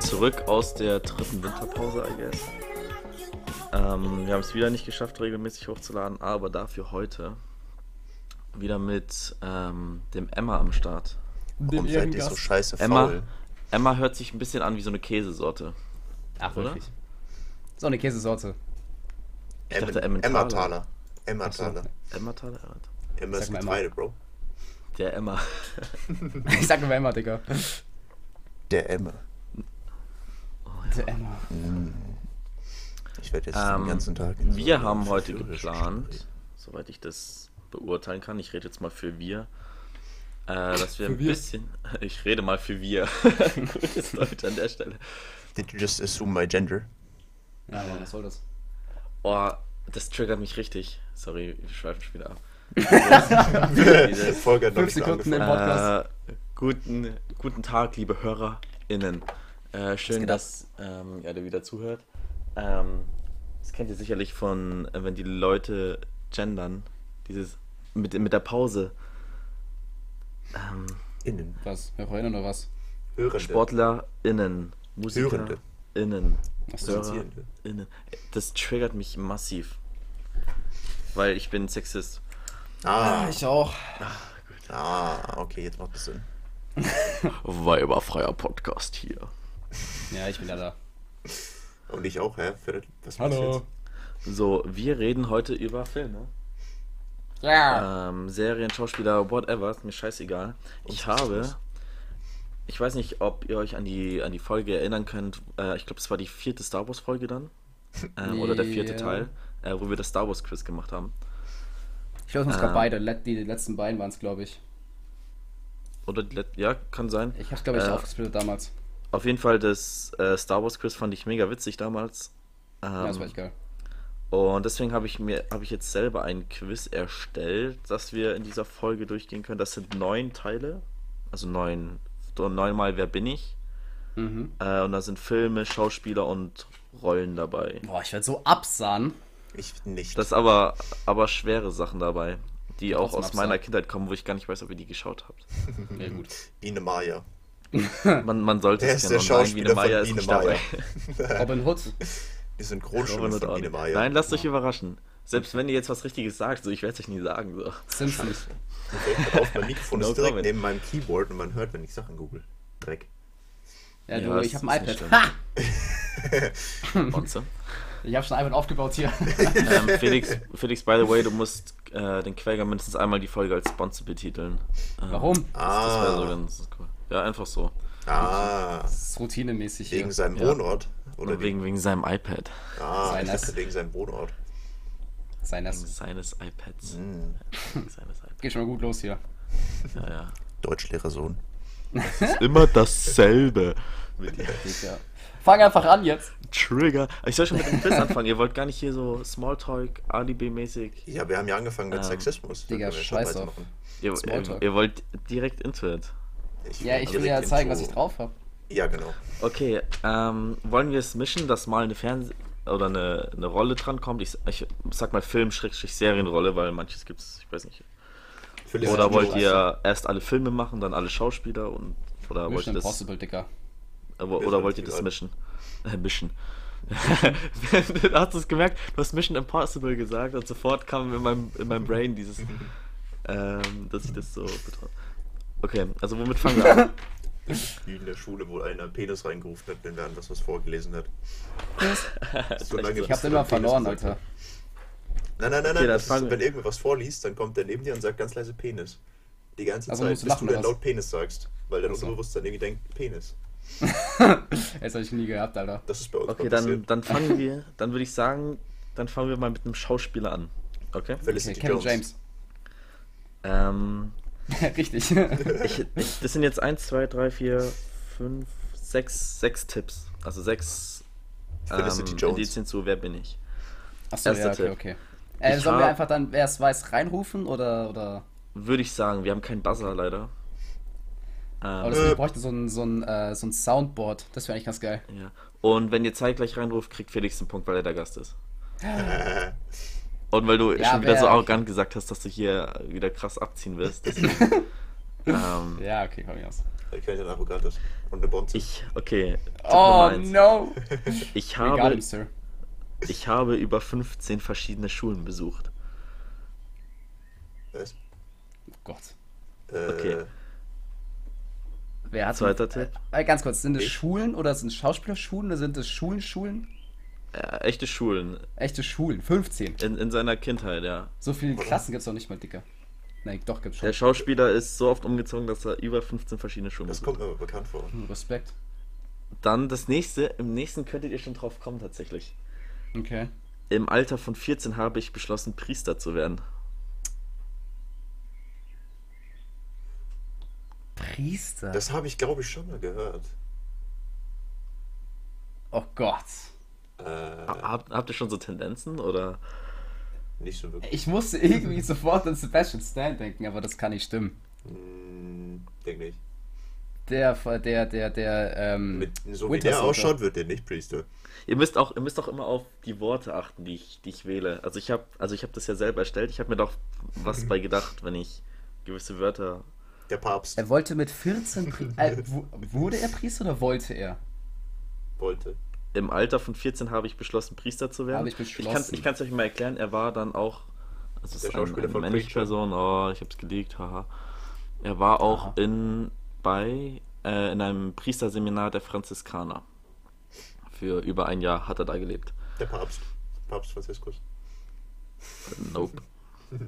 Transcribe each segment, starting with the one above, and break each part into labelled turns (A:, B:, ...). A: Zurück aus der dritten Winterpause, I guess. Ähm, wir haben es wieder nicht geschafft, regelmäßig hochzuladen, aber dafür heute wieder mit ähm, dem Emma am Start.
B: Warum seid ihr so scheiße
A: Emma,
B: faul?
A: Emma hört sich ein bisschen an wie so eine Käsesorte.
C: Ach,
A: Oder?
C: wirklich. So eine Käsesorte.
B: Ich
A: dachte Emmentaler.
B: Emmentaler. Emmentaler.
A: Emmentaler? Emmentaler.
B: Emma ist
C: Sag mal
B: Getreide, Bro.
A: Der Emma.
C: Ich sag immer Emma, Digga.
B: Der Emma.
C: Der Emma.
B: Ich werde jetzt
A: Ähm,
B: den ganzen Tag. in so
A: Wir
B: einem
A: haben heute
B: verführerischen
A: geplant,
B: Gespräch.
A: soweit ich das beurteilen kann, ich rede jetzt mal für wir, äh, dass wir
C: Für
A: ein
C: wir.
A: bisschen. Ich rede mal für wir. Gutes Deutsch an der Stelle.
B: Did you just assume my gender?
C: Ja, Mann, was soll das?
A: Oh, das triggert mich richtig. Sorry, wir schweifen schon wieder ab. Dieses-
B: Folge hat noch
C: Fünf
B: nicht mal
C: Sekunden
B: angefangen.
C: im Podcast.
A: Äh, guten, guten Tag, liebe HörerInnen. Äh, schön,
C: geht
A: dass ähm, ja, ihr wieder zuhört. Ähm, das kennt ihr sicherlich von, äh, wenn die Leute gendern, dieses mit, mit der Pause. Ähm,
B: Innen.
C: Was? Wir erinnern oder was?
B: Hörende.
A: SportlerInnen,
B: Hörende.
A: MusikerInnen,
C: Achso.
B: Interessierende.
A: HörerInnen. Das triggert mich massiv. Weil ich bin Sexist.
B: Ah,
C: Ich auch.
B: ah, okay, jetzt macht es Sinn.
A: Weiberfreier Podcast hier.
C: Ja, ich bin ja da.
B: Und ich auch, hä? Für- Was
C: Hallo.
A: So, wir reden heute über Filme.
C: Ja.
A: ähm, Serien, Schauspieler, whatever, ist mir scheißegal. Ich habe, ich weiß nicht, ob ihr euch an die, an die Folge erinnern könnt, äh, ich glaube, es war die vierte Star Wars Folge dann, ähm, oder der vierte
C: Ja.
A: Teil, äh, wo wir das Star Wars Quiz gemacht haben.
C: Ich glaube, es waren
A: ähm.
C: sogar beide. Let- Die letzten beiden waren es, glaube ich.
A: Oder, die let- ja, kann sein.
C: Ich hab's, glaube ich,
A: Äh,
C: aufgesplittet damals.
A: Auf jeden Fall, das äh, Star Wars Quiz fand ich mega witzig damals. Ähm,
C: Ja, das war echt geil.
A: Und deswegen habe ich mir, habe ich jetzt selber ein Quiz erstellt, das wir in dieser Folge durchgehen können. Das sind neun Teile, also neun, neunmal Wer bin ich?
C: Mhm.
A: Äh, und da sind Filme, Schauspieler und Rollen dabei.
C: Boah, ich werde so absahen.
B: Ich nicht.
A: Das aber, aber schwere Sachen dabei, die auch
C: Trotzdem
A: aus
C: absahen.
A: meiner Kindheit kommen, wo ich gar nicht weiß, ob ihr die geschaut habt.
C: Ja, gut.
B: Biene Maya.
A: Man, man sollte
B: Der
A: es
B: ist
A: kennen.
B: der
A: Und
B: Schauspieler von
A: Meier
B: Biene
A: nicht
B: Meier.
C: Robin Hood.
B: Die
A: Robin
B: Synchronstimme
A: Hood
B: von
A: auch
B: Biene
A: nicht.
B: Maya.
A: Nein, lasst euch überraschen. Selbst wenn ihr jetzt was Richtiges sagt, so ich werde es euch nie sagen. So.
C: Simpsons.
B: Hört auf, mein Mikrofon
A: No
B: ist direkt
A: comment.
B: neben meinem Keyboard und man hört, wenn ich Sachen google. Dreck.
C: Ja,
A: Ja,
C: du,
A: das
C: ich habe
A: ist
C: ein
A: nicht
C: iPad.
A: schlimm.
C: Ha!
A: Bonze.
C: Ich habe schon ein iPad aufgebaut hier.
A: ähm, Felix, Felix, by the way, du musst äh, den Quäger mindestens einmal die Folge als Bonze betiteln. Ähm,
C: Warum?
A: Das, das wäre so
B: Ah.
A: ganz cool. Ja, einfach so.
B: Ah,
C: Das ist routinemäßig hier.
B: wegen seinem
A: Ja.
B: Wohnort. Oder
A: Oder wegen, wegen seinem iPad.
B: wie? Ah, ich
C: Seines.
B: dachte wegen seinem Wohnort.
C: Sein das.
A: Seines iPads.
B: Hm,
A: Seines iPads.
C: Geht schon mal gut los hier.
A: Ja, ja.
B: Deutschlehrersohn.
A: ist immer dasselbe.
C: Ja. Fang einfach an jetzt.
A: Trigger. Ich soll schon mit dem Quiz anfangen. Ihr wollt gar nicht hier so Smalltalk, Alibi-mäßig.
B: Ja, wir haben ja angefangen mit
A: Ähm,
B: Sexismus. Da
C: Digga,
B: können wir
C: scheiß
B: schon
C: auf.
B: weitermachen.
A: Ihr, ihr,
C: Smalltalk.
A: ihr wollt direkt into it.
C: Ja, ich will
B: direkt
C: ja zeigen, was
B: Intro.
C: ich drauf habe.
B: Ja, genau.
A: Okay, ähm, wollen wir es mischen, dass mal eine Fernseh- oder eine, eine Rolle dran kommt? Ich, ich sag mal Film-Serienrolle, weil manches gibt's, ich weiß nicht.
B: Philipp,
A: Oder
B: du
A: wollt
B: hast-
A: ihr erst alle Filme machen, dann alle Schauspieler und oder wollt ihr
C: Mission
A: das
C: Impossible, Dicker.
A: Aber,
B: Mission
A: oder wollt ihr das mischen?
B: Impossible.
A: Äh, mischen. du hast es gemerkt, du hast Mission Impossible gesagt und sofort kam in meinem, in meinem Brain dieses, ähm, dass ich das so betrachte. Okay, also womit fangen wir an?
B: Wie in der Schule, wo einer einen Penis reingerufen hat, wenn wer anders was vorgelesen hat.
A: echt so.
B: So bis
A: Ich
C: Ich hab's
B: du
C: immer
B: dann Penis
C: verloren,
B: gesagt
C: Alter.
B: hast. Nein, nein, nein, nein.
A: Okay, dann
B: das
A: fangen wir-
B: ist, wenn irgendwer was vorliest, dann kommt der neben dir und sagt ganz leise Penis. Die ganze
C: Also
B: Zeit, bis
C: musst du
B: du
C: lachen,
B: dann
C: oder was?
B: laut Penis sagst. Weil dein
C: so.
B: Unterbewusstsein irgendwie denkt, Penis.
C: Das hab ich nie gehabt, Alter.
B: Das ist bei uns
A: Okay,
B: mal
A: dann,
B: passiert.
A: dann fangen wir, dann würde ich sagen, dann fangen wir mal mit einem Schauspieler an. Okay?
C: Okay,
B: Felicity
C: Kevin
B: Jones.
C: James.
A: Ähm,
C: Richtig.
A: ich, ich, das sind jetzt 1, 2, 3, 4, 5, 6, sechs Tipps. Also sechs
B: Felicity
A: ähm,
B: Jones.
A: Indizien zu, wer bin ich.
C: Achso,
A: Erster
C: ja, okay,
A: Tipp.
C: okay. Äh,
A: Ich
C: sollen wir
A: hab-
C: einfach dann, wer es weiß, reinrufen oder. oder...
A: Würde ich sagen, wir haben keinen Buzzer leider.
C: Aber
A: Ähm,
C: das, wir bräuchten so ein, so ein, äh, so ein Soundboard. Das wäre eigentlich ganz geil.
A: ja. Und wenn ihr zeitgleich reinruft, kriegt Felix einen Punkt, weil er der Gast ist. Und weil du
C: Ja,
A: schon wieder so
C: wär-
A: arrogant gesagt hast, dass du hier wieder krass abziehen wirst. Deswegen, ähm,
C: Ja, okay, komm, Jonas.
B: Weil ich halt ein arrogantes und eine Bonze.
A: Ich, okay. Tipp Nummer
C: Oh,
A: eins.
C: no!
A: Ich
C: We got
A: habe,
C: him, Sir.
A: ich habe über 15 verschiedene Schulen besucht.
B: Weiß.
C: Oh Gott.
B: Äh,
A: Okay.
C: Wer hat
A: Zweiter Tipp.
C: Äh, ganz kurz, sind es
B: Ich.
C: Schulen oder sind es Schauspielerschulen oder sind es Schulen, Schulen?
A: Äh, echte Schulen.
C: Echte Schulen, 15.
A: In, in seiner Kindheit, ja.
C: So viele Klassen gibt's doch nicht mal, Dicker. Nein, doch, gibt's schon.
A: Der Schauspieler ist so oft umgezogen, dass er über 15 verschiedene Schulen
B: Das
A: besucht.
B: kommt mir aber bekannt vor.
C: Hm, Respekt.
A: Dann das nächste. Im nächsten könntet ihr schon drauf kommen, tatsächlich.
C: Okay.
A: Im Alter von 14 habe ich beschlossen, Priester zu werden.
C: Priester?
B: Das habe ich, glaube ich, schon mal gehört.
C: oh Gott.
B: Äh,
A: Ha- Habt, habt ihr schon so Tendenzen oder?
B: nicht so wirklich.
C: Ich musste irgendwie sofort an Sebastian Stan denken, aber das kann nicht stimmen.
B: Hm, denk nicht.
C: Der, der, der, der, ähm.
B: Mit, so wie
C: Winter
B: der
C: Soldier.
B: ausschaut, wird der nicht Priester.
A: Ihr müsst auch, ihr müsst auch immer auf die Worte achten, die ich, die ich wähle. Also ich habe, also ich habe das ja selber erstellt. Ich habe mir doch was bei gedacht, wenn ich gewisse Wörter.
B: Der Papst
A: Äh,
C: Er wollte mit 14. Pri äh, wu- wurde er Priester oder wollte er?
B: wollte.
A: Im Alter von 14 habe ich beschlossen, Priester zu werden.
C: Habe ich
A: Ich kann's-
C: beschlossen.
A: ich kann es euch mal erklären. Er war dann auch, also es
B: Der
A: ist ein,
B: Schauspieler
A: eine
B: von
A: männliche
B: Preacher.
A: Person. Oh, ich habe es gelegt, haha. Er war auch
C: Aha.
A: in bei äh, in einem Priesterseminar der Franziskaner. Für über ein Jahr hat er da gelebt.
B: Der Papst. Papst Franziskus. Hm,
A: Nope.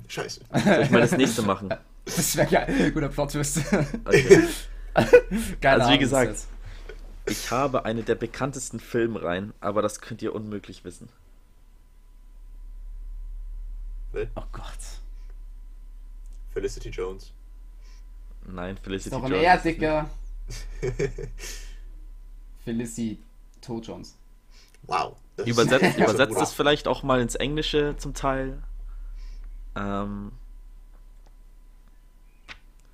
B: Scheiße.
A: Soll ich mal das nächste machen?
C: Das wäre geil. Guter Plot-Twist.
A: Okay.
C: Geile
A: Also wie
C: Ahnung, das
A: gesagt,
C: jetzt.
A: Ich habe eine der bekanntesten Filmreihen, aber das könnt ihr unmöglich wissen.
B: Ne?
C: Oh Gott.
B: Felicity Jones.
A: Nein, Felicity
C: Ist doch ein
A: Jones
C: R,
A: ist nicht-
C: Dicker. Felicity Toe Jones.
B: Wow. das ist-
A: Übersetzt, übersetzt
B: Wow.
A: es vielleicht auch mal ins Englische zum Teil. Ähm,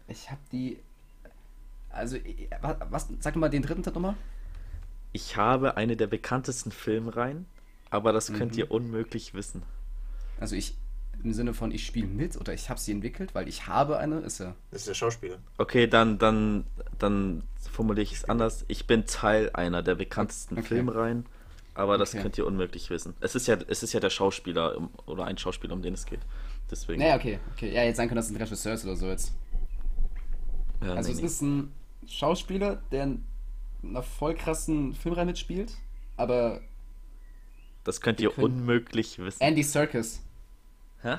C: Ich hab die. Also, ich- wa- was, sag mal den dritten Tipp nochmal.
A: ich habe eine der bekanntesten Filmreihen, aber das könnt
C: Mhm.
A: ihr unmöglich wissen.
C: Also, ich im Sinne von ich spiele mit oder ich habe sie entwickelt, weil ich habe eine, ist ja.
B: Das ist der Schauspieler.
A: Okay, dann, dann, dann formuliere ich es anders. Ich bin Teil einer der bekanntesten
C: Okay.
A: Filmreihen, aber das
C: Okay.
A: könnt ihr unmöglich wissen. Es ist ja, es ist ja der Schauspieler um, oder ein Schauspieler, um den es geht. Deswegen.
C: Naja, okay, okay. Ja, jetzt sagen können, dass es ein Regisseur ist oder so jetzt.
A: ja,
C: Also
A: nee,
C: es
A: nee.
C: ist ein Schauspieler, der in einer voll krassen Filmreihe mitspielt, aber
A: das könnt
C: wir
A: ihr
C: können-
A: unmöglich wissen.
C: Andy Serkis.
A: Hä?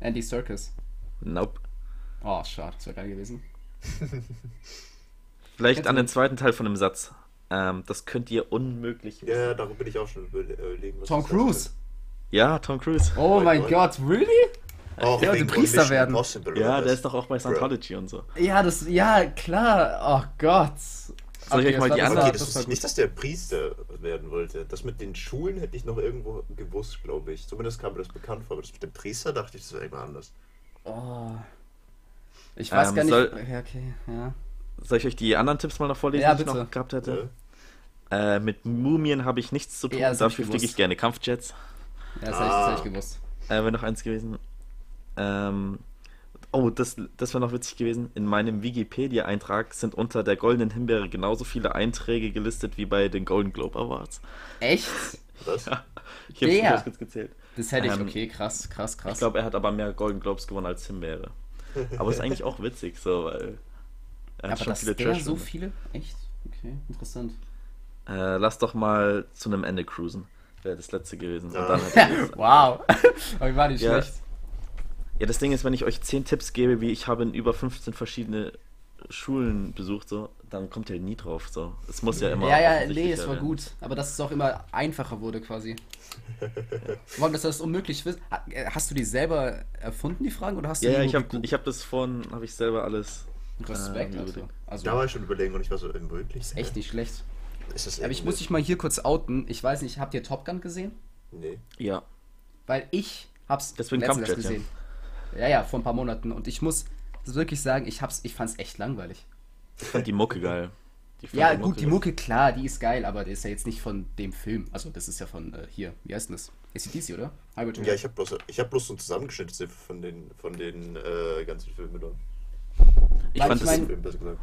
C: Andy Serkis.
A: Nope.
C: Oh, schade, das wäre geil gewesen.
A: Vielleicht
C: Jetzt
A: an den
C: nicht.
A: zweiten Teil von dem Satz. Ähm, das könnt ihr unmöglich wissen.
B: Ja, ja, darum bin ich auch schon überle- äh, überlegen. was
C: Tom
B: das
C: Cruise.
A: Ja, Tom Cruise.
B: Oh
C: Oh mein
B: mein
C: Gott, really?
B: heißt. Auch
C: Der wollte
B: wegen
C: Priester
B: Mission
C: werden.
B: Impossible,
A: Ja,
B: oder
A: der
B: was?
A: ist doch auch bei Scientology und so.
C: Ja, das, ja, klar. Oh Gott.
A: Soll ich euch
C: Also das
A: mal die
C: war-
A: andere-
B: Okay,
C: war-
B: das,
C: war
B: ist
C: gut.
B: nicht, dass der Priester werden wollte. Das mit den Schulen hätte ich noch irgendwo gewusst, glaube ich. Zumindest kam mir das bekannt vor, aber das mit dem Priester dachte ich, das war irgendwann anders.
C: Oh. Ich weiß
A: Ähm,
C: gar nicht.
A: soll-
C: Ja, okay, ja.
A: Soll ich euch die anderen Tipps mal noch vorlesen,
C: Ja,
A: die ich
C: bitte.
A: noch gehabt
B: Ne?
A: hätte? Äh, mit Mumien habe ich nichts zu tun,
C: Ja, das hab ich
A: dafür fliege ich
C: gewusst.
A: gerne Kampfjets.
C: Ja, das hätte ich, das hätte ich gewusst.
A: Äh, wäre noch eins gewesen. Ähm, oh, das, das wäre noch witzig gewesen. In meinem Wikipedia-Eintrag sind unter der Goldenen Himbeere genauso viele Einträge gelistet wie bei den Golden Globe Awards.
C: Echt?
B: Was?
A: Ich habe
C: Der.
A: es kurz gezählt.
C: Das hätte ich,
A: Ähm,
C: okay, krass, krass, krass.
A: Ich glaube, er hat aber mehr Golden Globes gewonnen als Himbeere. Aber ist eigentlich auch witzig, so, weil. Er hat
C: aber
A: schon
C: dass
A: viele
C: der
A: Trash.
C: so viele? Echt? Okay, interessant.
A: äh, lass doch mal zu einem Ende cruisen. Wäre das letzte gewesen. Und
B: Ja.
A: dann halt hätte ich das-
C: Wow. Aber ich war nicht
A: Ja.
C: schlecht.
A: ja, das Ding ist, wenn ich euch 10 Tipps gebe, wie ich habe in über 15 verschiedene Schulen besucht, so, dann kommt ihr halt nie drauf. So. Es muss ja immer.
C: Ja, ja, nee,
A: offensichtlicher
C: es war
A: werden.
C: gut. Aber dass es auch immer einfacher wurde quasi. Warum, dass du das unmöglich wissen? äh, Hast du die selber erfunden, die Fragen, oder hast du
A: Ja,
C: die
A: ja,
C: nur
A: ich habe
C: gegoogelt?
A: ich hab das vorhin, habe ich selber alles.
C: Respekt,
A: ähm,
C: also.
B: Da war
C: Also,
B: ich schon überlegen und ich war so, ähm, wirklich?
C: echt nicht schlecht.
B: Ist das
C: Aber ich
B: irgendwie-
C: muss dich mal hier kurz outen. Ich weiß nicht, habt ihr Top Gun gesehen?
B: Nee.
A: Ja.
C: Weil ich hab's
A: Deswegen
C: letztens erst
A: Kampfjet, ja.
C: gesehen. Ja. ja, vor ein paar Monaten. Und ich muss wirklich sagen, ich hab's, ich fand's echt langweilig.
A: Ich fand die Mucke geil. Die
C: Ja,
A: fette
C: gut, die
A: Mucke.
C: Mucke, klar, die ist geil, aber die ist ja jetzt nicht von dem Film. Also, das ist ja von äh, hier. Wie heißt denn das? ACDC, oder? Hybrid
B: Ja, ich habe bloß, ich hab bloß so ein Zusammenschnitt von den, von den äh, ganzen Filmen da.
A: Ich
C: Weil
A: fand
C: ich
A: das.
C: mein-
B: Filmen, besser gesagt.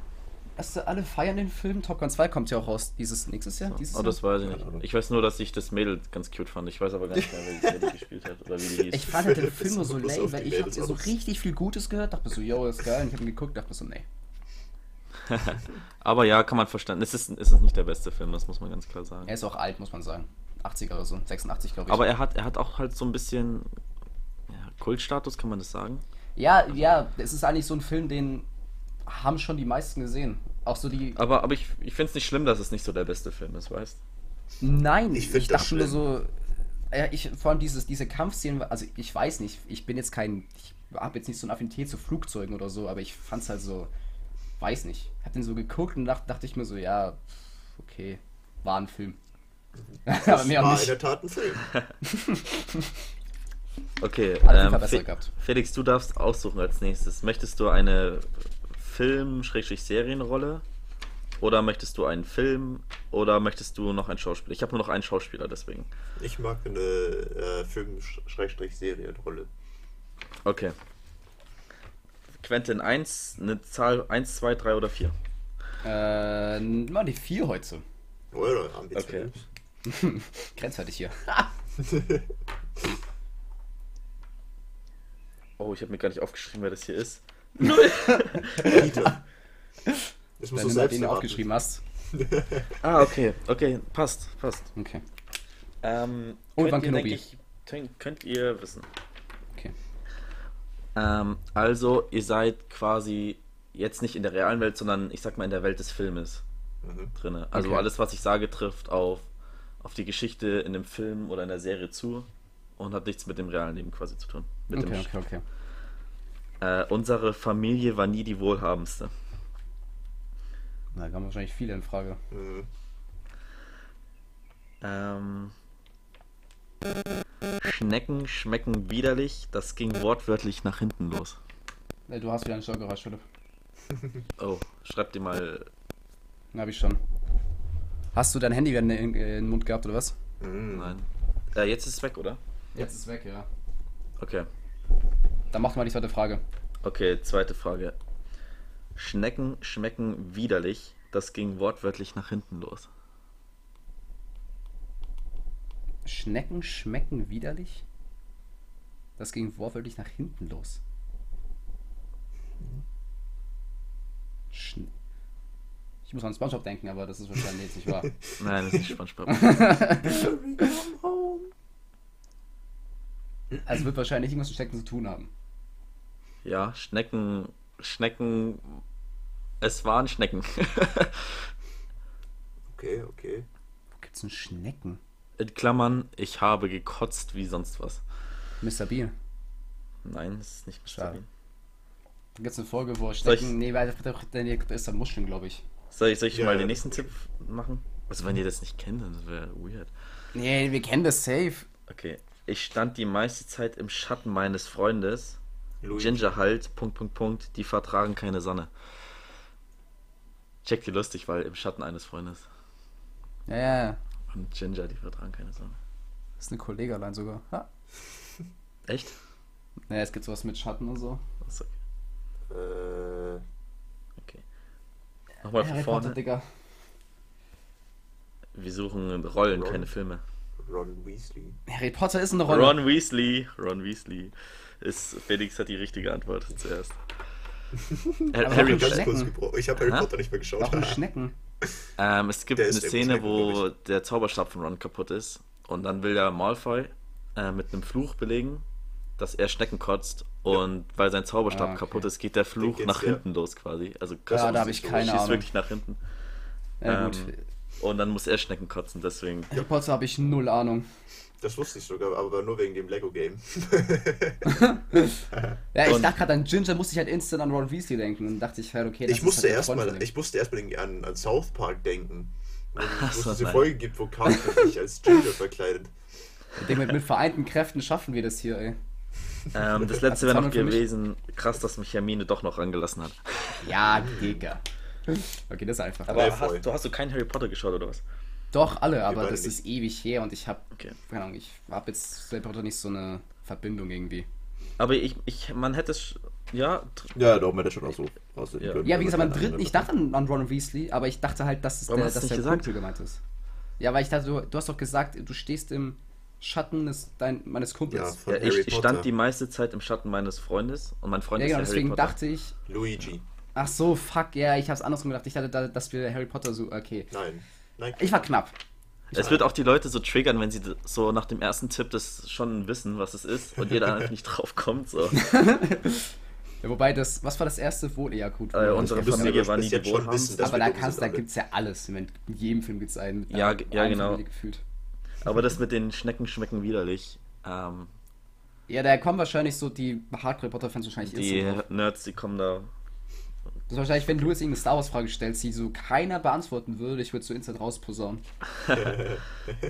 C: Hast du alle feiern den Film? Top Gun 2 kommt ja auch raus dieses nächstes Jahr? Dieses
A: Oh,
C: Jahr?
A: das weiß ich nicht.
B: Keine Ahnung.
A: Ich weiß nur, dass ich das Mädel ganz cute fand. Ich weiß aber gar nicht mehr, wer die Mädel gespielt hat oder wie die hieß.
C: Ich fand halt den
B: Das
C: Film nur so
B: kommt bloß
C: lame,
B: auf
C: weil
B: die
C: ich hab
B: Mädels
C: ja so
B: aus.
C: richtig viel Gutes gehört. Dachte mir so, yo, ist geil. Und ich hab ihn geguckt, dachte mir so, nee.
A: Aber ja, kann man verstanden. Es ist, es ist nicht der beste Film, das muss man ganz klar sagen.
C: Er ist auch alt, muss man sagen. 80er oder so. 86, glaube ich.
A: Aber er hat, er hat auch halt so ein bisschen ja, Kultstatus, kann man das sagen?
C: ja, ja, es ist eigentlich so ein Film, den haben schon die meisten gesehen. Auch so die.
A: Aber, aber ich, ich finde es nicht schlimm, dass es nicht so der beste Film ist, weißt
C: Nein,
B: Ich
C: ich,
B: find das
C: dachte nur
B: schlimm.
C: so. Ja, ich, vor allem dieses, diese Kampfszenen, also ich weiß nicht, ich bin jetzt kein. Ich habe jetzt nicht so eine Affinität zu Flugzeugen oder so, aber ich fand's halt so. Weiß nicht. Hab den so geguckt und dacht, dachte ich mir so, ja, okay, war ein Film. aber
B: Das
C: mehr
B: war
C: auch
B: in
C: nicht.
B: der Tat ein Film.
A: Okay,
C: Hat auf jeden
A: ähm,
C: Fall besser
A: Fe
C: gehabt.
A: Felix, du darfst aussuchen als nächstes. Möchtest du eine Film-Serienrolle oder möchtest du einen Film oder möchtest du noch einen Schauspieler? Ich habe nur noch einen Schauspieler, deswegen.
B: Ich mag eine äh, Film-Serienrolle.
A: Okay. Quentin 1, eine Zahl 1, 2, 3 oder 4.
C: Äh, mal die vier heute.
B: Oder Oh ambitioniert.
A: Okay.
C: Grenzwertig hier.
A: Oh, ich habe mir gar nicht aufgeschrieben, wer das hier ist.
B: Dieter. Das musst du
C: Wenn du mal
B: selbst
C: halt den
B: erraten.
C: aufgeschrieben hast.
A: Ah, okay, okay, passt, passt.
C: Okay.
A: Ähm,
C: Obi-Wan
A: könnt ihr,
C: Kenobi.
A: denke ich, könnt- könnt ihr wissen.
C: okay.
A: Ähm, also, ihr seid quasi jetzt nicht in der realen Welt, sondern ich sag mal in der Welt des Filmes
B: Mhm.
A: drinne. Also
C: Okay.
A: alles, was ich sage, trifft auf, auf die Geschichte in dem Film oder in der Serie zu und hat nichts mit dem realen Leben quasi zu tun. Mit dem
C: Okay,
A: Sch-
C: okay, okay.
A: äh, unsere Familie war nie die wohlhabendste.
C: Na, da haben wahrscheinlich viele in Frage.
B: Mhm.
A: Ähm, Schnecken schmecken widerlich, das ging wortwörtlich nach hinten los.
C: Äh, Du hast wieder einen Stolgerer, Philipp.
A: Oh, schreibt ihr mal.
C: Na, hab ich schon. Hast du dein Handy wieder in, in, in den Mund gehabt, oder was?
B: Mhm.
A: Nein. Äh, jetzt ist es weg, oder?
C: Jetzt ist weg, ja.
A: Okay.
C: Dann machen wir die zweite Frage.
A: Okay, zweite Frage. Schnecken schmecken widerlich. Das ging wortwörtlich nach hinten los.
C: Schnecken schmecken widerlich? Das ging wortwörtlich nach hinten los. Schn ich muss an Spongebob denken, aber das ist wahrscheinlich jetzt nicht wahr.
A: Nein, das ist nicht SpongeBob.
C: Also wird wahrscheinlich irgendwas mit Schnecken zu tun haben.
A: Ja, Schnecken, Schnecken. Es waren Schnecken.
B: Okay, okay.
C: Wo gibt's denn Schnecken?
A: In Klammern, ich habe gekotzt wie sonst was.
C: Mr. Bean.
A: Nein, das ist nicht Mr.
C: Schade.
A: Bean.
C: Da gibt's eine Folge, wo
A: Soll ich-
C: Schnecken. Nee, weil nee, das ist dann Muscheln, glaube ich.
A: Soll ich, soll ich
B: Ja,
A: mal
B: ja.
A: den nächsten Tipp machen? Also, wenn ihr das nicht kennt, dann wäre weird.
C: Nee, wir kennen das safe.
A: Okay. Ich stand die meiste Zeit im Schatten meines Freundes.
B: Louis.
A: Ginger halt, Punkt, Punkt, Punkt, die vertragen keine Sonne. Check die lustig, weil im Schatten eines Freundes.
C: Ja, ja, ja.
A: Und Ginger, die vertragen keine Sonne.
C: Das ist eine Kollegin allein sogar. Ha.
A: Echt?
C: Naja, es gibt sowas mit Schatten und so.
A: Achso,
B: Äh,
A: Okay. Nochmal von
C: Harry Potter,
A: vorne.
C: Digga.
A: Wir suchen Rollen,
B: Rollen.
A: keine Filme.
B: Ron Weasley.
C: Harry Potter ist eine Rolle.
A: Ron Weasley. Ron Weasley. Ist, Felix hat die richtige Antwort zuerst. Äh,
C: Aber
A: Harry
B: ganz
C: warum
A: Potter.
C: Schnecken.
B: kurz gebrochen. Ich habe Harry
A: Aha.
B: Potter nicht mehr geschaut.
C: Warum Schnecken?
A: Ähm, es gibt
B: Der
A: eine
B: ist der
A: Szene,
B: Schnecken,
A: wo
B: glaub
A: der Zauberstab von Ron kaputt ist und dann will der Malfoy äh, mit einem Fluch belegen, dass er Schnecken kotzt und weil sein Zauberstab
C: Ah, okay.
A: kaputt ist, geht der Fluch
B: geht's
A: nach
B: ja.
A: hinten los quasi. Also
C: Ja,
A: Kaspar
C: da habe ich
B: so.
C: keine
A: schießt
C: Ahnung.
A: wirklich nach hinten
C: ja,
A: ähm,
C: gut.
A: und dann muss er Schnecken kotzen, deswegen.
C: Harry Potter habe ich null Ahnung.
B: Das wusste ich sogar, aber nur wegen dem Lego-Game.
C: Ja, ich
A: Und-
C: dachte gerade an Ginger, musste ich halt instant an Ron Weasley denken. Und dachte ich, ja, okay, das
B: Ich musste
C: halt
B: erstmal
C: Freund von
B: ich musste erstmal an, an South Park denken. Wo
A: Ach so,
B: es diese
A: nein.
B: Folge gibt, wo Carter sich als Ginger verkleidet.
C: dem. Dem mit, mit vereinten Kräften schaffen wir das hier, ey.
A: Ähm, das
C: Also
A: letzte wäre noch
C: Zahnrad für mich.
A: gewesen, krass, dass mich Hermine doch noch angelassen hat.
C: Ja, Digga. Okay, das ist einfach.
A: Aber
B: Ja, voll.
A: hast, du hast du keinen Harry Potter geschaut oder was?
C: Doch, alle, aber
B: beide
C: das
B: nicht.
C: ist ewig her und ich habe,
A: Okay.
C: keine Ahnung, ich habe jetzt zu Harry Potter nicht so eine Verbindung irgendwie.
A: Aber ich, ich man hätte es. sch- Ja, tr-
B: Ja, doch, man hätte schon auch so aussehen
A: Ja.
B: können.
C: Ja, wie gesagt, man
B: Keine
C: dritt,
B: Ahnung.
C: ich dachte an, an Ron Weasley, aber ich dachte halt, dass, es
A: Warum
C: der,
A: hast du
C: dass
A: nicht
C: der
A: gesagt?
C: Kumpel gemeint ist. Ja, weil ich dachte, du, du hast doch gesagt, du stehst im Schatten des, dein, meines
B: Ja,
C: Kumpels.
B: von
A: ja
B: Harry
A: ich, ich stand
B: Potter.
A: die meiste Zeit im Schatten meines Freundes und mein Freund
C: Ja,
A: ist
C: genau,
A: ja Harry
C: deswegen
A: Potter.
C: dachte ich,
B: Luigi.
C: ach so, fuck, ja, ich hab's andersrum gedacht. Ich dachte, da- dass wir Harry Potter so, okay.
B: Nein. Nein.
C: Ich war knapp.
A: Es wird auch die Leute so triggern, wenn sie d- so nach dem ersten Tipp das schon wissen, was es ist und ihr da einfach nicht drauf kommt. So.
C: Ja, wobei das, was war das erste wohl eher gut?
A: Äh, unsere
B: müssen
A: Familie
B: aber
A: war nie
B: bis
A: die
B: jetzt schon
A: Wohlhabendste.
B: wissen, dass
C: aber
B: wir
C: da
B: dumm
C: kannst,
B: sind
C: da
B: alle.
C: gibt's ja alles. In jedem Film gibt's einen.
A: Ja,
C: äh,
A: ge- ja,
C: einen
A: genau.
C: Familie Gefühlt.
A: Aber das mit den Schnecken schmecken widerlich. Ähm,
C: Ja, da kommen wahrscheinlich so die Hardcore Potter Fans wahrscheinlich
A: die
C: instant drauf.
A: Nerds, die kommen da.
C: Das ist wahrscheinlich, wenn du jetzt irgendeine Star Wars Frage stellst, die so keiner beantworten würde, ich würde so instant rausposaunen.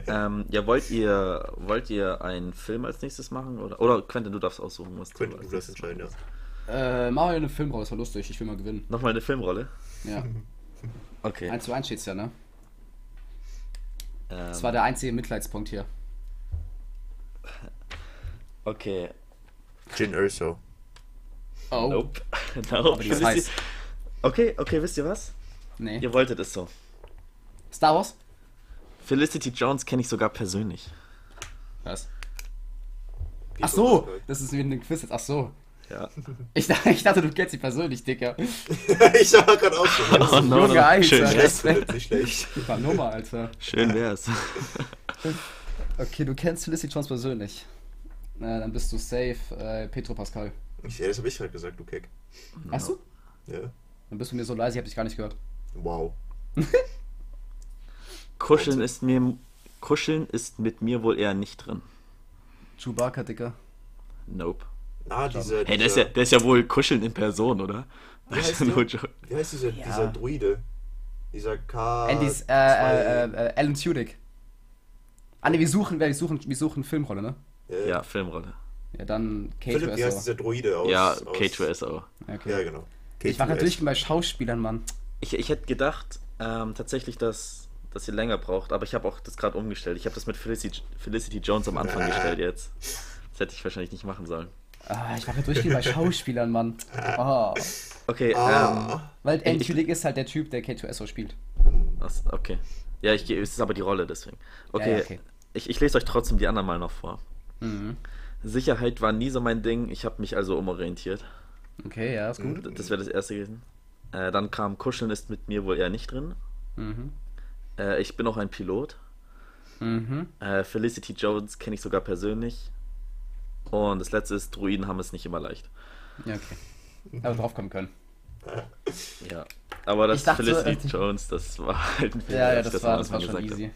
A: Ähm, ja, wollt ihr, wollt ihr einen Film als nächstes machen? Oder, oder Quentin, du darfst aussuchen, was
B: Quentin,
A: als
B: du darfst
A: nächstes
B: entscheiden, ja.
A: machen
C: Äh, mach mal einen Film raus, war lustig, ich will mal gewinnen.
A: willst. Nochmal eine Filmrolle?
C: Ja.
A: Okay.
C: 1 zu 1 steht's ja, ne?
A: ähm,
C: Das war der einzige Mitleidspunkt hier.
A: okay.
B: Jin Erso.
C: Oh.
A: Nope. nope.
C: Aber die
A: Wisst
C: ist
A: ihr-
C: heiß.
A: Okay, okay, wisst ihr was?
C: Nee.
A: Ihr wolltet es so.
C: Star Wars?
A: Felicity Jones kenne ich sogar persönlich.
C: Was? Ach so, das ist wie ein Quiz jetzt. Ach so.
A: Ja.
C: Ich, dachte- ich dachte, du kennst sie persönlich, Dicker.
B: ich sah gerade auch so.
A: Oh, no,
C: Junge, Alter.
A: Schön, wär-
B: Das wird nicht schlecht.
C: Super Nummer, Alter.
A: schön wär's.
C: Okay, du kennst Felicity Jones persönlich. Na, dann bist du safe, äh, Petro Pascal.
B: Ich, ja, das habe ich gerade gesagt, du Keck.
C: Hast du?
B: Ja.
C: Dann bist du mir so leise, ich hab dich gar nicht gehört.
B: Wow.
A: Kuscheln ist mir. Kuscheln ist mit mir wohl eher nicht drin.
C: Chewbacca, Dicker.
A: Nope.
B: Ah, dieser.
A: Hey, der ist,
B: dieser,
A: ja, der ist ja wohl Kuscheln in Person, oder?
B: heißt
A: Also, no
B: der?
A: joke.
B: Wie heißt dieser,
C: Ja.
B: dieser Druide? Dieser K.
C: Andys, äh, äh, äh, äh, Alan Tudyk. Ah ne, wir suchen, wir suchen, wir suchen Filmrolle, ne?
B: äh,
A: Ja, Filmrolle.
C: Ja, dann
B: Philipp, wie heißt
C: K2SO.
B: dieser Druide aus.
A: ja,
B: aus-
A: K2SO.
C: Okay.
B: Ja, genau.
C: Ich war
B: K2SO.
C: gerade durch bei Schauspielern, Mann.
A: Ich, ich hätte gedacht, ähm, tatsächlich, dass, dass ihr länger braucht, aber ich habe auch das gerade umgestellt. Ich habe das mit Felicity, Felicity Jones am Anfang gestellt
B: Äh.
A: jetzt. Das hätte ich wahrscheinlich nicht machen sollen.
C: Ah, ich war gerade durch bei Schauspielern, Mann. Oh.
A: Okay, ähm.
B: Ah,
C: Weil Alan
A: Ich-
C: Tudyk ist halt der Typ, der K2SO spielt.
A: ähm, Was, okay. Ja, ich, geh- es ist aber die Rolle, deswegen. Okay,
C: ja, okay.
A: Ich, ich lese euch trotzdem die anderen mal noch vor.
C: Mhm.
A: Sicherheit war nie so mein Ding, ich habe mich also umorientiert.
C: Okay, ja, ist gut.
A: D- Das wäre das erste gewesen. Äh, dann kam Kuscheln ist mit mir wohl eher nicht drin.
C: Mhm.
A: Äh, ich bin auch ein Pilot.
C: Mhm.
A: Äh, Felicity Jones kenne ich sogar persönlich. Und das letzte ist, Druiden haben es nicht immer leicht.
C: Ja, okay. Aber draufkommen können.
A: Ja. Aber das
C: Ich dachte so,
A: Felicity
C: äh,
A: Jones, das war halt ein Fehler,
C: Ja, ja,
A: als ich
C: das, war,
A: am
C: das war
A: Anfang
C: schon
A: gesagt
C: easy.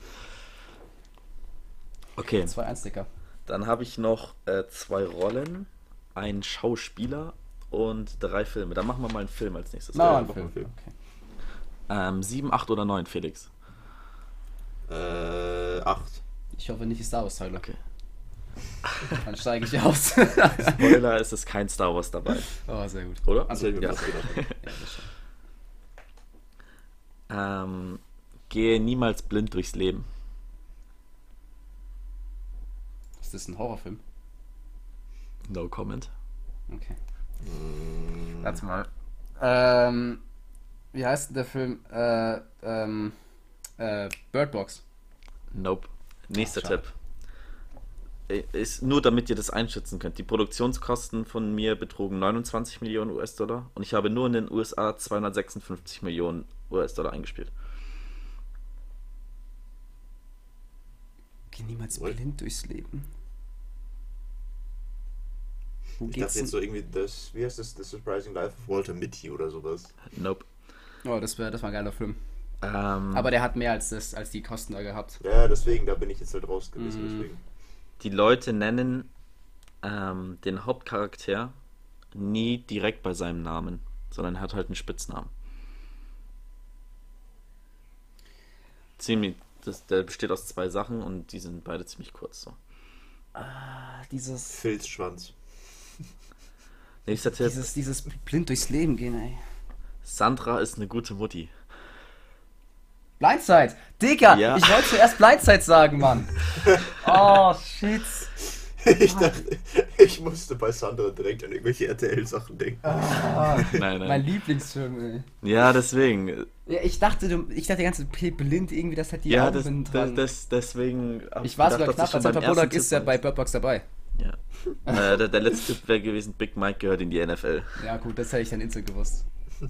A: habe. Okay.
C: 2-1, Dicker.
A: Dann habe ich noch äh, zwei Rollen, einen Schauspieler und drei Filme. Dann machen wir mal einen Film als nächstes.
C: Machen wir
B: machen wir
C: einen Film.
B: einen
C: Okay.
A: Ähm, sieben, acht oder neun, Felix.
B: äh, 8.
C: Ich hoffe nicht die Star Wars Teile.
A: Okay.
C: Dann steige ich aus.
A: Spoiler, es ist kein Star Wars dabei,
C: oh, sehr gut.
A: oder?
C: Also,
A: ja. Ähm, gehe niemals blind durchs Leben.
C: Ist das ein Horrorfilm?
A: No comment.
C: Okay.
B: Mm.
C: Warte mal. Ähm, wie heißt denn der Film? Äh, ähm, äh, Bird Box.
A: Nope. Nächster
C: Ach, schade.
A: Tipp. Äh, Ist nur damit ihr das einschätzen könnt. Die Produktionskosten von mir betrugen 29 Millionen US-Dollar und ich habe nur in den USA 256 Millionen US-Dollar eingespielt.
C: Geh niemals
B: What?
C: blind durchs Leben. Wo
B: Ich
C: geht's
B: dachte
C: denn?
B: jetzt so irgendwie, das, wie heißt das, The Surprising Life of Walter Mitty oder sowas.
A: Nope.
C: Oh, das war, das war ein geiler Film.
A: Ähm,
C: Aber der hat mehr als, das, als die Kosten da gehabt.
B: Ja, deswegen, da bin ich jetzt halt raus gewesen,
C: Mhm.
B: deswegen.
A: die Leute nennen ähm, den Hauptcharakter nie direkt bei seinem Namen, sondern er hat halt einen Spitznamen. Ziemlich, das, der besteht aus zwei Sachen und die sind beide ziemlich kurz. So.
C: Ah, dieses,
B: Filzschwanz.
A: Nächster Tipp:
C: dieses, dieses blind durchs Leben gehen, ey.
A: Sandra ist eine gute Mutti.
C: Blindside! Digga,
A: Ja.
C: ich wollte zuerst Blindside sagen, Mann. Oh, shit.
B: Ich dachte, ich musste bei Sandra direkt an irgendwelche RTL-Sachen denken.
C: Ah,
A: Nein,
C: mein
A: nein.
C: Lieblingsfilm, ey.
A: Ja, deswegen.
C: Ja, ich dachte, du, ich dachte die ganze Zeit, blind irgendwie, dass halt die
A: Ja,
C: Augen
A: das,
C: sind
A: das,
C: dran.
A: das, deswegen. hab
C: ich war
A: gedacht, dass
C: sogar knapp,
A: schon beim
C: als Pepper
A: ersten halt.
C: Bullock ist ja
A: Tipp
C: bei Birdbox dabei.
A: Ja. äh, der, der letzte Tipp wäre gewesen, Big Mike gehört in die NFL.
C: Ja gut, das hätte ich dann instant gewusst.
A: Äh,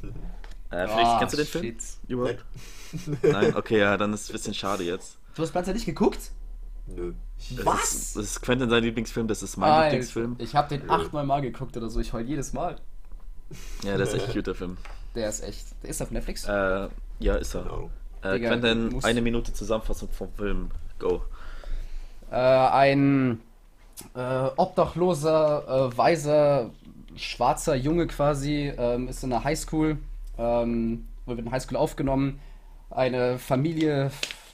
A: vielleicht
C: Ah,
A: kennst du den Film?
C: shit.
A: Überhaupt? Nein, okay, ja, dann ist es ein bisschen schade jetzt.
C: Du hast Blindside nicht geguckt?
B: Nö.
A: Das
C: Was?
A: Ist, das ist Quentin sein Lieblingsfilm, das ist mein
C: Alter,
A: Lieblingsfilm.
C: Ah, Ich habe den achtmal mal geguckt oder so, ich heul jedes Mal.
A: Ja, das ist echt ein guter Film.
C: Der ist echt, der ist auf Netflix.
A: Äh, ja, ist
B: Keine
A: er.
B: Ahnung.
A: Äh,
C: Digga,
A: Quentin,
C: muss-
A: eine Minute Zusammenfassung vom Film. Go.
C: Äh, ein äh, obdachloser, äh, weiser, schwarzer Junge quasi ähm, ist in einer Highschool, ähm, wird in der Highschool aufgenommen. Eine Familie,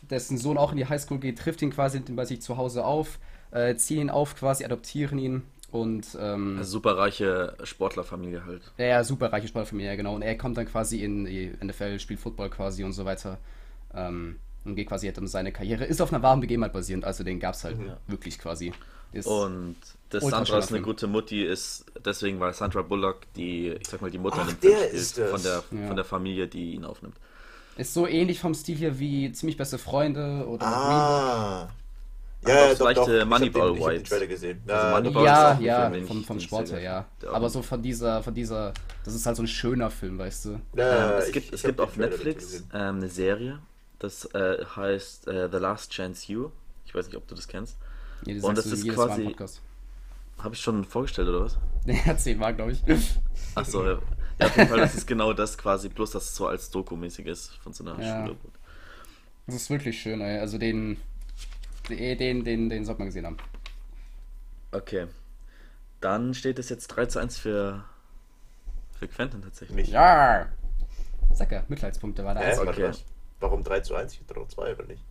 C: dessen Sohn auch in die Highschool geht, trifft ihn quasi bei sich zu Hause auf, äh, ziehen ihn auf quasi, adoptieren ihn und ähm,
A: Also Superreiche Sportlerfamilie halt.
C: ja, ja, super reiche Sportfamilie, ja, genau. Und er kommt dann quasi in die NFL, spielt Football quasi und so weiter. Ähm, und geht quasi halt um seine Karriere. Ist auf einer wahren Begebenheit basierend, also den gab's halt wirklich quasi. Ist,
A: Und das
C: Ultra
A: Sandra ist eine
C: Film.
A: gute Mutti, ist deswegen, weil Sandra Bullock die, ich sag mal, die Mutter
B: Ach,
A: in dem Film
B: der
A: spielt,
B: ist das.
A: von der
C: Ja.
A: von der Familie, die ihn aufnimmt.
C: ist so ähnlich vom Stil hier wie Ziemlich beste Freunde oder
B: Ah.
A: Hat
B: Ja, ja,
A: auch so
B: doch, doch.
A: leichte
B: Ich hab den-
A: äh, Moneyball
B: Ich hab den
A: Vibes.
B: Trailer gesehen.
A: Also
B: Na,
A: Moneyball-
C: Green.
B: doch.
A: Ball
C: Ja,
A: ist auch ein
C: ja,
A: Film, den
C: vom,
A: ich-
C: vom
A: den ich
C: Sport
A: sehr
C: her, ja.
A: geil finde.
C: Aber so von dieser, von dieser, das ist halt so ein schöner Film, weißt du.
B: Na,
A: Ähm, es
B: Äh, ich-
A: gibt,
B: ich
A: es
B: hab
A: gibt
B: den
A: auf
B: Trailer dazu
A: Netflix
B: gesehen.
A: ähm, eine Serie, das äh, heißt äh, The Last Chance You. Ich weiß nicht, ob du das kennst.
C: Ja, das
A: Und
C: sagst
A: das
C: du
A: ist
C: jedes Mal im
A: quasi-
C: Podcast.
A: Habe ich schon vorgestellt oder was?
C: Ja, zehnmal, glaube ich.
A: Achso,
C: Genau.
A: ja. ja, auf jeden Fall, das ist genau das quasi, bloß dass es so als Doku-mäßig ist von so einer
C: Ja.
A: Schule.
C: Das ist wirklich schön, ey. Also den, den, den, den, den sollte man gesehen haben.
A: Okay. Dann steht es jetzt 3 zu 1 für, für Quentin tatsächlich.
B: Mich.
C: Ja! Sacker, Mitleidspunkte war da.
B: Hä?
C: Also,
A: Okay.
B: Okay. Warum 3 zu 1? Ich hatte doch 2, oder nicht?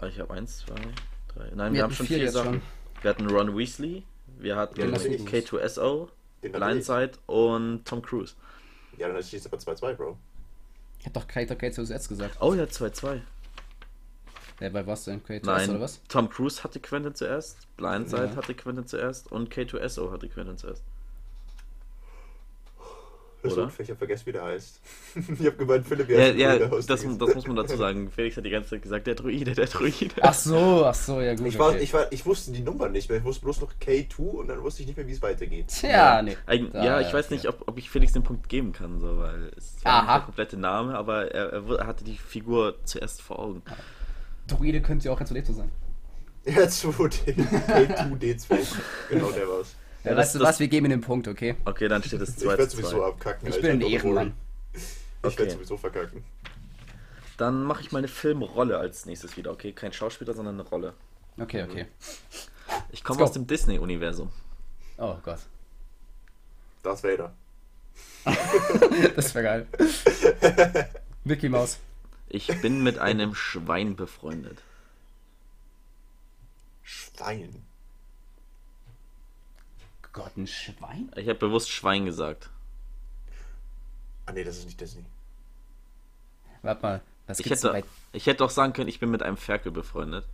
A: Ah, Ich habe 1, 2, 3. Nein, wir, haben
C: Wir hatten
A: schon
C: vier
A: vier
C: jetzt
A: Sachen.
C: schon.
A: Wir hatten Ron Weasley, wir hatten
B: Den
C: hatte ich.
A: K2SO,
B: Den hatte
A: Blindside und Tom Cruise.
B: Ja, dann schießt aber 2-2, Bro.
C: ich hab doch Kater Gates jetzt gesagt.
A: Oh ja, 2-2.
C: Äh, bei was denn? Kater
A: Nein,
C: oder was?
A: Tom Cruise hatte Quentin zuerst, Blindside
C: Ja.
A: hatte Quentin zuerst und K2SO hatte Quentin zuerst.
B: Das
A: Oder?
B: Unfall, ich hab vergessen, wie der heißt. ich hab gemeint, Philipp,
A: Ja,
B: heißt
A: ja,
B: Bruder aus
A: das, das
B: Dings.
A: muss man dazu sagen. Felix hat die ganze Zeit gesagt, der Druide, der Druide.
C: Ach so, ach so, ja gut.
B: Ich, war,
C: okay.
B: ich, war, ich wusste die Nummer nicht mehr. Ich wusste bloß noch K2 und dann wusste ich nicht mehr, wie es weitergeht.
C: Tja, nee.
A: Eigen,
C: Da,
A: ja, ich weiß
C: okay.
A: nicht, ob, ob ich Felix den Punkt geben kann, so, weil es war
C: Aha.
A: nicht der komplette Name, aber er, er wu- hatte die Figur zuerst vor Augen.
C: Druide könnte ja auch ganz so sein.
B: Ja, 2D. K2D2. Genau, der war's.
C: Ja,
A: Ja, das-
C: weißt du
A: das-
C: was, wir geben ihm den Punkt, okay?
A: Okay, dann steht es
B: Ich werde
A: 2 zu
B: sowieso
A: 2.
B: abkacken.
C: Ich
B: Alter,
C: bin ein
B: don't
C: Ehrenmann.
B: worry. Ich
A: Okay.
B: werde sowieso verkacken.
A: Dann mache ich meine Filmrolle als nächstes wieder, okay? Kein Schauspieler, sondern eine Rolle.
C: Okay, okay.
A: Ich komme
C: Let's
A: aus
C: go.
A: dem Disney-Universum.
C: Oh Gott.
B: Darth Vader.
C: Das wäre geil. Mickey Maus.
A: Ich bin mit einem Schwein befreundet.
B: Schwein.
C: Gott, ein Schwein?
A: Ich habe bewusst Schwein gesagt.
B: Ah, nee, das ist nicht Disney.
C: Warte mal, was
A: Ich
C: gibt's denn
A: hätte,
C: bei...
A: ich hätte auch sagen können, ich bin mit einem Ferkel befreundet.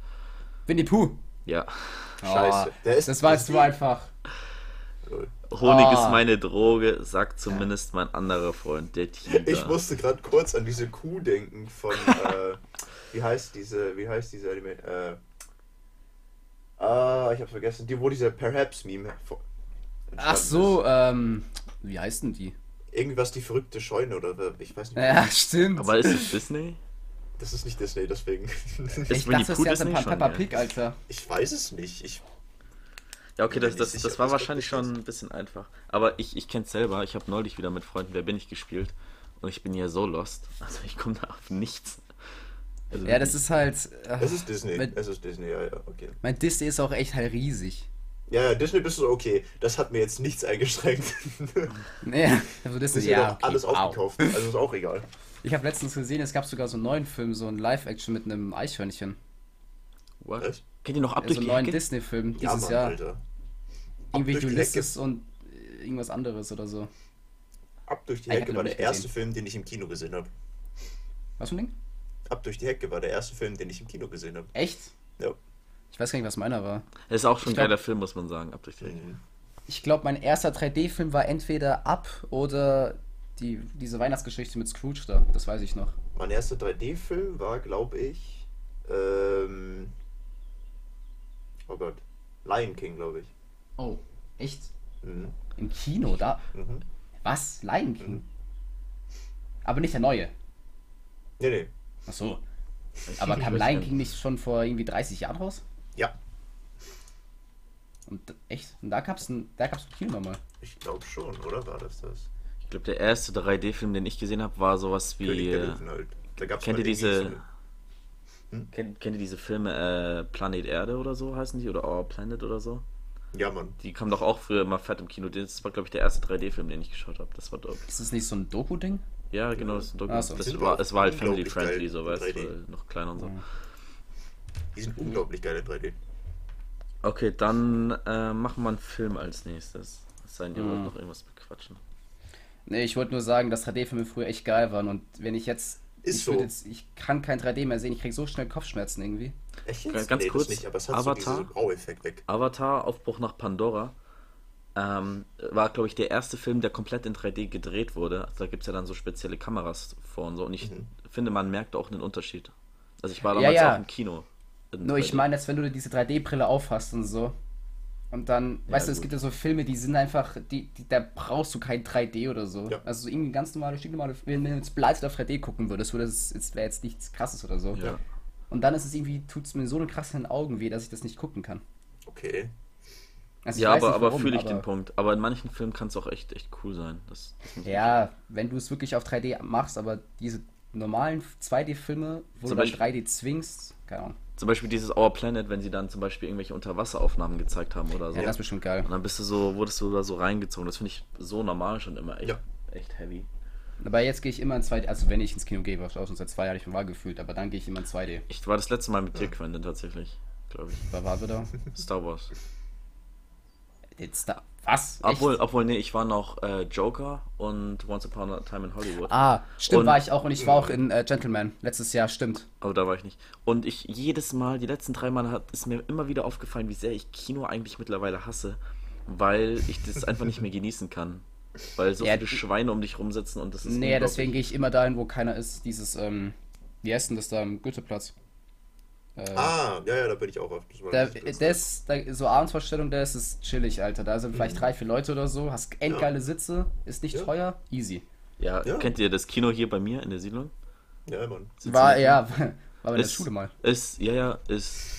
C: Winnie Pooh.
A: Ja.
B: Scheiße. Der ist-
C: das war jetzt zu einfach.
B: Lol.
A: Honig
C: Ah.
A: ist meine Droge, sagt zumindest mein anderer Freund, der Tiger.
B: Ich musste gerade kurz an diese Kuh denken von, äh, wie heißt diese, wie heißt diese Anime, äh, ah, ich hab's vergessen, die, wo dieser Perhaps-Meme vor-
C: Ach so, ähm... Wie heißt denn die?
B: Irgendwas die verrückte Scheune oder ich weiß nicht.
C: Ja, stimmt.
A: Aber ist es Disney?
B: Das ist nicht Disney, deswegen.
A: Ist
C: ich dachte, das ist ja
A: Disney
C: ein
A: schon,
C: Peppa
A: ja.
C: Pig, Alter.
B: ich weiß es nicht. Ich,
A: Ja, okay,
B: Bin mir
A: das, das,
B: nicht
A: das
B: sicher,
A: war
B: ob das
A: wahrscheinlich
B: wirklich
A: schon ein bisschen einfach. Aber ich, ich kenn's selber. Ich habe neulich wieder mit Freunden Wer bin ich gespielt. Und ich bin ja so lost. Also ich komme da auf nichts. Also
C: Ja, das
A: wirklich.
C: ist halt... äh,
B: es ist Disney.
C: Mit-
B: Es ist Disney, ja, ja, okay.
C: Mein Disney ist auch echt halt riesig.
B: Ja, ja, Disney bist du okay. Das hat mir jetzt nichts eingeschränkt.
C: Ja, also Disney,
B: Disney
C: ja,
B: hat
C: okay,
B: alles
C: wow.
B: aufgekauft. Also ist auch egal.
C: Ich habe letztens gesehen, es gab sogar so einen neuen Film, so einen Live-Action mit einem Eichhörnchen.
A: What?
B: Was?
A: Kennt ihr noch ab
C: Ja,
A: durch
C: so einen
A: die
C: Also neuen
A: Hecke?
C: Disney-Film
B: Ja,
C: dieses
B: Mann,
C: Jahr.
B: Alter.
C: Irgendwie
B: durch die
C: Ulysses und äh, irgendwas anderes oder so.
B: Ab durch die
C: Ah, ich hab
B: Hecke
C: den
B: war
C: noch
B: der
C: nicht
B: erste
C: gesehen.
B: Film, den ich im Kino gesehen habe.
C: Was für ein Ding?
B: Ab durch die Hecke war der erste Film, den ich im Kino gesehen habe.
C: Echt?
B: Ja.
C: Ich weiß gar nicht, was meiner war.
A: Ist auch schon ein
C: glaub-
A: geiler Film, muss man sagen, ab durch die Hecke.
C: Ich glaube, mein erster 3D-Film war entweder Up oder die, diese Weihnachtsgeschichte mit Scrooge da. Das weiß ich noch.
B: Mein erster 3D-Film war, glaube ich, ähm, oh Gott, Lion King, glaube ich.
C: Oh, echt?
B: Mhm.
C: Im Kino da?
B: Mhm.
C: Was? Lion King? Aber nicht der neue.
B: Nee, nee.
C: Ach so. Aber
A: Ich
C: kam
A: weiß
C: Lion
A: gar
C: King nicht schon vor irgendwie 30 Jahren raus?
B: Ja,
C: Und d- echt? Und da gab's ein, da gab's ein Kino nochmal.
B: ich glaube schon, oder war das das?
A: Ich glaube, der erste 3D-Film, den ich gesehen habe, war sowas
B: König
A: wie.
B: der
A: Äh,
B: Löwen halt. Da gab's
A: kennt
B: mal
A: ihr diese-
B: irgendwie
A: kennt, kennt ihr diese Filme äh, Planet Erde oder so heißen die? Oder Our Planet oder so?
B: so eine- Ja, Mann.
A: Die kamen doch auch früher immer fett im Kino. Das war, glaube ich, der erste 3D-Film, den ich geschaut habe. Das war dope.
C: Ist das nicht so ein Doku-Ding?
A: Ja, genau, das ist ein Doku.
C: Ach so.
A: das
B: Sind aber
A: war,
B: auch
A: es war halt
B: unglaublich
A: family-friendly,
B: geil
A: so
B: in
A: weißt
B: 3D.
A: du, noch kleiner und so.
B: Die sind unglaublich geil in 3D.
A: Okay, dann äh, machen wir einen Film als nächstes. Es sei denn, ihr wollt
C: Mhm.
A: noch irgendwas bequatschen.
C: Nee, ich wollte nur sagen, dass 3D-Filme früher echt geil waren. Und wenn ich jetzt.
B: Ist
C: ich würd
B: so.
C: Jetzt, ich kann kein 3D mehr sehen. Ich krieg so schnell Kopfschmerzen irgendwie.
B: Echt
A: Ganz-
B: jetzt?
A: ganz
B: nee, das
A: kurz,
B: nicht, aber es hat so
A: Avatar?
B: diesen Wow-Effekt weg.
A: Avatar, Aufbruch nach Pandora, ähm, war, glaube ich, der erste Film, der komplett in 3D gedreht wurde. Also, da gibt es ja dann so spezielle Kameras vor und so. Und ich
B: Mhm.
A: finde, man merkt auch einen Unterschied. Also ich war
C: Ja,
A: damals
C: ja.
A: auch im Kino. in
C: Nur ich
A: 3D.
C: meine jetzt, wenn du dir diese 3D-Brille aufhast und so. Und dann, weißt du, es
A: gut.
C: gibt ja so Filme, die sind einfach, die, die, da brauchst du kein 3D oder so.
B: Ja.
C: Also so irgendwie ganz normale, stinknormale, wenn du jetzt Blight auf 3D gucken würdest, würde das jetzt wäre jetzt nichts krasses oder so.
A: Ja.
C: Und dann ist es irgendwie, tut es mir so einen krassen Augen weh, dass ich das nicht gucken kann.
B: Okay.
C: Also ich
A: Ja,
C: weiß
A: aber,
C: nicht
A: aber
C: warum,
A: fühle ich den
C: aber-
A: Punkt. Aber in manchen Filmen kann es auch echt, echt cool sein. Das, das muss
C: Ja, wenn du es wirklich auf 3D machst, aber diese normalen 2D-Filme, wo
A: Zum
C: du dann
A: Beispiel-
C: 3D zwingst, keine Ahnung.
A: Zum Beispiel dieses Our Planet, wenn sie dann zum Beispiel irgendwelche Unterwasseraufnahmen gezeigt haben oder so.
C: Ja, das ist bestimmt geil.
A: Und dann bist du so, wurdest du da so reingezogen. Das finde ich so normal schon immer echt,
B: Ja.
A: echt heavy.
C: Aber jetzt gehe ich immer in 2D, also wenn ich ins Kino gehe, was auch schon seit zwei Jahren nicht mehr war gefühlt, aber dann gehe ich immer in 2D.
A: Ich war das letzte Mal mit dir, Quentin, tatsächlich. Glaube ich.
C: Da war wieder.
A: Star Wars.
C: Jetzt da. Was?
A: Obwohl,
C: Echt?
A: obwohl, nee, ich war noch äh, Joker und Once Upon a Time in Hollywood.
C: Ah, stimmt,
A: Und-
C: war ich auch und ich war auch in äh, Gentleman letztes Jahr, stimmt.
A: Aber da war ich nicht. Und ich jedes Mal, die letzten drei Mal hat, ist mir immer wieder aufgefallen, wie sehr ich Kino eigentlich mittlerweile hasse, weil ich das einfach nicht mehr genießen kann. Weil so
C: Ja,
A: viele
C: die-
A: Schweine um dich rumsitzen und das ist.
C: Nee,
A: unglaublich.
C: deswegen gehe ich immer dahin, wo keiner ist. Dieses, ähm, wie heißt denn das da am Goetheplatz? Äh,
B: Ah, ja, ja, da bin ich auch oft. Das war
C: Da,
B: das letzte
C: das, da, so Abendsvorstellung, da ist es chillig, Alter. Da sind
A: Mhm.
C: vielleicht drei, vier Leute oder so, hast endgeile Sitze, ist nicht
B: Ja.
C: teuer, easy.
A: Ja,
B: Ja.
A: kennt ihr das Kino hier bei mir in der Siedlung?
B: Mal. Ja, Mann.
A: Sitzen
C: war,
A: die-
C: ja, war aber in der
A: ist-
C: Schule mal.
A: Ist, ja, ja, ist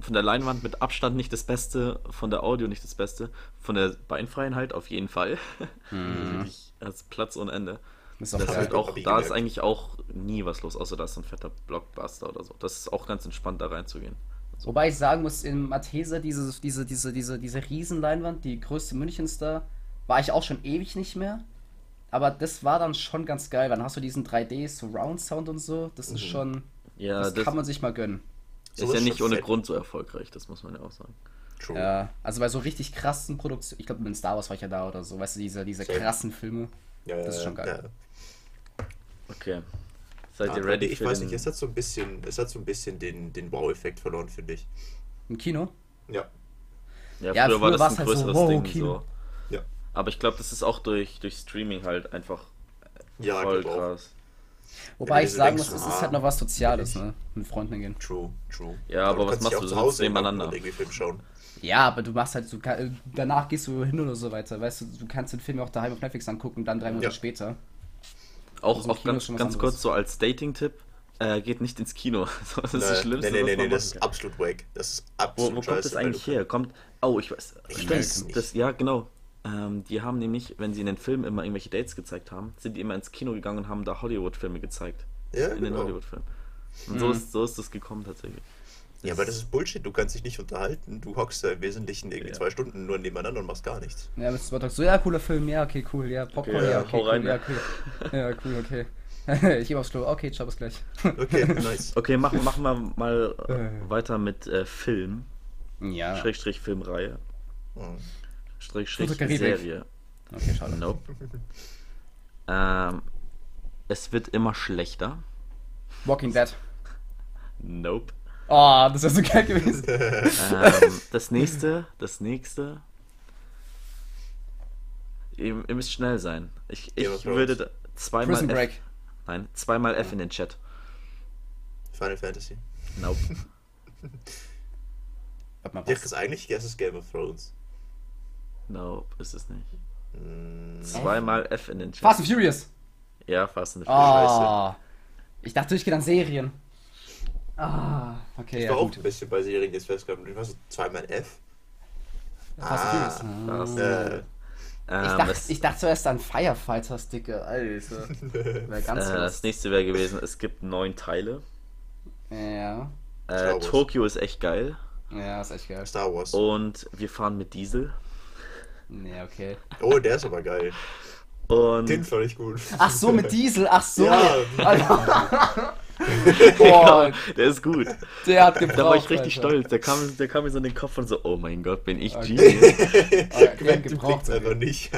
A: von der Leinwand mit Abstand nicht das Beste, von der Audio nicht das Beste, von der Beinfreiheit auf jeden Fall. Mhm. Das ist Platz ohne Ende.
C: Ist auch
A: Das ist
B: Ja,
C: geil.
A: halt
B: hab
A: auch,
B: ich
A: da ist
B: gemerkt.
A: eigentlich auch nie was los, außer da ist so ein fetter Blockbuster oder so. Das ist auch ganz entspannt, da reinzugehen.
C: Wobei ich sagen muss, in Matheser, diese, diese, diese, diese, diese Riesenleinwand, die größte Münchens da, war ich auch schon ewig nicht mehr. Aber das war dann schon ganz geil. Dann hast du diesen 3D-Surround-Sound und so. Das ist schon.
A: Mhm. Ja,
C: das,
A: das,
C: kann man sich mal gönnen.
A: ist
B: Sowas
A: ja
B: schon
A: nicht ohne
B: fett.
A: Grund so erfolgreich, das muss man ja auch sagen. Mhm.
B: True.
C: Ja, also bei so richtig krassen Produktionen. Ich glaube, mit Star Wars war ich ja da oder so. Weißt du, diese, diese
B: Safe.
C: krassen Filme.
B: ja, ja,
C: das ist schon geil.
B: Ja.
A: Okay. Seid
B: Ah,
A: ihr ready
B: 3D, ich
A: für
B: weiß
A: den...
B: nicht, es hat so ein bisschen, es hat so ein bisschen den, den Wow-Effekt verloren, finde ich.
C: Im Kino?
B: Ja.
A: Ja,
C: Ja,
A: früher
C: früher
A: war das
C: war's
A: ein
C: halt so,
A: größeres
C: wow,
A: Ding
C: Kino.
A: so.
B: Ja.
A: Aber ich glaube, das ist auch durch, durch Streaming halt einfach
B: Ja,
A: voll
B: glaub auch.
A: krass.
C: Wobei
B: Ja,
C: ich
B: du
C: sagen
B: denkst,
C: muss, es
B: ah,
C: ist halt noch was Soziales, ne? Mit Freunden gehen.
B: True, true.
A: Ja, aber was
B: kannst
A: machst
B: dich auch
A: du?
B: zu
A: Du
B: Hause
A: sitzt nebeneinander.
B: hinhocken und irgendwie Film schauen.
C: Ja, aber du machst halt so, ka- äh, danach gehst du hin oder so weiter, weißt du, du kannst den Film ja auch daheim auf Netflix angucken und dann drei Monate
B: Ja.
C: später.
A: Auch,
C: Also im
A: auch
C: Kino ist
A: ganz,
C: schon was
A: ganz
C: anderes.
A: kurz so als Dating-Tipp, äh, geht nicht ins Kino. So, Das ist
B: Äh,
A: das Schlimmste,
B: nee, nee, nee,
A: was man
B: nee, das ist
A: machen kann.
B: absolut wack. Das ist
A: Wo,
B: absolut
A: wo kommt
B: scheiße,
A: das
B: weil
A: eigentlich
B: du-
A: her? Kommt, oh, ich weiß.
B: Ich
A: stimmt,
B: weiß es nicht.
A: Das, ja, genau. Ähm, die haben nämlich, wenn sie in den Filmen immer irgendwelche Dates gezeigt haben, sind die immer ins Kino gegangen und haben da Hollywood-Filme gezeigt.
B: Ja,
A: in den
B: genau.
A: Hollywood-Filmen. Und so, ist, so ist das gekommen tatsächlich.
B: Ja, aber das ist Bullshit, du kannst dich nicht unterhalten. Du hockst da im Wesentlichen irgendwie
A: Ja.
B: zwei Stunden nur nebeneinander und machst gar nichts.
C: Ja, bist du so, ja, cooler Film, ja, okay, cool, ja, Popcorn,
A: Okay,
C: ja,
A: ja,
C: okay,
A: hau
C: cool,
A: rein,
C: ja,
A: ne?
C: cool. Ja, cool, okay. ich geh aufs Klo, okay, ciao, bis gleich.
B: Okay, nice.
A: Okay, machen, machen wir mal äh,
C: Äh.
A: weiter mit äh, Film.
C: ja.
A: Schrägstrich Filmreihe.
B: Hm.
A: Schrägstrich
C: Karibik.
A: Serie.
C: Okay, schade.
A: Nope. Ähm, es wird immer schlechter.
C: Walking Dead.
A: Nope.
C: Oh, das wäre so geil gewesen.
A: Ähm, das nächste, das nächste. Ihr, ihr müsst schnell sein. Ich,
B: Game of
A: ich
B: Thrones.
A: würde da- zweimal
C: Prison
A: F.
C: Break.
A: Nein, zweimal F in den Chat.
B: Final Fantasy.
A: Nope.
C: Warte mal,
B: Ich dachte,
C: was?
B: das eigentlich das ist Game of Thrones.
A: Nope, ist es nicht.
B: Mm,
A: Zweimal F in den Chat.
C: Fast and Furious.
A: Ja, Fast and Furious.
C: Ah. Ich dachte, ich gehe an Serien. Ah, okay,
B: ich
C: ja
B: war auch
C: gut.
B: ein bisschen bei Serien jetzt festgehabt. Ich war so zweimal F.
C: Fast and Furious.
B: Ah,
C: Ah.
A: Fast.
B: Äh,
A: Ähm,
C: Ich dachte,
A: das,
C: ich dachte zuerst an Firefighters, Dicke. Alter. Wär ganz
A: äh, das
C: krass.
A: nächste wäre gewesen, es gibt neun Teile.
C: Ja.
A: Äh,
B: Star Wars.
A: Tokio ist echt geil.
C: Ja, ist echt geil.
B: Star Wars. Oh.
A: Und wir fahren mit Diesel.
C: Nee, okay.
B: Oh, der ist aber geil.
A: Und
B: Den fand ich gut.
C: Ach so, mit Diesel, ach so.
B: Ja.
C: Alter. Boah,
A: der ist gut.
C: der hat
A: Genau.
C: gebraucht.
A: Da war ich richtig
C: Alter.
A: stolz. Der kam, der kam mir so in den Kopf und so, oh mein Gott, bin ich
C: Okay.
A: Genie.
C: Alter, der hat
B: Quentin
C: gebraucht.
B: blickt's einfach
C: Alter.
B: nicht.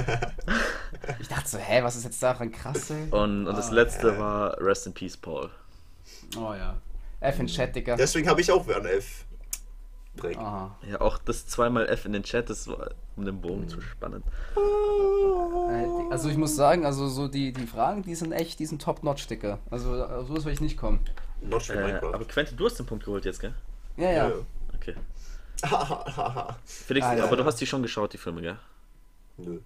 C: Ich dachte so, hä, was ist jetzt daran krass, ey?
A: Und,
C: Ah,
A: und das letzte war Rest in Peace, Paul.
C: Oh ja. F in Chat, Digga.
B: Deswegen habe ich auch an F. Dreck.
C: Aha.
A: Ja, auch das zweimal F in den Chat, das war, um den Bogen
C: Hm.
A: zu spannen.
C: Äh, Also ich muss sagen, also so die, die Fragen, die sind echt, die sind top-notch, Digga. Also auf sowas will ich nicht kommen.
B: Notch für
A: Äh, aber
B: Minecraft.
A: Quentin, du hast den Punkt geholt jetzt, gell?
C: Ja, ja.
A: Okay.
B: Ja.
A: Felix,
C: Ah, ja.
A: aber du hast die schon geschaut, die Filme, gell?
B: Nö.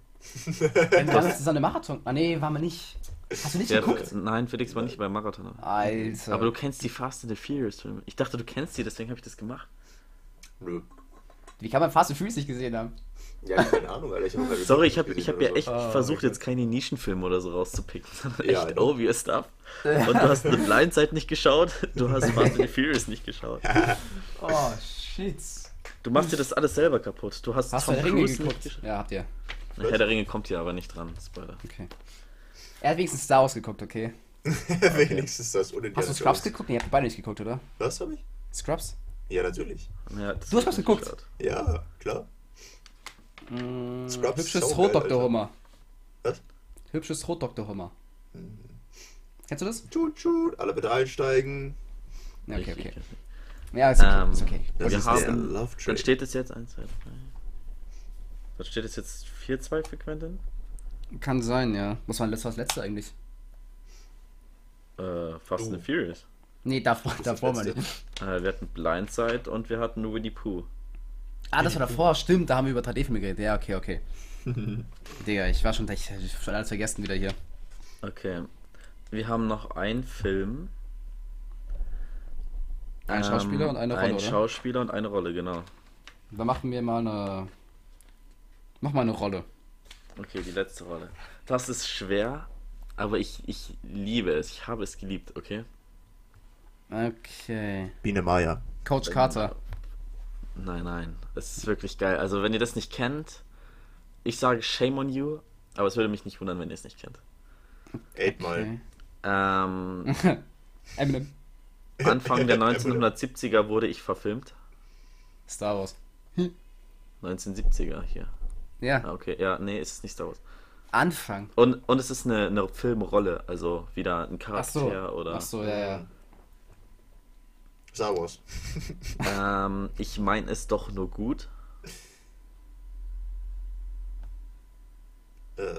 C: Wenn wir das ist eine Marathon. Ah nee, waren wir nicht. Hast du nicht
A: Ja,
C: geguckt?
A: nein, Felix war nicht bei Marathon.
C: Ah, Alter.
A: Aber du kennst die Fast and the Furious Filme. Ich dachte, du kennst die, deswegen habe ich das gemacht.
B: Nö.
C: Wie kann man Fast and Furious nicht gesehen haben?
B: Ja, keine Ahnung, Alter. Ich hab keine
A: Sorry, ich habe
B: Filme
A: ich hab ja
B: gesehen
A: echt
B: oder
C: Oh,
A: versucht,
C: okay.
A: jetzt keine Nischenfilme oder so rauszupicken, sondern
B: Ja,
A: echt
B: ja.
A: obvious stuff. Und du hast The Blind Side nicht geschaut, du hast Fast and the Furious nicht geschaut.
C: Oh, shit.
A: Du machst dir das alles selber kaputt. Du hast,
C: Hast du
A: Tom
C: den Ringe
A: Cruise nicht
C: geguckt?
A: geschaut.
C: Ja, habt ihr.
A: Na, Herr der Ringe kommt hier aber nicht dran, Spoiler.
C: Okay. Er hat wenigstens Star Wars geguckt, okay.
B: so. Wenigstens das. Und
C: Hast du Scrubs geguckt? Nee, ihr habt beide nicht geguckt, oder?
B: Was habe ich?
C: Scrubs?
B: Ja, natürlich.
A: Ja, das
C: Du hast
A: hab
C: was
A: ich
C: geguckt?
A: geschaut.
B: Ja, klar. Scrubs ist
C: Mm, Hübsches
B: saugeil,
C: Rot Dr.
B: Alter.
C: Hummer.
B: Was? Mm.
C: Hübsches Rot Dr. Hummer. Kennst du das?
B: Tschut, tschut, alle bitte einsteigen.
C: Ja,
A: Ich-
C: okay, okay.
A: ich-
C: Ja, ist okay.
A: Ähm,
C: Ist okay.
B: Das
A: wir
B: ist der
A: haben,
B: Love
A: dann
B: Trade.
A: steht es jetzt 1, 2, 3. Dann steht es jetzt 4-2 für Quentin?
C: Kann sein, ja. Was war denn das was letzte eigentlich?
A: Äh, Fast
B: Du.
C: Oh.
A: and Furious.
C: Nee, davor,
B: ist
C: davor
B: das
C: mal
B: letzte.
C: nicht.
A: Äh, wir hatten Blindside und wir hatten Winnie Pooh.
C: Ah, das war davor, stimmt, da haben wir über 3D-Filme geredet. Ja, okay, okay. Digga, ich war schon, ich, ich hab schon alles vergessen wieder hier.
A: Okay. Wir haben noch einen Film.
C: Ein Schauspieler und eine Rolle,
A: Ähm, Ein
C: oder?
A: Schauspieler und eine Rolle, genau.
C: Dann machen wir mal eine. Mach mal eine Rolle.
A: Okay, die letzte Rolle. Das ist schwer, aber ich, ich liebe es. Ich habe es geliebt, okay?
C: Okay.
B: Biene Maya.
C: Coach Carter.
A: Nein, nein. Es ist wirklich geil. Also, wenn ihr das nicht kennt, ich sage Shame on you, aber es würde mich nicht wundern, wenn ihr es nicht kennt.
B: Eightmal.
C: Okay.
A: Ähm,
C: Eminem.
A: Anfang der 1970er wurde ich verfilmt.
C: Star Wars.
A: 1970er hier.
C: Ja.
A: Ah, okay. Ja, nee, es ist nicht Star Wars.
C: Anfang.
A: Und, und es ist eine, eine Filmrolle, also wieder ein
C: Ach so.
A: Charakter oder.
C: Ach so, ja, ja.
B: Star Wars.
A: Ähm, ich meine es doch nur gut.
B: Äh,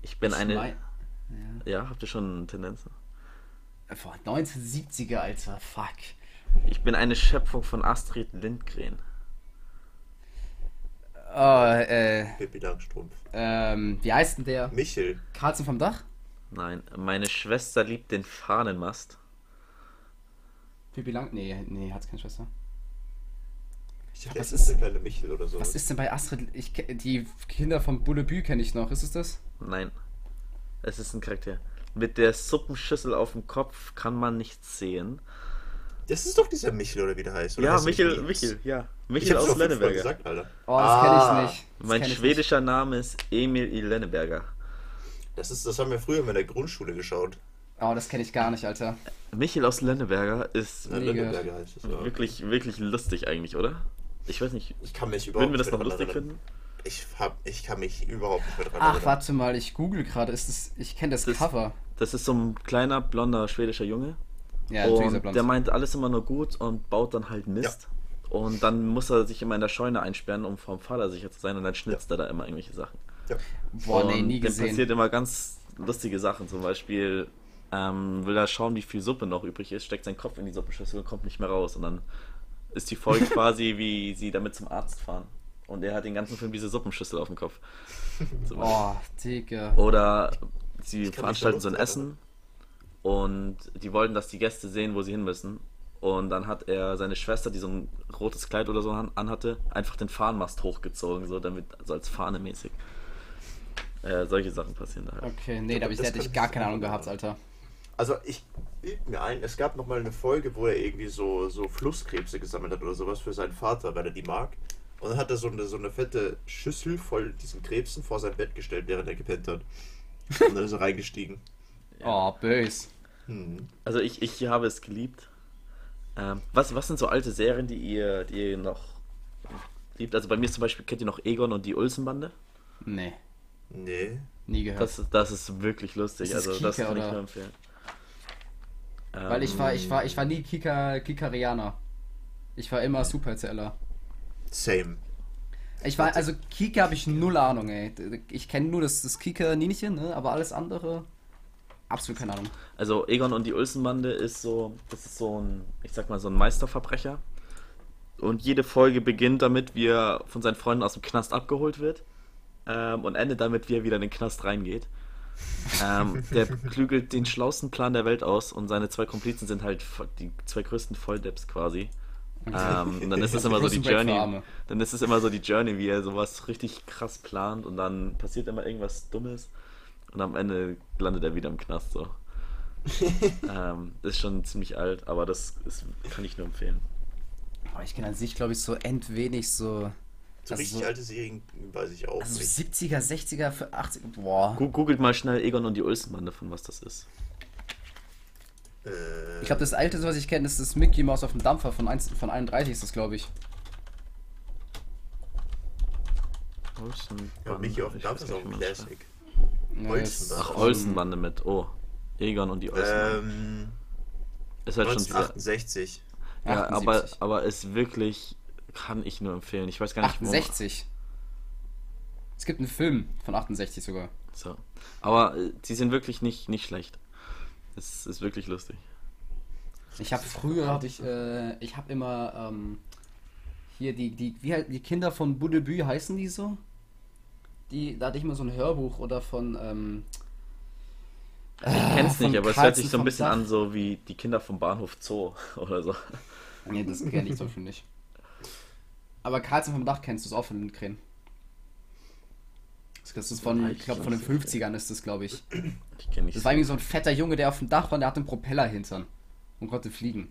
A: Ich bin
C: Ich
A: eine.
C: mein-
A: Ja, habt ihr schon Tendenzen?
C: Boah, 1970er, Alter. Fuck.
A: Ich bin eine Schöpfung von Astrid Lindgren.
C: Oh, äh,
B: Pippi Langstrumpf.
C: ähm, wie heißt denn der?
B: Michel.
C: Carlson vom Dach?
A: Nein, meine Schwester liebt den Fahnenmast.
C: Pippi Lang? Nee, nee, hat keine Schwester.
B: Ich dachte, das
C: was
B: ist
C: ist-
B: der kleine Michel oder so.
C: Was ist denn bei Astrid? Ich, ke- die Kinder von Bullebü kenne ich noch, ist es das?
A: Nein, es ist ein Charakter. Mit der Suppenschüssel auf dem Kopf kann man nichts sehen.
B: Das ist doch dieser Michel oder wie der heißt. Oder
A: ja,
B: heißt der
A: Michel,
B: Nils?
A: Michel, ja.
B: Ich
A: Michel
B: hab's
A: aus
B: doch fünfmal
A: Lenneberger.
B: gesagt, Alter.
C: Oh, das
B: Ah,
C: kenne ich nicht. Das
A: Mein
C: kenn ich
A: schwedischer Name ist Emil I. Lenneberger.
B: Das, ist, das haben wir früher immer in der Grundschule geschaut.
C: Nicht. Oh, das kenne ich gar nicht, Alter.
A: Michel aus Lenneberger ist
B: Na,
C: Nee,
B: Lenneberger heißt es. Ja.
A: Hm, wirklich, wirklich lustig eigentlich, oder? Ich weiß nicht,
B: Ich kann mich überhaupt
A: würden wir das
B: nicht
A: noch
B: dran
A: lustig
B: erinnern.
A: finden?
B: ich, hab, ich kann mich überhaupt nicht mehr dran
C: Ach, warte mal, ich google gerade. Ist das, ich kenne das,
A: Das-
C: Cover.
A: Das ist so ein kleiner, blonder, schwedischer Junge.
C: Ja, natürlich ist er
A: und
C: blond.
A: der meint alles immer nur gut und baut dann halt Mist. Und dann muss er sich immer in der Scheune einsperren, um vom Vater sicher zu sein. Und dann schnitzt er da immer irgendwelche Sachen.
B: Ja.
C: Boah, nee,
A: und
C: nie
A: dem passiert
C: gesehen.
A: immer ganz lustige Sachen. Zum Beispiel ähm, will er schauen, wie viel Suppe noch übrig ist, steckt seinen Kopf in die Suppenschüssel und kommt nicht mehr raus. Und dann ist die Folge quasi, wie sie damit zum Arzt fahren. Und er hat den ganzen Film diese Suppenschüssel auf dem Kopf. Zum Beispiel.
C: Oh, Digga.
A: Oder sie
B: Ich kann
A: veranstalten
B: mich
A: so
B: da
A: ein
B: nicht erinnern.
A: Essen und die wollten, dass die Gäste sehen, wo sie hin müssen. Und dann hat er seine Schwester, die so ein rotes Kleid oder so an- anhatte, einfach den Fahnenmast hochgezogen, so damit, so als Fahne mäßig. Äh, solche Sachen passieren da halt.
C: Okay, nee, da, hab ich, da
B: Das
C: hätte ich
B: könnte
C: gar
B: ich-
C: keine Ahnung gehabt, Alter.
B: Also ich bild mir ein, es gab nochmal eine Folge, wo er irgendwie so, so Flusskrebse gesammelt hat oder sowas für seinen Vater, weil er die mag. Und dann hat er so eine, so eine fette Schüssel voll diesen Krebsen vor sein Bett gestellt, während er gepennt hat. Und dann ist er reingestiegen.
C: Oh, bös.
B: Hm.
A: Also ich, ich habe es geliebt. Ähm, was, was sind so alte Serien, die ihr, die ihr noch liebt? Also bei mir zum Beispiel kennt ihr noch Egon und die Ulsen-Bande.
C: Nee,
B: Nee.
C: nie gehört.
A: Das, das ist wirklich lustig.
C: Ist das
A: also das
C: Kika,
A: kann ich
C: oder?
A: nur empfehlen.
C: Weil ich war,
A: Ähm,
C: ich war, ich war nie Kika, Kikarianer. Ich war immer Superzeller.
B: Same.
C: Ich war, also Kika habe ich null Ahnung, ey. Ich kenne nur das, das Kika-Ninchen, ne? aber alles andere, absolut keine Ahnung.
A: Also Egon und die Ulsenbande ist so, das ist so ein, ich sag mal so ein Meisterverbrecher. Und jede Folge beginnt damit, wie er von seinen Freunden aus dem Knast abgeholt wird. Ähm, und endet damit, wie er wieder in den Knast reingeht. Ähm, der klügelt den schlausten Plan der Welt aus und seine zwei Komplizen sind halt f- die zwei größten Volldepps quasi. Ähm, und dann ist es immer so die
C: Rosenberg für
A: Journey.
C: Arme.
A: Dann ist es immer so die Journey, wie er sowas richtig krass plant und dann passiert immer irgendwas Dummes und am Ende landet er wieder im Knast so. ähm, das ist schon ziemlich alt, aber das ist, kann ich nur empfehlen.
C: Aber ich kenne an sich, glaube ich, so endwenig so.
B: So
C: Also
B: richtig
C: so-
B: alte Serien weiß ich auch
C: Also
B: nicht.
C: 70er, 60er, für 80er. Boah.
A: Gu- Googelt mal schnell Egon und die Ulsenbande, von was das ist.
B: Äh,
C: Ich glaube, das alte, was ich kenne, ist das Mickey Mouse auf dem Dampfer von, 1, von 31 ist das, glaube ich.
A: Ulsenbande.
B: ja, Mickey auf dem
A: ich
B: Dampf
A: weiß
B: ist
A: nicht,
B: auch
A: wie
B: ein
A: man das
B: Classic.
C: Ja,
B: Holzen
C: das-
B: da.
A: schreibt. Ach, Ulsenbande mit, oh. Egon und die Ulsenbande.
B: Ähm,
A: ist halt schon sehr,
B: 1968.
A: ja, aber,
C: 78.
A: aber ist wirklich, kann ich nur empfehlen. Ich weiß gar nicht, wo-
C: 68. Es gibt einen Film von 68 sogar.
A: So. Aber äh, die sind wirklich nicht, nicht schlecht. Es ist wirklich lustig.
C: Ich habe früher hatte ich, äh, ich habe immer ähm, hier die die wie halt die Kinder von Budebü heißen die so? Die da hatte ich immer so ein Hörbuch oder von ähm,
A: Ich kenn's
C: von
A: nicht, aber es hört
C: Carlsen
A: sich so ein
C: Äh, vom
A: bisschen
C: Dach.
A: an, so wie die Kinder vom Bahnhof Zoo oder so.
C: nee, das kenne ich zum Beispiel nicht. Aber Karlsson vom Dach kennst du es auch von Lindgren. Das ist von, ich glaube, von den 50ern ist das, glaube ich.
A: Ich kenn nicht.
C: Das war irgendwie so ein fetter Junge, der auf dem Dach war und der hatte einen Propeller hintern und konnte fliegen.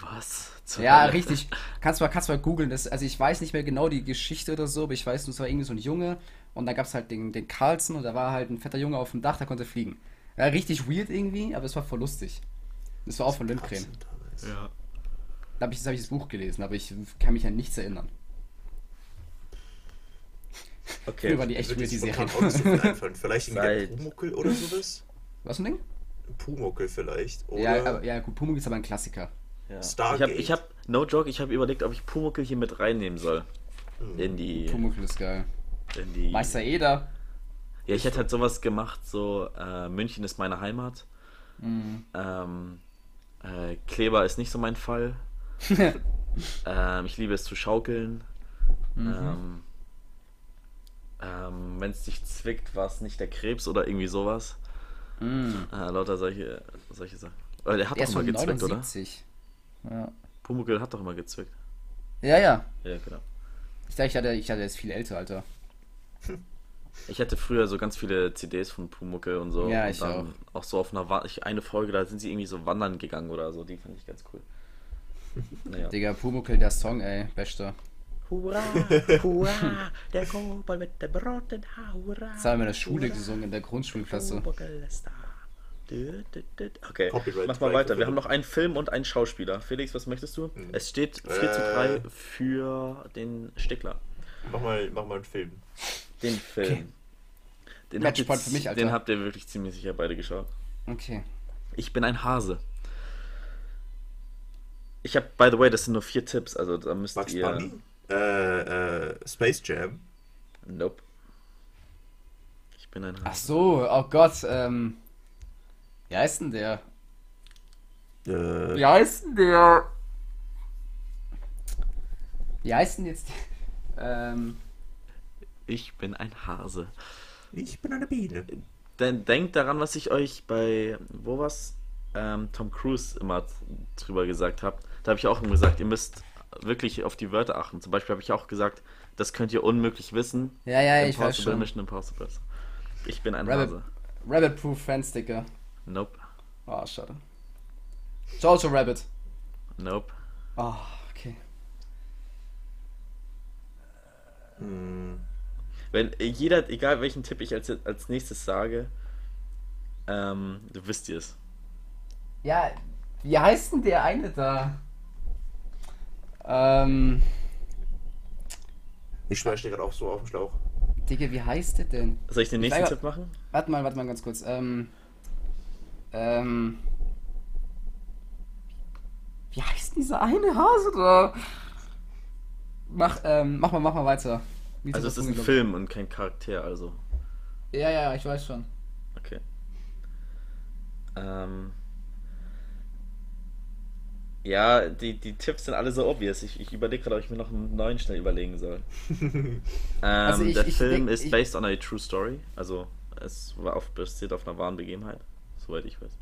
A: Was? Zur
C: Ja,
A: Hölle?
C: richtig. Kannst mal, kannst mal googeln. Das- Also ich weiß nicht mehr genau die Geschichte oder so, aber ich weiß nur, es war irgendwie so ein Junge und da gab es halt den, den Carlson und da war halt ein fetter Junge auf dem Dach, der konnte fliegen. Ja, richtig weird irgendwie, aber es war voll lustig. Das war auch von Lindgren.
B: Ja.
A: Ja.
C: Da habe ich, das hab ich das Buch gelesen, aber ich kann mich an nichts erinnern. Früher waren
A: Okay.
C: die echt weird, die Serien.
B: Serien. Vielleicht
A: Seit-
B: ein Pumuckel oder sowas?
C: Was für ein Ding?
B: Pumuckel vielleicht. Oder
C: Ja, aber, ja, gut, Pumuckl ist aber ein Klassiker.
A: Ja. Ich
B: Stargate.
A: habe, ich hab, no joke, ich habe überlegt, ob ich Pumuckl hier mit reinnehmen soll. In die.
C: Pumuckl ist geil.
A: In die
C: Meister Eder.
A: Ja, ich hätte halt sowas gemacht, so äh, München ist meine Heimat.
C: Mhm.
A: Ähm, äh, Kleber ist nicht so mein Fall. ähm, ich liebe es zu schaukeln.
C: Mhm.
A: Ähm, ähm, Wenn es dich zwickt, war es nicht der Krebs oder irgendwie sowas. Äh, lauter solche, solche Sachen. Oder der hat
C: Der
A: doch
C: ist
A: immer
C: von
A: gezwickt, oder?
C: 79. Ja.
A: Pumuckl hat doch immer gezwickt.
C: ja, ja.
A: Ja, genau.
C: Ich dachte, ich hatte, ich hatte jetzt viel älter, Alter.
A: Ich hatte früher so ganz viele CDs von Pumuckl und so.
C: Ja,
A: und
C: ich
A: auch. so auf einer Wa ich, eine Folge, da sind sie irgendwie so wandern gegangen oder so. Die fand ich ganz cool. Naja.
C: Digga, Pumuckl, der Song, ey, bester.
D: Hurra, hurra, der Kobold mit dem roten Haar, hurra.
C: Das haben wir in der Schule gesungen, in der Grundschulklasse.
D: Kobold ist da. Dü, dü, dü.
A: Okay, mach
B: Copyright
A: mal
B: Strike
A: weiter. Wir
B: dafür.
A: haben noch einen Film und einen Schauspieler. Felix, was möchtest du? Es steht 4 zu 3 für den Stickler.
B: Mach mal, mach mal einen Film.
A: Den Film. Den,
C: Matchpoint
A: habt ihr,
C: für mich, Alter.
A: den habt ihr wirklich ziemlich sicher beide geschaut.
C: Okay.
A: Ich bin ein Hase. Ich habe, by the way, das sind nur vier Tipps, also da müsst
B: Max
A: ihr.
B: Bunny? Äh, äh, Space Jam?
A: Nope. Ich bin ein
C: Ach
A: Hase.
C: so, oh Gott, ähm. Wie heißt denn der?
B: Äh,
C: Wie heißt denn der? Wie heißt denn jetzt. Ähm.
A: Ich bin ein Hase.
B: Ich bin eine Biene.
A: Denn denkt daran, was ich euch bei, wo war's? Ähm, Tom Cruise immer drüber gesagt habe. Da habe ich auch immer gesagt, ihr müsst wirklich auf die Wörter achten. Zum Beispiel habe ich auch gesagt, das könnt ihr unmöglich wissen.
C: Ja, ja, ich weiß
A: Impossible,
C: schon.
A: Mission Impossible. Ich bin ein
C: Rabbit.
A: Hase.
C: Rabbit Proof Fansticker.
A: Nope.
C: Oh, schade. Jojo Rabbit.
A: Nope.
C: Oh, okay.
B: Hm.
A: Wenn äh, jeder, egal welchen Tipp ich als, als nächstes sage, ähm, du wisst ihr es.
C: Ja, wie heißt denn der eine da? Ähm.
B: Ich schwör, ich stehe gerade auch so auf dem Schlauch.
C: Digga, wie heißt der denn?
A: Soll ich den nächsten
C: sage-
A: Tipp machen?
C: Warte mal, warte mal ganz kurz. Ähm. Ähm. Wie heißt dieser eine Hase da? Mach, ähm, mach mal, mach mal weiter. Wie
A: Also es ist ein
C: Versuchung,
A: Film und kein Charakter, also.
C: glaub ich. Ja, ja, ich weiß schon.
A: Okay. Ähm. Ja, die, die Tipps sind alle so obvious. Ich, ich überlege gerade, ob ich mir noch einen neuen schnell überlegen soll. ähm,
C: ich-
A: der
C: ich
A: Film
C: denk-
A: ist
C: ich-
A: based on a true story. Also es war auf, basiert auf einer wahren Begebenheit, soweit ich weiß.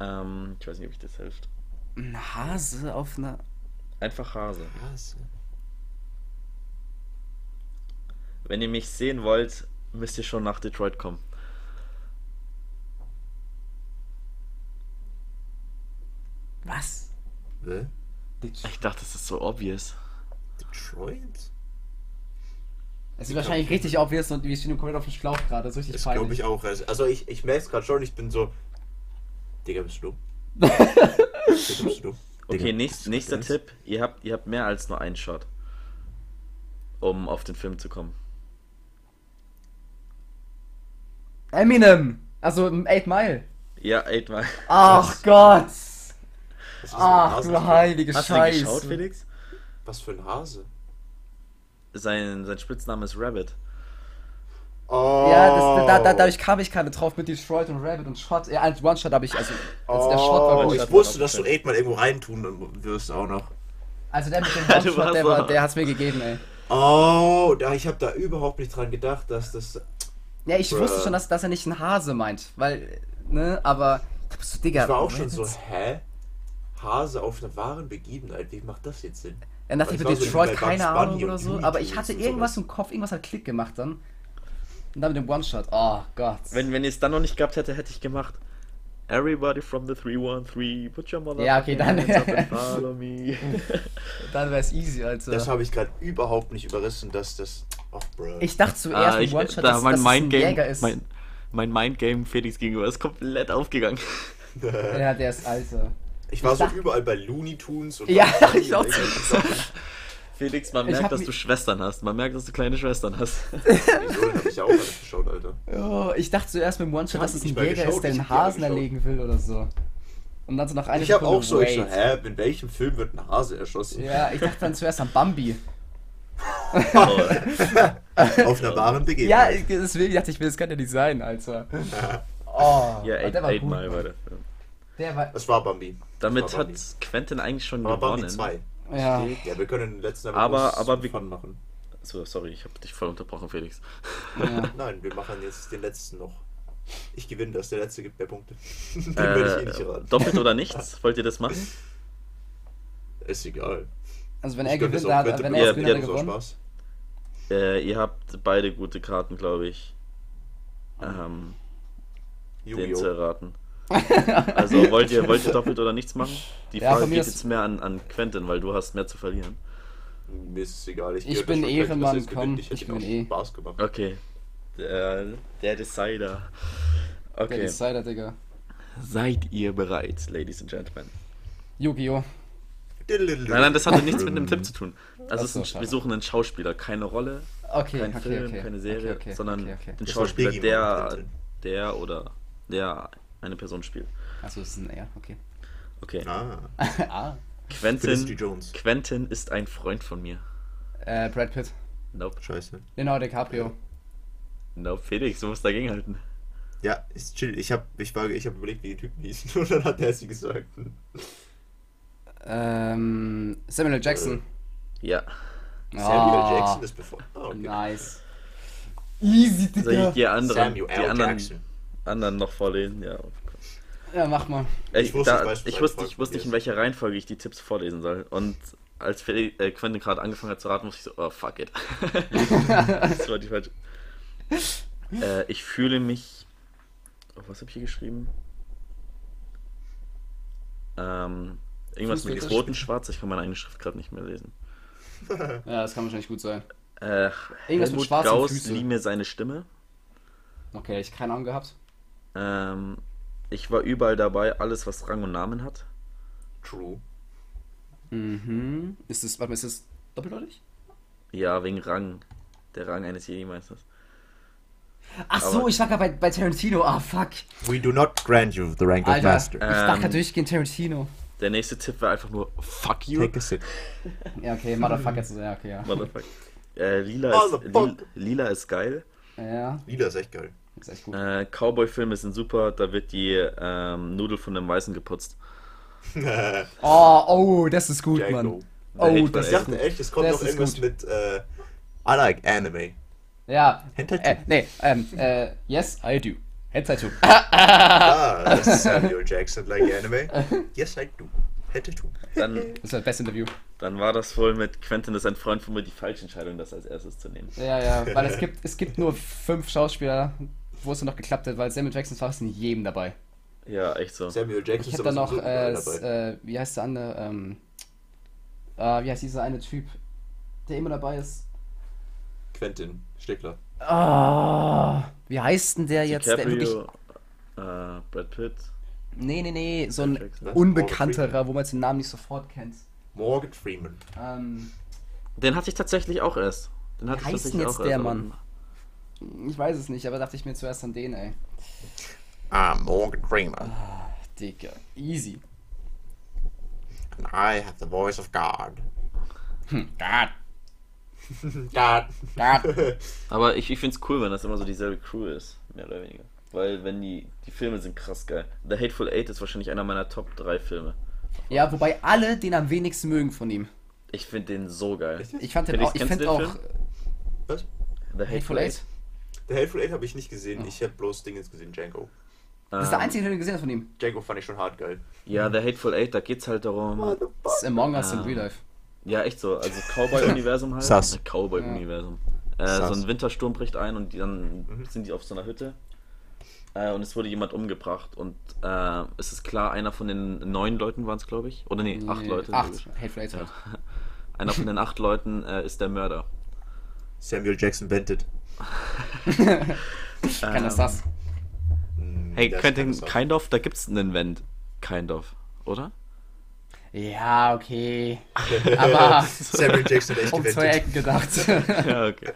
A: Ähm, ich weiß nicht, ob ich das hilft.
C: Ein Hase auf einer.
A: Einfach Hase.
B: Was?
A: Wenn ihr mich sehen wollt, müsst ihr schon nach Detroit kommen.
C: Was?
B: Hä?
A: Ich dachte, das ist so obvious.
B: Detroit?
C: Es ist wahrscheinlich richtig obvious und wir stehen komplett auf dem Schlauch gerade. Das ist richtig
B: Das glaube
C: peinlich.
B: ich auch. Also ich, ich merke es gerade schon, ich bin so. Digga, bist du dumm? Digga, bist du dumm?
A: Okay,
B: Digga,
A: nächst,
B: bist du
A: nächster
B: dumm?
A: Tipp. Ihr habt, ihr habt mehr als nur einen Shot, um auf den Film zu kommen.
C: Eminem! Also 8 Mile.
A: Ja, Edmar.
C: Ach Gott!
A: Also
B: Was ist denn ein
C: Ach
B: Hase?
C: du heilige
A: Hast du
C: Scheiße.
A: geschaut, Felix?
B: Was für ein Hase?
A: Sein, sein Spitzname ist Rabbit.
B: Oh.
C: Ja, das, da, da, dadurch kam ich gerade drauf mit Detroit und Rabbit und Shot. Ja, als One-Shot habe ich, also, als der Shot war
B: Oh,
A: One
C: One-Shot.
B: ich
A: Shot
B: wusste,
A: war
B: dass du
A: abgeschnitten.
B: 8 mal irgendwo reintun wirst auch noch.
C: Also der mit dem
A: Du
C: One-Shot,
A: warst
C: der,
A: so-
C: war- der hat's mir gegeben, ey.
B: Oh, da, ich habe da überhaupt nicht dran gedacht, dass das.
C: Ja, ich
B: Bruh.
C: wusste schon, dass, dass er nicht einen Hase meint, weil, ne, aber, da bist du, Digga.
B: Ich war auch schon
C: Rabbit.
B: so, hä? Hase auf einer wahren Begebenheit, wie macht das jetzt Sinn?
C: Dann dachte ich
B: Das
C: mit
B: war so wie
C: Detroit,
B: bei Bugs
C: keine
B: Bunny
C: Ahnung
B: und
C: oder so,
B: Looney
C: aber ich
B: Tunes
C: hatte
B: und
C: irgendwas
B: sowas.
C: im Kopf, irgendwas hat Klick gemacht dann. Und dann mit dem One-Shot, oh Gott.
A: Wenn, wenn ihr es dann noch nicht gehabt hätte, hätte ich gemacht. Everybody from the 313, put your mother
C: Ja, okay, dann-
A: up and follow me.
C: dann wär's easy, Alter.
B: Das habe ich gerade überhaupt nicht überrissen, dass das. Ach, bro.
C: ich dachte zuerst
A: ah,
C: mit
A: ich,
C: One-Shot,
A: da
C: dass,
A: mein
C: dass es ein
A: Mindgame,
C: Jäger ist.
A: mein, mein Mindgame Felix gegenüber ist komplett aufgegangen.
C: ja, der ist Alter.
B: ich war
C: ich
B: so
C: dachte-
B: überall bei Looney Tunes und.
C: Ja,
B: Bugs Bunny
C: ich auch
B: und irgendwelchen Sachen.
A: Felix, man
C: Ich hab
A: merkt, dass
C: mi-
A: du Schwestern hast. Man merkt, dass du kleine Schwestern hast.
B: Wieso? Den hab ich ja auch alles geschaut, Alter.
C: Oh, ich dachte zuerst mit dem One-Shot,
B: Ich hab
C: dass es ein
B: nicht mal
C: Jäger
B: geschaut,
C: ist, der
B: ich
C: einen
B: hab die alle
C: Hasen
B: geschaut.
C: erlegen will oder so. Und dann so nach einer
B: Ich habe
C: Sekunde,
B: auch so, ich so,
C: wait.
B: hä, in welchem Film wird ein Hase erschossen?
C: Ja, ich dachte dann zuerst an Bambi.
A: Oh.
B: Auf einer wahren
C: Ja,
B: Begebenheit.
C: ich- deswegen dachte ich mir, das kann ja nicht sein, Alter. Oh,
A: Ja,
C: aber
A: eight,
C: der war
A: eight
C: gut.
A: Mile war der Film.
C: Der war,
B: Das war Bambi.
A: Damit
B: das war
A: hat
B: Bambi.
A: Quentin eigentlich schon
B: Aber Bambi
A: gewonnen.
B: 2.
C: ja.
A: Steht-
B: Ja, wir können den letzten
A: Aber-
B: groß
A: aber wir-
B: Fun machen.
A: So, sorry, ich habe dich voll unterbrochen, Felix.
C: ja.
B: Nein, wir machen jetzt den letzten noch. Ich gewinne das, der letzte gibt mehr Punkte. den
A: Äh,
B: werde ich eh nicht raten.
A: doppelt oder nichts? Wollt ihr das machen?
B: Ist egal.
C: Also wenn er
B: Ich gönn das
C: gewinnt,
B: auch.
C: dann hat,
B: Wette
C: wenn
B: mit
C: er
A: Ja,
C: jetzt
B: Leuten
C: gewinnt,
A: ja,
C: hat er
B: macht so
C: gewonnen.
B: Spaß.
A: Äh, ihr habt beide gute Karten, glaube ich, ähm, den äh, zu
B: Yu-Gi-Oh!
A: erraten. Also wollt ihr, wollt ihr doppelt oder nichts machen? Die
C: Ja,
A: Frage
C: von mir
A: geht
C: aus-
A: jetzt mehr an, an Quentin, weil du hast mehr zu verlieren.
B: Mir ist es egal. Ich,
C: Ich
B: gehöre
C: bin
B: dazu, dass
C: Ehrenmann,
B: jetzt gewinnt.
C: komm,
B: Ich, hätte
C: ich
B: mir
C: bin
B: auch
C: eh.
B: Spaß gemacht.
A: Okay. Der, der Decider.
C: Der
A: Okay.
C: Decider, Digga.
A: Seid ihr bereit, Ladies and Gentlemen?
C: Yu-Gi-Oh!
B: Nein,
A: Nein, nein, das hatte nichts mit einem Tipp zu tun. Also es
C: Ach so,
A: ist ein,
C: schade.
A: wir suchen einen Schauspieler, keine Rolle,
C: Okay,
A: kein
C: okay,
A: Film,
C: okay.
A: keine Serie,
C: okay, okay,
A: sondern
C: Okay, okay.
A: den
B: Das war
A: Schauspieler,
B: Biggie
A: der,
B: Mountain.
A: der oder der eine Person spielt.
C: Achso, ist ein R, okay.
A: Okay.
B: Ah,
C: ah.
B: Felicity
A: Quentin,
B: Jones.
A: Quentin ist ein Freund von mir.
C: Äh, Brad Pitt.
A: Nope.
B: Scheiße.
C: Genau, DiCaprio.
A: Nope, Felix, du musst dagegen halten.
B: Ja, ist chill. Ich hab, ich war, ich hab überlegt, wie die Typen hießen und dann hat er sie gesagt.
C: Ähm, Samuel L. Jackson.
A: Ja.
B: Samuel
C: Ah,
B: Jackson ist bevor. Ah, okay.
C: Nice.
A: Soll
C: Easy,
A: Also ich
C: Digga.
A: die anderen, die
B: Samuel L.
A: anderen,
B: Jackson.
A: anderen noch vorlesen? Ja.
C: Ja, mach mal.
A: Ich,
B: Ich wusste,
A: da,
B: ich weiß, was
A: ich
B: eine
A: wusste,
B: Folge
A: ich wusste nicht, in
B: von dir
A: welcher Reihenfolge ich die Tipps vorlesen soll. Und als Feli- äh, Quentin gerade angefangen hat zu raten, musste ich so, oh fuck it. das war die falsche. Äh, ich fühle mich. Oh, was habe ich hier geschrieben? Ähm, irgendwas mit
C: Fußball-
A: Quotenschwarz. Ich kann meine eigene Schrift gerade nicht mehr lesen.
C: Ja, das kann wahrscheinlich gut sein.
A: Äh,
C: mit
A: Helmut
C: schwarzen
A: Gauss
C: Füßen.
A: lieh mir seine Stimme.
C: Okay, ich keine Ahnung gehabt.
A: Ähm, ich war überall dabei, alles was Rang und Namen hat.
B: True.
C: Mhm. Ist das, warte mal, ist das doppeldeutig?
A: Ja, wegen Rang. Der Rang eines Jedi-Meisters.
C: Ach so,
A: Aber-
C: ich war gerade bei, bei Tarantino. Ah, fuck.
B: We do not grant you the rank
C: Alter, ich
A: Äh,
C: dachte
A: Ähm.
C: durchgehend Tarantino.
A: Der nächste Tipp war einfach nur Fuck you.
B: Take a sip.
C: Ja, okay, Motherfucker jetzt. Ja, okay, ja.
A: Motherfucker. Äh, Lila, ist, Lila,
B: Motherfucker.
A: Lila ist geil.
C: Ja,
B: Lila ist echt geil.
C: ist echt gut.
A: Äh, Cowboy-Filme sind super. Da wird die ähm, Nudel von einem Weißen geputzt.
C: Oh, oh, das ist gut,
B: Django.
C: Mann. Oh,
A: Echt,
C: das
A: Mann,
B: Ich
C: ist
B: dachte
C: gut.
B: echt, es kommt
C: Das
B: noch
C: ist
B: irgendwas
C: gut.
B: mit, äh, I like anime.
C: Ja.
B: Hentai-Typ.
C: Äh, nee, ähm, äh, yes, I do. Hentai-Typ.
B: Ah, das ist Samuel Jackson like anime. Yes, I do. Hätte du.
A: Dann,
C: Das war das beste Interview.
A: dann war das wohl mit Quentin ist ein Freund von mir die falsche Entscheidung, das als erstes zu nehmen.
C: Ja, ja, weil es gibt, es gibt nur fünf Schauspieler, wo es dann noch geklappt hat, weil Samuel Jackson war fast in jedem dabei.
A: Ja, echt so.
B: Samuel Jackson
C: Ich hab dann noch,
B: sowieso
C: äh,
B: überall
C: s- äh, wie heißt der andere, ähm, äh, wie heißt dieser eine Typ, der immer dabei ist?
B: Quentin Steckler.
C: Ah, wie heißt denn der jetzt? Der wirklich,
A: DiCaprio, äh, Brad Pitt.
C: nee, nee, nee, so ein
A: Jackson.
C: unbekannterer, wo man jetzt den Namen nicht sofort kennt.
B: Morgan Freeman.
C: Ähm,
A: Den hatte ich tatsächlich auch erst. Den hatte
C: Wie
A: ich
C: heißt denn
A: tatsächlich
C: jetzt
A: auch
C: der
A: erst. aber-
C: Mann? ich weiß es nicht, aber dachte ich mir zuerst an den, ey.
B: Ah, Morgan Freeman.
C: Digga, easy.
B: And I have the voice of God.
C: God,
B: God.
C: God.
A: Aber ich, ich finde es cool, wenn das immer so dieselbe Crew ist, mehr oder weniger. Weil wenn die, die Filme sind krass geil. The Hateful Eight ist wahrscheinlich einer meiner Top 3 Filme.
C: Ja, wobei alle den am wenigsten mögen von ihm.
A: Ich finde den so geil.
C: Ich fand den
A: Felix,
C: auch, ich
A: kennst
C: fand
A: du den
C: auch
B: Was?
A: The
C: Hateful Eight.
B: The Hateful Eight habe ich nicht gesehen. Ich habe bloß Dingens gesehen, Django.
C: Das ist der einzige, den du gesehen hast von ihm.
B: Django fand ich schon hart geil.
A: Ähm, Ja, The Hateful Eight, da geht's halt
B: Oh,
A: darum.
C: Das ist Among Us in
A: Ah.
C: Real Life.
A: Ja, echt so. Also Cowboy-Universum halt.
B: Sass.
A: Äh, Cowboy-Universum. Äh,
B: Sass.
A: so ein Wintersturm bricht ein und die- dann
B: Mhm.
A: sind die auf so einer Hütte. Äh, und es wurde jemand umgebracht. Und äh, es ist klar, einer von den neun Leuten waren es, glaube ich. Oder nee, acht
C: Nee,
A: Leute.
C: Acht.
A: logisch.
C: Hateful Eight.
A: Ja.
C: halt.
A: Einer von den acht Leuten äh, ist der Mörder.
B: Samuel Jackson Bented.
C: Kann das
A: Ähm,
C: das? Hm,
A: Hey,
B: Das
A: Quentin,
B: kann das auch.
A: kind of, da gibt's einen Wend. Kind of, oder?
C: Ja, okay. Aber
B: Samuel Jackson hat echt
C: um zwei
B: gewendet.
C: Ecken gedacht.
A: Ja, okay.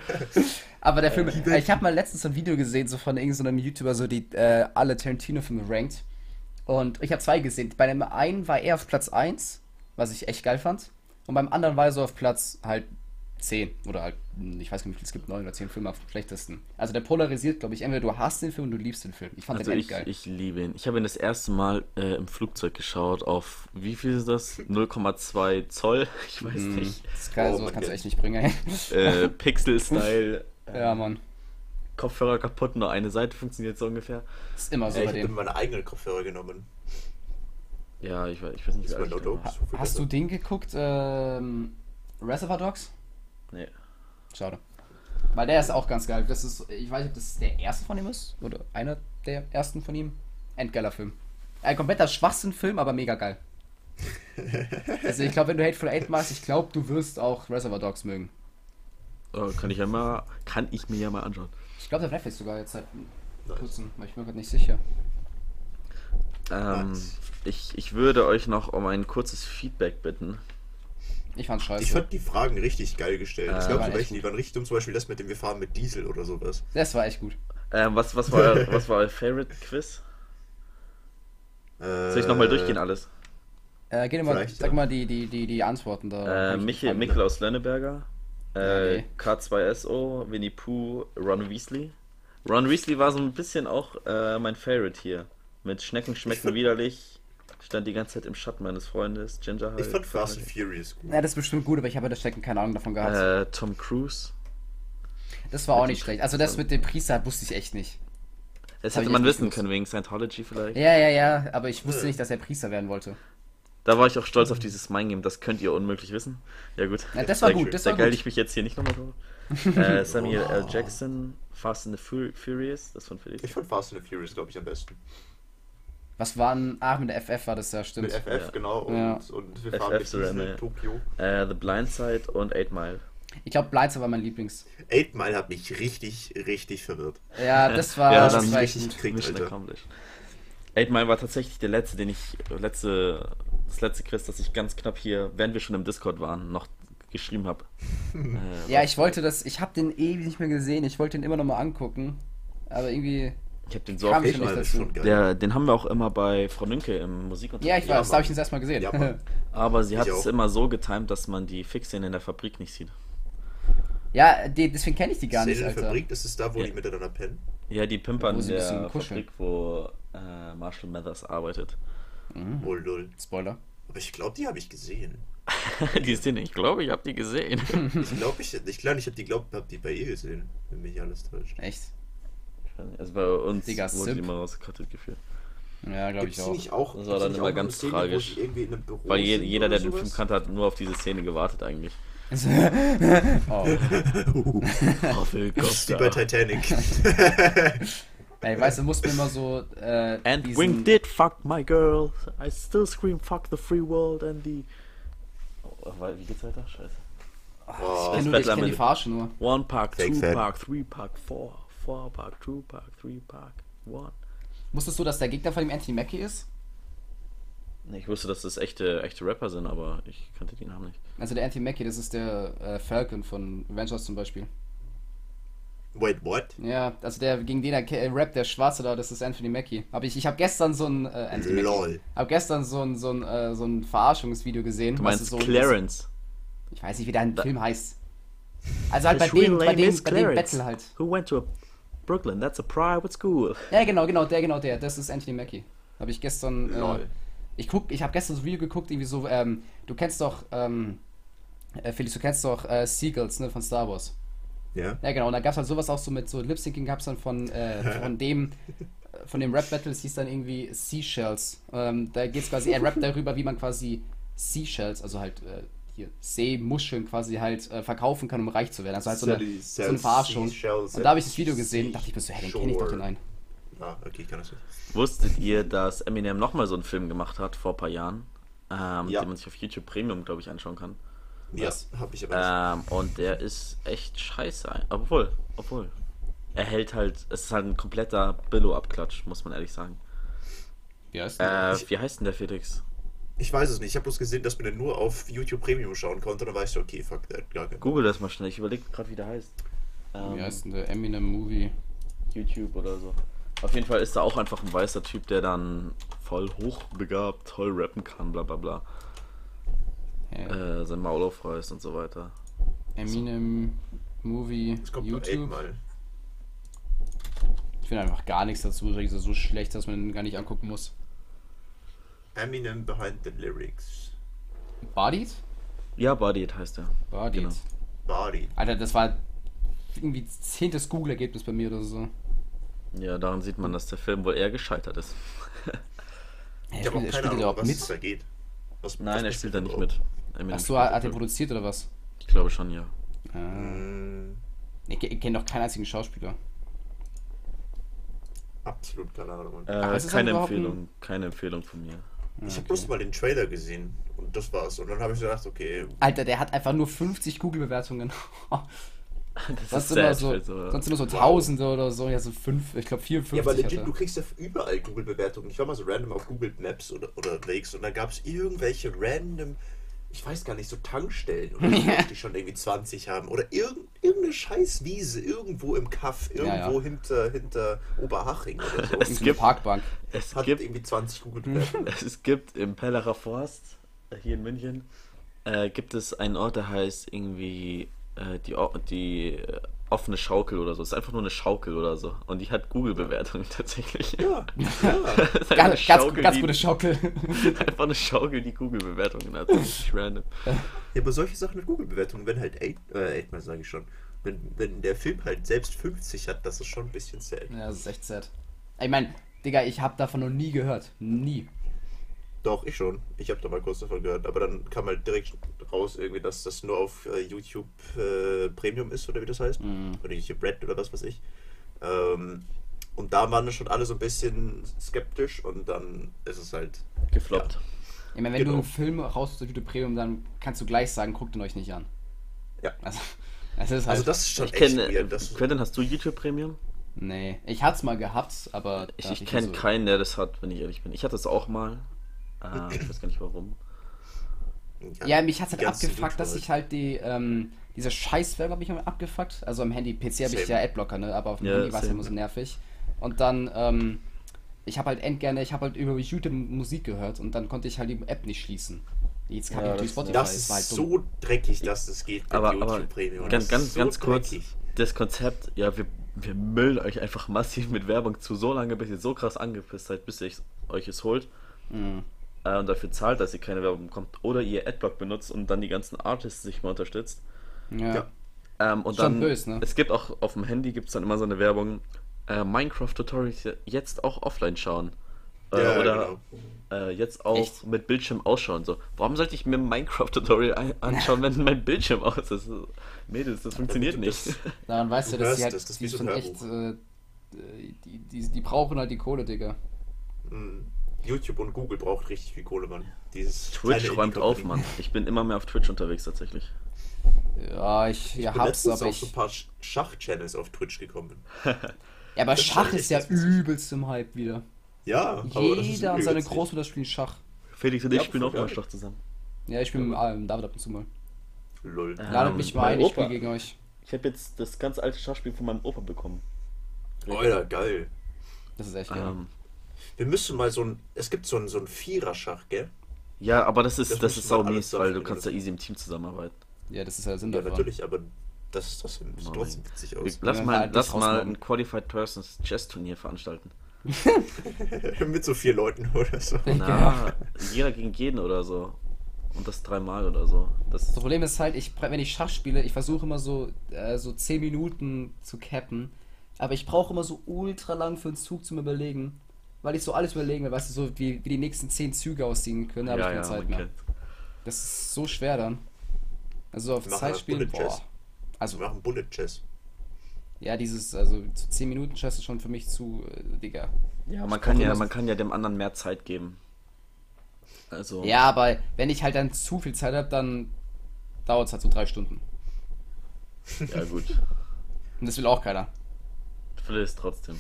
C: Aber der Film, ich habe mal letztens so ein Video gesehen, so von irgendeinem YouTuber, so die äh, alle Tarantino-Filme rankt. Und ich habe zwei gesehen. Bei dem einen war er auf Platz 1, was ich echt geil fand. Und beim anderen war er so auf Platz halt 10 oder halt, hm, ich weiß gar nicht, wie viel es gibt, 9 oder 10 Filme am schlechtesten. Also der polarisiert, glaube ich, entweder du hast den Film und du liebst den Film. Ich fand
A: Also
C: den
A: ich,
C: echt geil.
A: ich liebe ihn. Ich habe ihn das erste Mal äh, im Flugzeug geschaut auf, wie viel ist das? 0,2 Zoll? Ich weiß
C: Mhm.
A: nicht.
C: Hm. das ist geil,
B: Oh
C: sowas
B: mein
C: kannst du
B: Gott.
C: echt nicht bringen, ey.
A: Äh, Pixel-Style,
C: Ja, Mann.
A: Kopfhörer kaputt, nur eine Seite funktioniert so ungefähr.
C: Ist immer so
B: Ey,
C: bei
B: ich habe
C: dem.
B: meine eigenen Kopfhörer genommen.
A: Ja, ich, weiß- ich weiß nicht, wie
B: Das war
A: alt
B: no
A: ich da
B: dope.
A: war.
B: So viel
C: Hast du
B: besser.
C: den geguckt? Ähm, Reservoir Dogs?
A: Nee.
C: Schade. Weil der ist auch ganz geil. Das ist, ich weiß nicht, ob das der erste von ihm ist oder einer der ersten von ihm. Endgeiler Film. Ein kompletter Schwachsinn-Film, aber mega geil. Also ich glaube, wenn du Hateful Eight machst, ich glaube, du wirst auch Reservoir Dogs mögen.
A: Oh, kann ich ja mal, kann ich mir ja mal anschauen.
C: Ich glaube, der Netflix sogar jetzt seit kurzem, weil ich bin mir gerade nicht sicher.
A: Ähm,
B: Nice.
A: ich, ich würde euch noch um ein kurzes Feedback bitten.
C: Ich fand's scheiße.
B: Ich fand die Fragen richtig geil gestellt.
A: Äh,
B: es gab
C: waren
B: so
C: Ah, echt
B: welche,
C: gut.
B: die waren richtig dumm, zum Beispiel das mit dem Wir fahren mit Diesel oder sowas.
C: das war echt gut.
A: Ähm, was, was, war euer, was war euer Favorite Quiz?
B: Äh,
A: Soll ich nochmal durchgehen alles?
C: Äh, geh dir mal,
B: Vielleicht,
C: sag
B: ja.
C: mal die, die, die, die Antworten da.
A: Äh,
C: Hab ich
A: Michel,
C: gefallen.
A: Mikkel aus Lönneberger, äh,
C: Ja, nee.
A: K2SO, Winnie Pooh, Ron Weasley. Ron Weasley war so ein bisschen auch äh, mein Favorite hier. Mit Schnecken schmecken widerlich, stand die ganze Zeit im Schatten meines Freundes, Ginger Hulk.
B: Ich fand Fast and Furious gut.
C: Ja, das ist bestimmt gut, aber ich habe das Stecken keine Ahnung davon gehabt.
A: äh, Tom Cruise.
C: das war auch
A: mit
C: nicht
A: dem
C: schlecht. Also das mit dem Priester wusste ich echt nicht.
A: Das
C: Hab
A: hätte
C: ich
A: man
C: jetzt nicht
A: wissen
C: gewusst.
A: können, wegen Scientology vielleicht.
C: Ja, ja, ja, aber ich wusste nicht, dass er Priester werden wollte.
A: Da war ich auch stolz auf dieses Mind-Game, das könnt ihr unmöglich wissen. Ja gut.
C: Ja, das war
B: Dankeschön.
C: gut, das
A: Da
C: war
A: geil
C: gut.
A: ich mich jetzt hier nicht nochmal drauf. äh, Samuel L. Jackson, Fast and the Fu- Furious, das von Felix.
B: Ich fand Fast and Furious, glaube ich, am besten.
C: Was war denn? Ach, mit der FF war das ja, stimmt.
B: Mit FF,
A: Ja.
B: genau, und,
C: Ja.
B: und wir
A: FF
B: fahren mit
A: sogar,
B: Diesel
A: ne.
B: in Tokio.
A: Äh, The Blind Side und Eight Mile.
C: Ich glaube, Bleizer war mein Lieblings.
B: Eight Mile hat mich richtig, richtig verwirrt.
C: Ja, das war,
A: Ja,
C: das
A: dann
C: war echt
B: richtig
C: gut.
B: gekriegt,
A: Mission
B: Alter.
A: accomplished. Eight Mile war tatsächlich der letzte, den ich letzte das letzte Quiz, das ich ganz knapp hier, während wir schon im Discord waren, noch geschrieben habe. äh,
C: Ja, ich wollte das, ich habe den ewig nicht mehr gesehen, ich wollte den immer noch mal angucken, aber irgendwie,
A: ich habe den so
C: Kam
A: oft.
C: ich
B: Eight
C: schon
B: Mile
C: nicht
B: ist schon
C: dazu.
B: geil.
A: Der, den haben wir auch immer bei Frau Nünke im Musikunterricht.
C: ja, ich
B: Ja,
C: weiß, da habe ich ihn
B: Mann.
C: erst mal gesehen.
B: Ja, Mann.
A: Aber sie
B: Ich
A: hat es
B: auch.
A: immer so getimt, dass man die Fixszenen in der Fabrik nicht sieht.
C: Ja, die, deswegen kenne ich die gar
B: Szene
C: nicht,
B: in der
C: Alter.
B: Fabrik, das ist da, wo
A: Ja.
B: die miteinander pennen.
A: Ja, die Pimpern
C: Wo
A: in
C: sie ein bisschen
A: der
C: kuscheln.
A: Fabrik, wo äh, Marshall Mathers arbeitet. Mhm.
B: Oh, lol.
C: Spoiler.
B: Aber ich glaube, die habe ich gesehen.
A: die Szene, ich glaube, ich habe die gesehen.
B: Ich glaube, ich nicht klar, ich habe die, glaub, hab die bei ihr gesehen, wenn mich alles täuscht.
C: Echt?
A: also bei uns
C: Digga,
A: wurde die
C: Simp.
A: immer rausgekattet gefühlt.
C: Ja, glaube ich
B: Gibt's die
C: auch.
B: nicht auch?
A: Das war
B: gibt's
A: dann
B: nicht
A: immer
B: auch eine
A: ganz
B: Szene, wo
A: tragisch.
B: sie irgendwie in einem Büro
A: Weil je,
B: sind
A: jeder,
B: oder
A: der den Film
B: sowas?
A: kannte, hat nur auf diese Szene gewartet eigentlich.
C: oh.
A: Uhuh.
B: Das ist wie bei Titanic.
C: Ey, weißt du, musst mir immer so äh,
A: And
C: diesen-
A: Wing did fuck my girl. I still scream fuck the free world and the. Oh, warte, wie geht's weiter? Scheiße.
C: Ich
B: Boah.
C: kenne nur- ich kenn die Farsche nur.
A: One pack,
B: Fake
A: two
B: Fan.
A: pack, three pack, four, four pack, two pack, three pack, one.
C: Wusstest du, dass der Gegner von dem Anthony Mackie ist?
A: Nee, Ich wusste, dass das echte, echte Rapper sind, aber ich kannte die Namen nicht.
C: Also der Anthony Mackie, das ist der äh, Falcon von Avengers zum Beispiel.
B: Wait, what?
C: Ja, also der gegen den er äh, rappt, der Schwarze da, das ist Anthony Mackie. Hab ich, ich habe gestern so ein äh, Anthony Mackie.
B: Lol.
C: Hab gestern so ein so ein äh, so ein Verarschungsvideo gesehen.
A: Du
C: was
A: meinst
C: es so
A: Clarence.
C: Ich weiß nicht, wie der Film heißt. Also halt bei
A: His real
C: dem, bei
A: name
C: dem,
A: is
C: bei dem
A: Clarence,
C: Battle halt.
A: Who went to a Brooklyn? That's a private school.
C: Ja, genau, genau, der, genau, der. Das ist Anthony Mackie. Habe ich gestern. Äh,
B: Lol.
C: ich guck, ich habe gestern so ein Video geguckt, irgendwie so. Ähm, du kennst doch, ähm, äh, Felix, du kennst doch äh, Seagulls, ne, von Star Wars.
B: Ja?
C: Ja, genau. Und da gab's halt sowas auch so mit so Lip-Syncing, gab's dann von, äh, von dem. äh, Von dem Rap-Battle, es hieß dann irgendwie Seashells. Ähm, da geht's quasi, er rappt darüber, wie man quasi Seashells, also halt äh, hier Seemuscheln quasi halt äh, verkaufen kann, um reich zu werden. Also halt so eine,
B: Sally
C: so eine
B: sells
C: Verarschung.
B: seashells
C: Und da habe ich
B: at
C: das Video gesehen und dachte ich mir so, hey, den kenne ich doch den
B: seashore.
C: einen.
B: Ah, okay, ich kann das nicht.
A: Wusstet ihr, dass Eminem nochmal so einen Film gemacht hat vor ein paar Jahren? Ähm,
B: Ja.
A: Den man sich auf YouTube Premium, glaube ich, anschauen kann.
B: Ja,
C: Was?
B: hab ich aber nicht.
A: Ähm, und der ist echt scheiße. Obwohl, obwohl. Er hält halt, es ist halt ein kompletter Billo-Abklatsch, muss man ehrlich sagen.
C: Wie heißt
A: Äh, wie heißt denn der Felix?
B: Ich weiß es nicht. Ich habe bloß gesehen, dass man den nur auf YouTube Premium schauen konnte. Und dann war ich so, okay, fuck that. Gar kein
A: Google das mal schnell, ich überlege gerade, wie der heißt. Ähm,
C: Wie heißt denn der Eminem Movie?
A: YouTube oder so. Auf jeden Fall ist da auch einfach ein weißer Typ, der dann voll hochbegabt, toll rappen kann, bla bla bla.
C: Hä?
A: Äh, sein Maul aufreißt und so weiter.
C: Eminem Movie
B: Es kommt YouTube.
C: YouTube.
B: Mal.
C: Ich finde einfach gar nichts dazu. Das ist so schlecht, dass man ihn gar nicht angucken muss.
B: Eminem behind the lyrics.
C: Bodied?
A: Ja, Badiet heißt er.
C: Bodied.
A: Genau.
B: Body.
C: Alter, das war irgendwie zehntes Google-Ergebnis bei mir oder so.
A: Ja, daran sieht man, dass der Film wohl eher gescheitert ist.
C: Hä,
B: Ich habe auch
C: spielt-
B: keine
C: spielt er
B: Ahnung,
C: überhaupt
B: was
C: mit?
B: da geht. Was, was
A: Nein, er
B: passiert
A: spielt da nicht
B: überhaupt?
A: mit. Eminem
C: Achso,
A: spielt
C: hat er
A: da-
C: produziert oder was?
A: Ich glaube schon, ja.
C: Ah.
B: Mm,
C: Ich, ich kenne doch keinen einzigen Schauspieler.
B: absolut keine Ahnung.
A: Äh,
C: Aber ist es
A: keine
C: dann überhaupt ein-
A: Empfehlung, keine Empfehlung von mir.
B: ich habe bloß mal den Trailer gesehen. Und das war's. Und dann habe ich gedacht, okay,
C: Alter, der hat einfach nur 50 Google-Bewertungen.
A: Das
C: sonst,
A: sad,
C: immer so,
A: also-
C: sonst immer so Tausende oder so. Ja, so fünf, ich glaube 54.
B: Ja, aber legit,
C: hat er.
B: du kriegst ja überall Google-Bewertungen. Ich war mal so random auf Google Maps oder, oder Lakes und da gab es irgendwelche random ich weiß gar nicht, so Tankstellen oder so, die schon irgendwie 20 haben. Oder irgend, irgendeine Scheißwiese irgendwo im Kaff, irgendwo
C: Ja, ja.
B: hinter, hinter Oberhaching oder so.
C: Irgend so eine
A: gibt-
C: Parkbank.
A: Es
B: Hat
A: gibt,
B: irgendwie 20 Google Maps.
A: es gibt im Pellacher Forst, äh, hier in München, äh, gibt es einen Ort, der heißt irgendwie äh, die, O- die äh, offene Schaukel oder so. Es ist einfach nur eine Schaukel oder so. Und die hat Google-Bewertungen tatsächlich.
B: Ja, ja.
A: Das ist einfach eine
C: Ganz, ganz,
A: Schaukel,
C: ganz
A: die-
C: gute Schaukel.
A: Einfach eine Schaukel, die Google-Bewertungen hat. Das ist richtig random.
B: Ja, aber solche Sachen mit Google-Bewertungen, wenn halt eight, äh, eightmal sage ich schon, wenn, wenn der Film halt selbst 50 hat, das ist schon ein bisschen sad.
C: ja, das ist echt sad. Ich mein, Digga, ich hab davon noch nie gehört. Nie.
B: Doch, ich schon. Ich habe da mal kurz davon gehört, aber dann kam halt direkt raus irgendwie, dass das nur auf äh, YouTube äh, Premium ist oder wie das heißt.
A: Mhm.
B: Oder YouTube Red oder was weiß ich. Ähm, und da waren schon alle so ein bisschen skeptisch und dann ist es halt
A: Gefloppt.
C: Ich meine, wenn
B: Genau.
C: du einen Film raussuchst, Tüte Premium, dann kannst du gleich sagen, guckt ihn euch nicht an.
B: Ja.
C: Also, das ist halt.
B: Also das ist schon
A: Ich
B: echt
A: kenne. äh,
B: weird. Das ist,
A: Quentin, hast du YouTube Premium?
C: Nee, ich hat's mal gehabt, aber.
A: Ich,
C: da
A: ich
C: hab
A: kenne
C: so-
A: keinen, der das hat, wenn ich ehrlich bin. Ich hatte es auch mal. Ah, ich weiß gar nicht warum.
C: Ja, mich hat's halt
B: die ganzen
C: abgefuckt, dass
B: YouTuber
C: ich halt die, ähm, diese Scheißwerbung hab ich immer abgefuckt. Also am Handy, PC habe ich
B: Same.
C: ja Adblocker, ne? Aber auf dem
A: Ja,
C: Handy war es ja
A: same.
C: immer so nervig. Und dann, ähm, ich habe halt endgerne, ich habe halt über YouTube Musik gehört und dann konnte ich halt die App nicht schließen. Jetzt kam
A: Ja, das-
C: ich durch Spotify,
B: Das
C: es
B: ist
C: war halt dumm.
B: so dreckig, dass das geht mit
A: Aber, aber
B: YouTube Premium. Das
A: ganz, ganz,
B: ist so
A: ganz kurz,
B: dreckig.
A: das Konzept, ja, wir, wir müllen euch einfach massiv mit Werbung zu, so lange, bis ihr so krass angepisst seid, bis ihr es- euch es holt
C: Mhm.
A: äh, und dafür zahlt, dass ihr keine Werbung bekommt oder ihr Adblock benutzt und dann die ganzen Artists sich mal unterstützt.
C: ja.
B: Ja.
A: Ähm, und
C: Schon
A: dann,
C: böse, ne?
A: es gibt auch, auf dem Handy gibt es dann immer so eine Werbung, äh, Minecraft-Tutorials jetzt auch offline schauen. Äh,
B: Ja, genau.
A: oder äh, jetzt auch
C: Echt?
A: mit Bildschirm ausschauen. So, warum sollte ich mir ein Minecraft-Tutorial ein- anschauen, wenn mein Bildschirm aus ist? Mädels, das funktioniert
B: Das-
A: nicht.
C: Daran weißt du,
B: Du
C: dass
B: hörst
C: die halt,
B: es, das ist
C: die
B: wie so
C: sind
B: ein
C: echt, äh, die, die, die brauchen halt die Kohle, Digga.
B: Mhm. YouTube und Google braucht richtig viel Kohle, Mann. Dieses
A: Twitch
B: kleine
A: räumt auf,
B: Indie-Company.
A: Mann. Ich bin immer mehr auf Twitch unterwegs tatsächlich.
C: Ja, ich, ja,
B: Ich bin
C: hab's,
B: letztens
C: aber
B: auf so ein
C: ich.
B: paar Sch- Schach-Channels auf Twitch gekommen.
C: Ja, aber
B: ist
C: Schach
B: echt
C: ist ja
B: das Witzige.
C: übelst im Hype wieder.
B: Ja, aber das ist
C: Jeder und
B: übel
C: seine
B: witzig.
C: Großmutter spielen Schach.
A: Felix und
B: Ja,
A: ich spielen
B: voll
A: auch mal
B: geil.
A: Schach zusammen.
C: Ja, ich bin mit ähm, David ab und zu mal.
B: Lol.
C: Ladet
A: Ähm,
C: mich mal
A: mein
C: ein, ich
A: Opa.
C: spiele gegen euch.
A: Ich habe jetzt das ganz alte Schachspiel von meinem Opa bekommen.
B: Alter, geil.
C: Das ist echt geil.
A: Ähm,
B: Wir müssen mal so ein. Es gibt so ein, so ein Vierer-Schach, gell?
A: ja, aber das ist
B: Das
A: das,
B: müssen
A: ist
B: wir
A: sau
B: alles
A: mies, weil du
B: dafür
A: kannst ja easy im Team zusammenarbeiten.
C: Ja, das ist ja der Sinn
B: Ja,
C: davon.
B: natürlich, aber das ist trotzdem, sieht
A: Nein.
B: trotzdem witzig
A: Wir-
B: aus.
A: Lass
C: Ja,
A: mal,
C: halt
A: lass
C: nicht
A: mal
C: rausmachen.
A: ein Qualified Persons Chess Turnier veranstalten.
B: Mit so vier Leuten oder so.
A: Na, jeder gegen jeden oder so. Und das dreimal oder so. Das
C: Das Problem ist halt, ich, wenn ich Schach spiele, ich versuche immer so, äh, so 10 Minuten zu cappen. Aber ich brauche immer so ultra lang für einen Zug zum Überlegen. Weil ich so alles überlegen will, weißt du, so wie, wie die nächsten 10 Züge aussehen können, da habe ich keine Zeit
A: man
C: mehr.
A: kennt's.
C: Das ist so schwer dann. Also auf
B: Wir machen
C: Zeit
B: das
C: spielen,
B: Bullet
C: boah.
B: Chess.
C: Also,
B: Wir machen Bullet Chess.
C: ja, dieses, also zu 10 Minuten Chess ist schon für mich zu, äh, Digga.
A: Ja,
C: Ich
A: man kann
C: brauche
A: ja,
C: immer-
A: man kann ja dem anderen mehr Zeit geben. Also,
C: Ja, aber wenn ich halt dann zu viel Zeit habe, dann dauert es halt so drei Stunden.
A: ja gut.
C: Und das will auch keiner.
A: Verlierst trotzdem.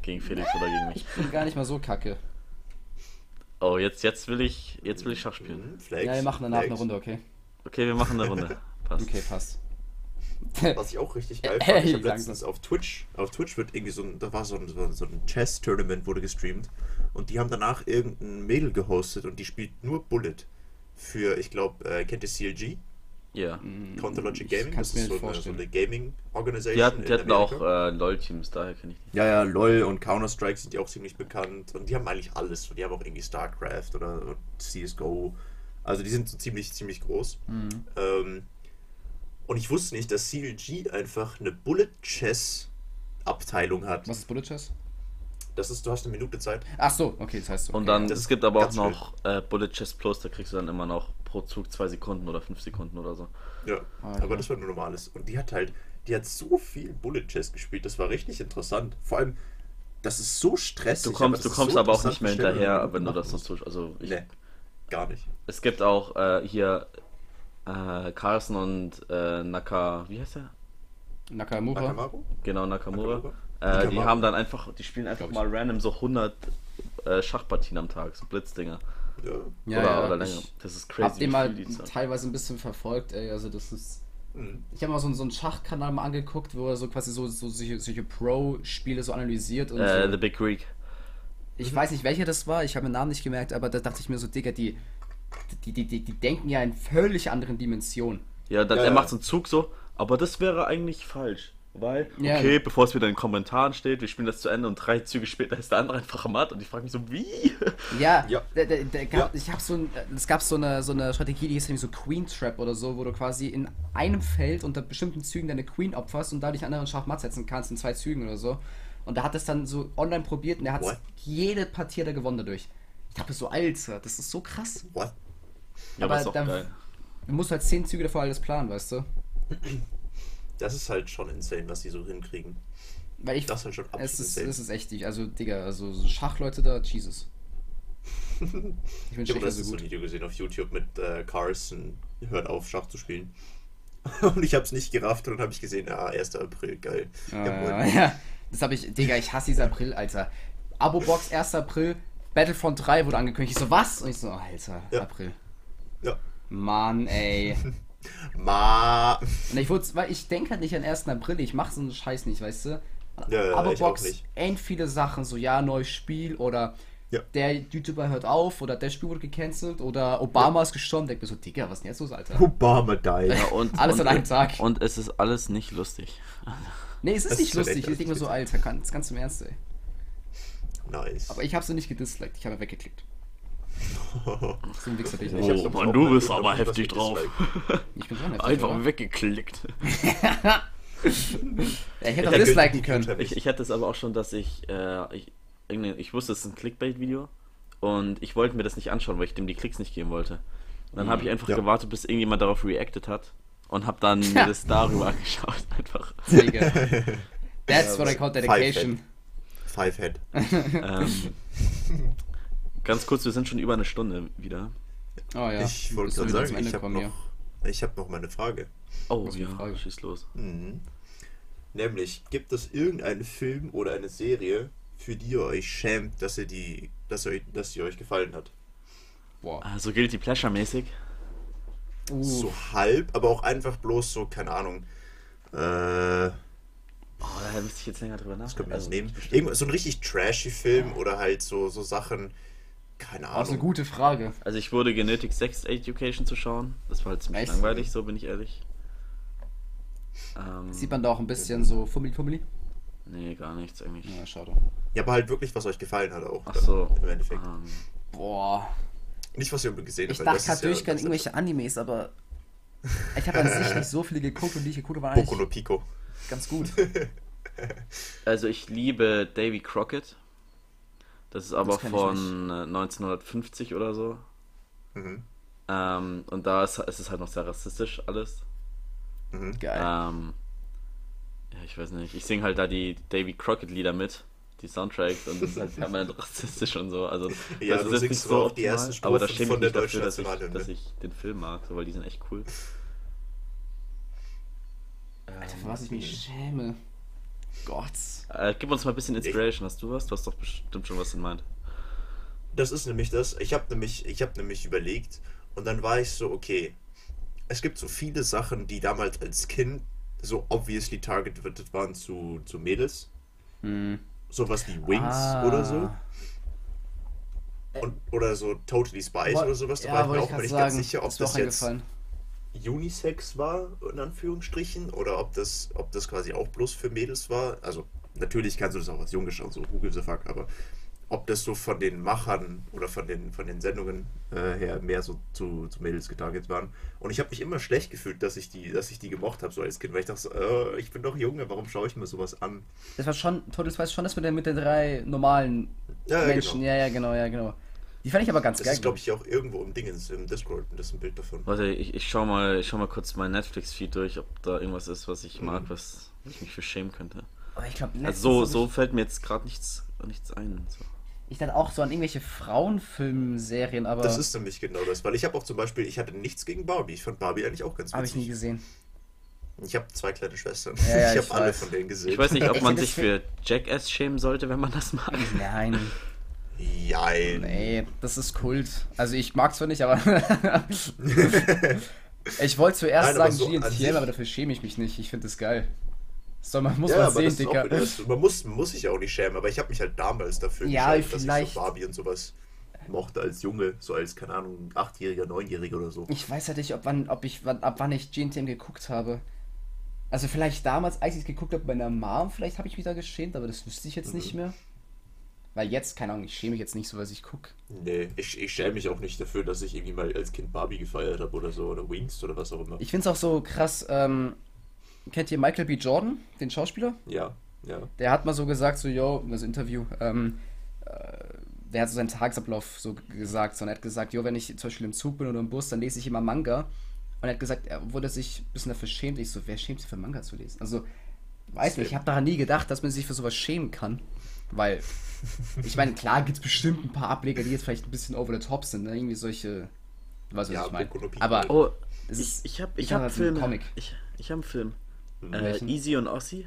A: Gegen Felix oder gegen mich.
C: Ich bin gar nicht mal so kacke.
A: Oh, jetzt, jetzt will ich, jetzt will ich Schach spielen.
B: Hm, Flex,
C: Ja, wir machen danach eine
B: Flex.
C: Runde, okay?
A: Okay, wir machen eine Runde. Passt.
C: Okay, passt.
B: Was ich auch richtig geil
C: Ey,
B: fand, ich habe
C: Äh, langsam.
B: letztens auf Twitch, auf Twitch wird irgendwie so ein, da war so ein, so ein- so ein Chess-Tournament wurde gestreamt und die haben danach irgendein Mädel gehostet und die spielt nur Bullet für, ich glaube, äh, kennt ihr CLG?
A: Ja.
B: Mhm. Counterlogic
C: Hm, ich
B: Gaming,
C: kann's
B: das
C: mir
B: ist so
C: nicht
B: eine, so
C: vorstellen.
B: eine Gaming-Organisation.
A: Die hatten,
B: in
A: die hatten auch
B: Amerika.
A: äh, LOL-Teams, daher kenne ich die.
B: Ja, ja, LOL und Counter-Strike sind ja auch ziemlich bekannt und die haben eigentlich alles. Die haben auch irgendwie StarCraft oder und CSGO. Also die sind so ziemlich, ziemlich groß.
A: Mhm.
B: Ähm, und ich wusste nicht, dass CLG einfach eine Bullet-Chess-Abteilung hat.
C: Was ist Bullet Chess?
B: Das ist, du hast eine Minute Zeit.
C: Ach so, okay, das heißt so.
A: Und
C: okay.
A: dann,
B: das
A: es
B: ist
A: gibt aber auch
B: ganz schön.
A: noch äh, Bullet Chess Plus, da kriegst du dann immer noch pro Zug zwei Sekunden oder fünf Sekunden oder so.
B: Ja,
C: Ah, okay.
B: aber das war nur normales. Und die hat halt, die hat so viel Bullet Chess gespielt, das war richtig interessant. Vor allem, das ist so stressig.
A: Du
B: aber
A: kommst,
B: das
A: du
B: ist
A: kommst
B: so
A: aber auch nicht mehr
B: interessant, wie schnell
A: hinterher, wenn du
B: machen
A: das noch
B: musst.
A: tust. Also ich,
B: Nee, gar nicht.
A: es gibt auch äh, hier äh, Carlsen und äh, Naka, wie heißt er?
C: Nakamura.
B: Nakamaru?
A: Genau, Nakamura.
B: Nakamura?
A: Äh, die
B: Nakamura.
A: haben dann einfach, die spielen einfach
C: Glaub ich.
A: mal random so 100 äh, Schachpartien am Tag, so Blitzdinger.
B: Ja.
C: Ja,
A: oder,
C: ja,
A: oder
C: ich
A: länger. Das ist crazy.
C: Hab den
A: wie
C: mal
A: viel die zahlen.
C: teilweise ein bisschen verfolgt, ey. Also das ist.
B: Hm.
C: Ich habe mal so, einen- so einen Schachkanal mal angeguckt, wo er so quasi so, so solche, solche Pro-Spiele so analysiert und
A: Äh,
C: so.
A: The Big Greek.
B: Mhm.
C: Ich weiß nicht, welcher das war, ich habe den Namen nicht gemerkt, aber da dachte ich mir so, Digga, die, die, die, die, die denken ja in völlig anderen Dimensionen.
A: Ja, dann
B: Ja,
A: er
B: ja.
A: macht so einen Zug so, aber das wäre eigentlich falsch. Weil,
C: Ja.
A: okay, bevor es wieder in den Kommentaren steht, wir spielen das zu Ende und drei Züge später ist der andere einfach matt und ich frage mich so, wie?
C: Ja,
B: Ja.
C: Da, da, da
B: Ja.
C: gab, ich habe so ein, es gab so eine, so eine Strategie, die hieß irgendwie so Queen Trap oder so, wo du quasi in einem Feld unter bestimmten Zügen deine Queen opferst und dadurch einen anderen Schachmatt setzen kannst in zwei Zügen oder so. Und da hat es dann so online probiert und er hat
B: What?
C: jede Partie hat er gewonnen dadurch. Ich dachte so, Alter, das ist so krass.
B: What?
A: Ja,
C: Aber
A: aber ist auch
C: dann-
A: geil.
C: Du musst halt zehn Züge davor alles planen, weißt du?
B: Das ist halt schon insane, was die so hinkriegen.
C: Weil ich,
B: Das ist halt schon absolut
C: es ist,
B: insane.
C: es ist echt nicht, also Digga, also so Schachleute da, Jesus. Ich bin
B: Ich habe
C: Schäfer
B: das
C: so
B: so ein
C: gut.
B: Video gesehen auf YouTube mit äh, Carson, hört auf, Schach zu spielen. und ich habe es nicht gerafft und dann habe ich gesehen, ah, 1. April, geil.
C: Ah,
B: Jawohl.
C: ja, das habe ich, Digga, ich hasse dieses April, Alter. Abo-Box 1. April, Battlefront 3 wurde angekündigt. Ich so, was? Und ich so, Alter,
B: Ja.
C: April.
B: ja.
C: Mann, ey.
B: Ma.
C: Und ich wurde, weil ich denke halt nicht an 1. April, ich mache so einen Scheiß nicht, weißt du?
B: Ja, ja,
C: Aber
B: ich auch
C: Box,
B: nicht.
C: end viele Sachen, so ja, neues Spiel oder
B: Ja.
C: der YouTuber hört auf oder der Spiel wurde gecancelt oder Obama ist gestorben. Denk mir so, Digga, was ist denn jetzt los, Alter?
B: Obama died.
A: Ja, und,
C: Alles
A: und,
C: an einem Tag.
A: Und es ist alles nicht lustig.
C: Nee, es ist
B: Das
C: nicht
B: ist zu
C: lustig,
B: recht,
C: ich denke mir so,
B: also
C: Alter, ganz, ganz im Ernst, ey.
B: Nice.
C: Aber ich habe sie nicht gedisliked, ich habe weggeklickt. So ein Wichser bin ich
B: Ich
C: nicht.
B: hab's
A: Oh,
B: auch
A: Mann,
B: mal
A: du bist
B: geguckt,
A: aber
B: ob ich was
A: heftig
B: mit
A: drauf.
B: Dislike.
C: Ich bin schon heftig,
A: Einfach
C: oder?
A: weggeklickt.
C: Ja, Ich hätte
B: Ja,
C: auch disliken
B: gut,
C: können.
B: gut,
A: Ich, ich hatte es aber auch schon, dass ich, äh, ich, irgendein- ich wusste, es ist ein Clickbait-Video und ich wollte mir das nicht anschauen, weil ich dem die Klicks nicht geben wollte. Und dann habe ich einfach
B: Ja.
A: gewartet, bis irgendjemand darauf reacted hat und habe dann mir
C: Ja.
A: das darüber angeschaut. Einfach.
C: Digga. That's what I call
B: Five
C: dedication.
B: Five Head.
A: Ähm, ganz kurz, wir sind schon über eine Stunde wieder.
C: Oh ja.
B: ich wollte
C: Bist du
B: gerade
C: wieder zum
B: sagen,
C: Ende
B: ich habe
C: gekommen hier?
B: noch, ich hab noch meine Frage.
A: Oh
C: Was für
A: ja,
C: eine Frage.
A: schieß los.
B: Mhm. Nämlich, gibt es irgendeinen Film oder eine Serie, für die ihr euch schämt, dass ihr die, dass ihr, dass sie euch gefallen hat?
C: Boah.
A: Ah, So Guilty Pleasure-mäßig.
C: Uh.
B: So halb, aber auch einfach bloß so, keine Ahnung. Äh,
A: Oh, da müsste ich jetzt länger drüber
B: was können
A: nachdenken.
B: wir das nehmen? Irgendwas, so ein richtig trashy Film oder halt so, so Sachen, keine
C: Das ist eine
B: Ahnung.
C: gute Frage.
A: Also ich wurde genötigt, Sex Education zu schauen. Das war halt ziemlich
C: Echt?
A: langweilig, so bin ich ehrlich. Ähm,
C: Sieht man da auch ein bisschen so fummelig fummelig?
A: nee, gar nichts eigentlich.
C: Ja, schade.
B: Ja, aber halt wirklich, was euch gefallen hat auch.
A: Ach
B: dann
A: so.
B: Im Endeffekt.
A: Ähm,
C: Boah.
B: Nicht, was ihr unbedingt gesehen habt.
C: Ich
B: weil
C: dachte
B: das ist
C: gerade
B: ja-
C: durch ja,
B: das ist ja
C: irgendwelche Animes, aber ich habe an sich nicht so viele geguckt und die ich geguckt habe, waren
B: Poco no
C: eigentlich
B: Pico.
C: ganz gut.
A: also ich liebe Davy Crockett. Das ist aber
C: Das kenn ich
A: von äh, 1950 oder so.
B: Mhm.
A: Ähm, und da ist, ist es halt noch sehr rassistisch alles.
B: Mhm.
C: Geil.
A: Ähm, ja, ich weiß nicht. Ich singe halt da die Davy Crockett-Lieder mit, die Soundtracks, und das ist halt permanent rassistisch und so. Also,
B: Ja,
A: das
B: du
A: ist jetzt
B: singst
A: nicht
B: so auch die
A: optimal,
B: ersten Strophen
A: aber da schäme ich
B: von der ne?
A: mich dafür,
B: deutschen
A: dass ich,
B: Nationalhymne.
A: dass ich den Film mag, so, weil die sind echt cool.
C: Alter, für was ich mich schäme. Gott.
A: Äh, gib uns mal ein bisschen Inspiration. Hast du was? Du hast doch bestimmt schon was in Mind.
B: Das ist nämlich das. Ich habe nämlich, ich habe nämlich überlegt und dann war ich so, okay, es gibt so viele Sachen, die damals als Kind so obviously targeted waren zu, zu Mädels.
A: Hm.
B: Sowas wie Wings
C: Ah.
B: oder so. Und, oder so Totally Spies oder sowas. Da
C: ja,
B: war ich
C: wollte
B: mir auch
C: ich gerade
B: nicht ganz
C: sagen.
B: sicher, ob
C: ist mir
B: das
C: auch
B: jetzt
C: eingefallen.
B: Unisex war, in Anführungsstrichen, oder ob das, ob das quasi auch bloß für Mädels war. Also, natürlich kannst du das auch als Junge schauen, so who gives a fuck, aber ob das so von den Machern oder von den, von den Sendungen äh, her mehr so zu, zu Mädels getarget waren. Und ich habe mich immer schlecht gefühlt, dass ich die, dass ich die gemocht habe, so als Kind, weil ich dachte, so, äh, ich bin doch Junge, warum schaue ich mir sowas an?
C: Das war schon, Todes weiß schon, dass mit den, mit den drei normalen
B: Ja, ja,
C: Menschen.
B: genau.
C: Ja, ja, genau, ja, genau. Die fand ich aber ganz
B: Das
C: geil.
B: ist, glaube ich, auch irgendwo im Dingens, im Discord, das ist ein Bild davon.
A: Warte, ich, ich schau mal, ich schau mal kurz mein Netflix-Feed durch, ob da irgendwas ist, was ich mag, was ich mich für schämen könnte.
C: Aber ich glaube,
A: Also so, so fällt mir jetzt gerade nichts, nichts ein. So.
C: Ich dachte auch so an irgendwelche Frauenfilmserien, aber
B: Das ist nämlich genau das, weil ich habe auch zum Beispiel, ich hatte nichts gegen Barbie. Ich fand Barbie eigentlich auch ganz
C: habe ich nie
B: witzig.
C: gesehen.
B: Ich habe zwei kleine Schwestern.
C: Ja, ja,
B: ich
C: ich
B: habe alle
C: weiß.
B: von denen gesehen.
A: Ich weiß nicht, ob
C: Ich
A: man
C: hätte
A: sich für Jackass schämen sollte, wenn man das mag.
C: Nein.
B: Jein.
C: Nee, das ist Kult. Also ich mag's zwar nicht, aber ich wollte zuerst
B: Nein, aber
C: sagen
B: so
C: GNTM,
B: an
C: aber,
B: sich-
C: dafür schäme ich mich nicht. Ich finde das geil. So, man muss
B: ja,
C: man
B: aber
C: sehen,
B: das ist auch
C: Dicker.
B: wieder, das, man muss, muss sich auch nicht schämen, aber ich habe mich halt damals dafür
C: Ja,
B: geschämt, dass ich
C: vielleicht.
B: so Barbie und sowas mochte als Junge, so als, keine Ahnung, Achtjähriger, Neunjähriger oder so.
C: Ich weiß halt nicht, ob wann, ob ich, wann, ab wann ich GNTM geguckt habe. Also vielleicht damals, als ich es geguckt habe, bei meiner Mom, vielleicht habe ich mich da geschämt, aber das wüsste ich jetzt
B: Mhm.
C: nicht mehr. Weil jetzt, keine Ahnung, ich schäme mich jetzt nicht so, was ich gucke.
B: Nee, ich, ich schäme mich auch nicht dafür, dass ich irgendwie mal als Kind Barbie gefeiert habe oder so, oder Wings oder was auch immer.
C: Ich finde es auch so krass, ähm, kennt ihr Michael B. Jordan, den Schauspieler?
B: ja, ja.
C: Der hat mal so gesagt, so, yo, das Interview, ähm, äh, der hat so seinen Tagesablauf so g- gesagt, so, und er hat gesagt, yo, wenn ich zum Beispiel im Zug bin oder im Bus, dann lese ich immer Manga. Und er hat gesagt, er wurde sich ein bisschen dafür schämt. Ich so, wer schämt sich für Manga zu lesen? Also, weiß nicht, ich habe daran nie gedacht, dass man sich für sowas schämen kann. Weil, ich meine, klar gibt es bestimmt ein paar Ableger, die jetzt vielleicht ein bisschen over the top sind, ne? irgendwie solche, du weißt, was
B: Ja,
C: ich meine.
B: Boku no Pico.
C: Aber,
A: Oh,
C: Das
A: ich,
C: ist-
A: ich habe
C: ich
A: ich
C: hab
A: hab
C: halt
A: Filme.
C: einen Comic.
A: Ich, ich habe einen Film. Äh,
C: Welchen?
A: Easy und Ossi.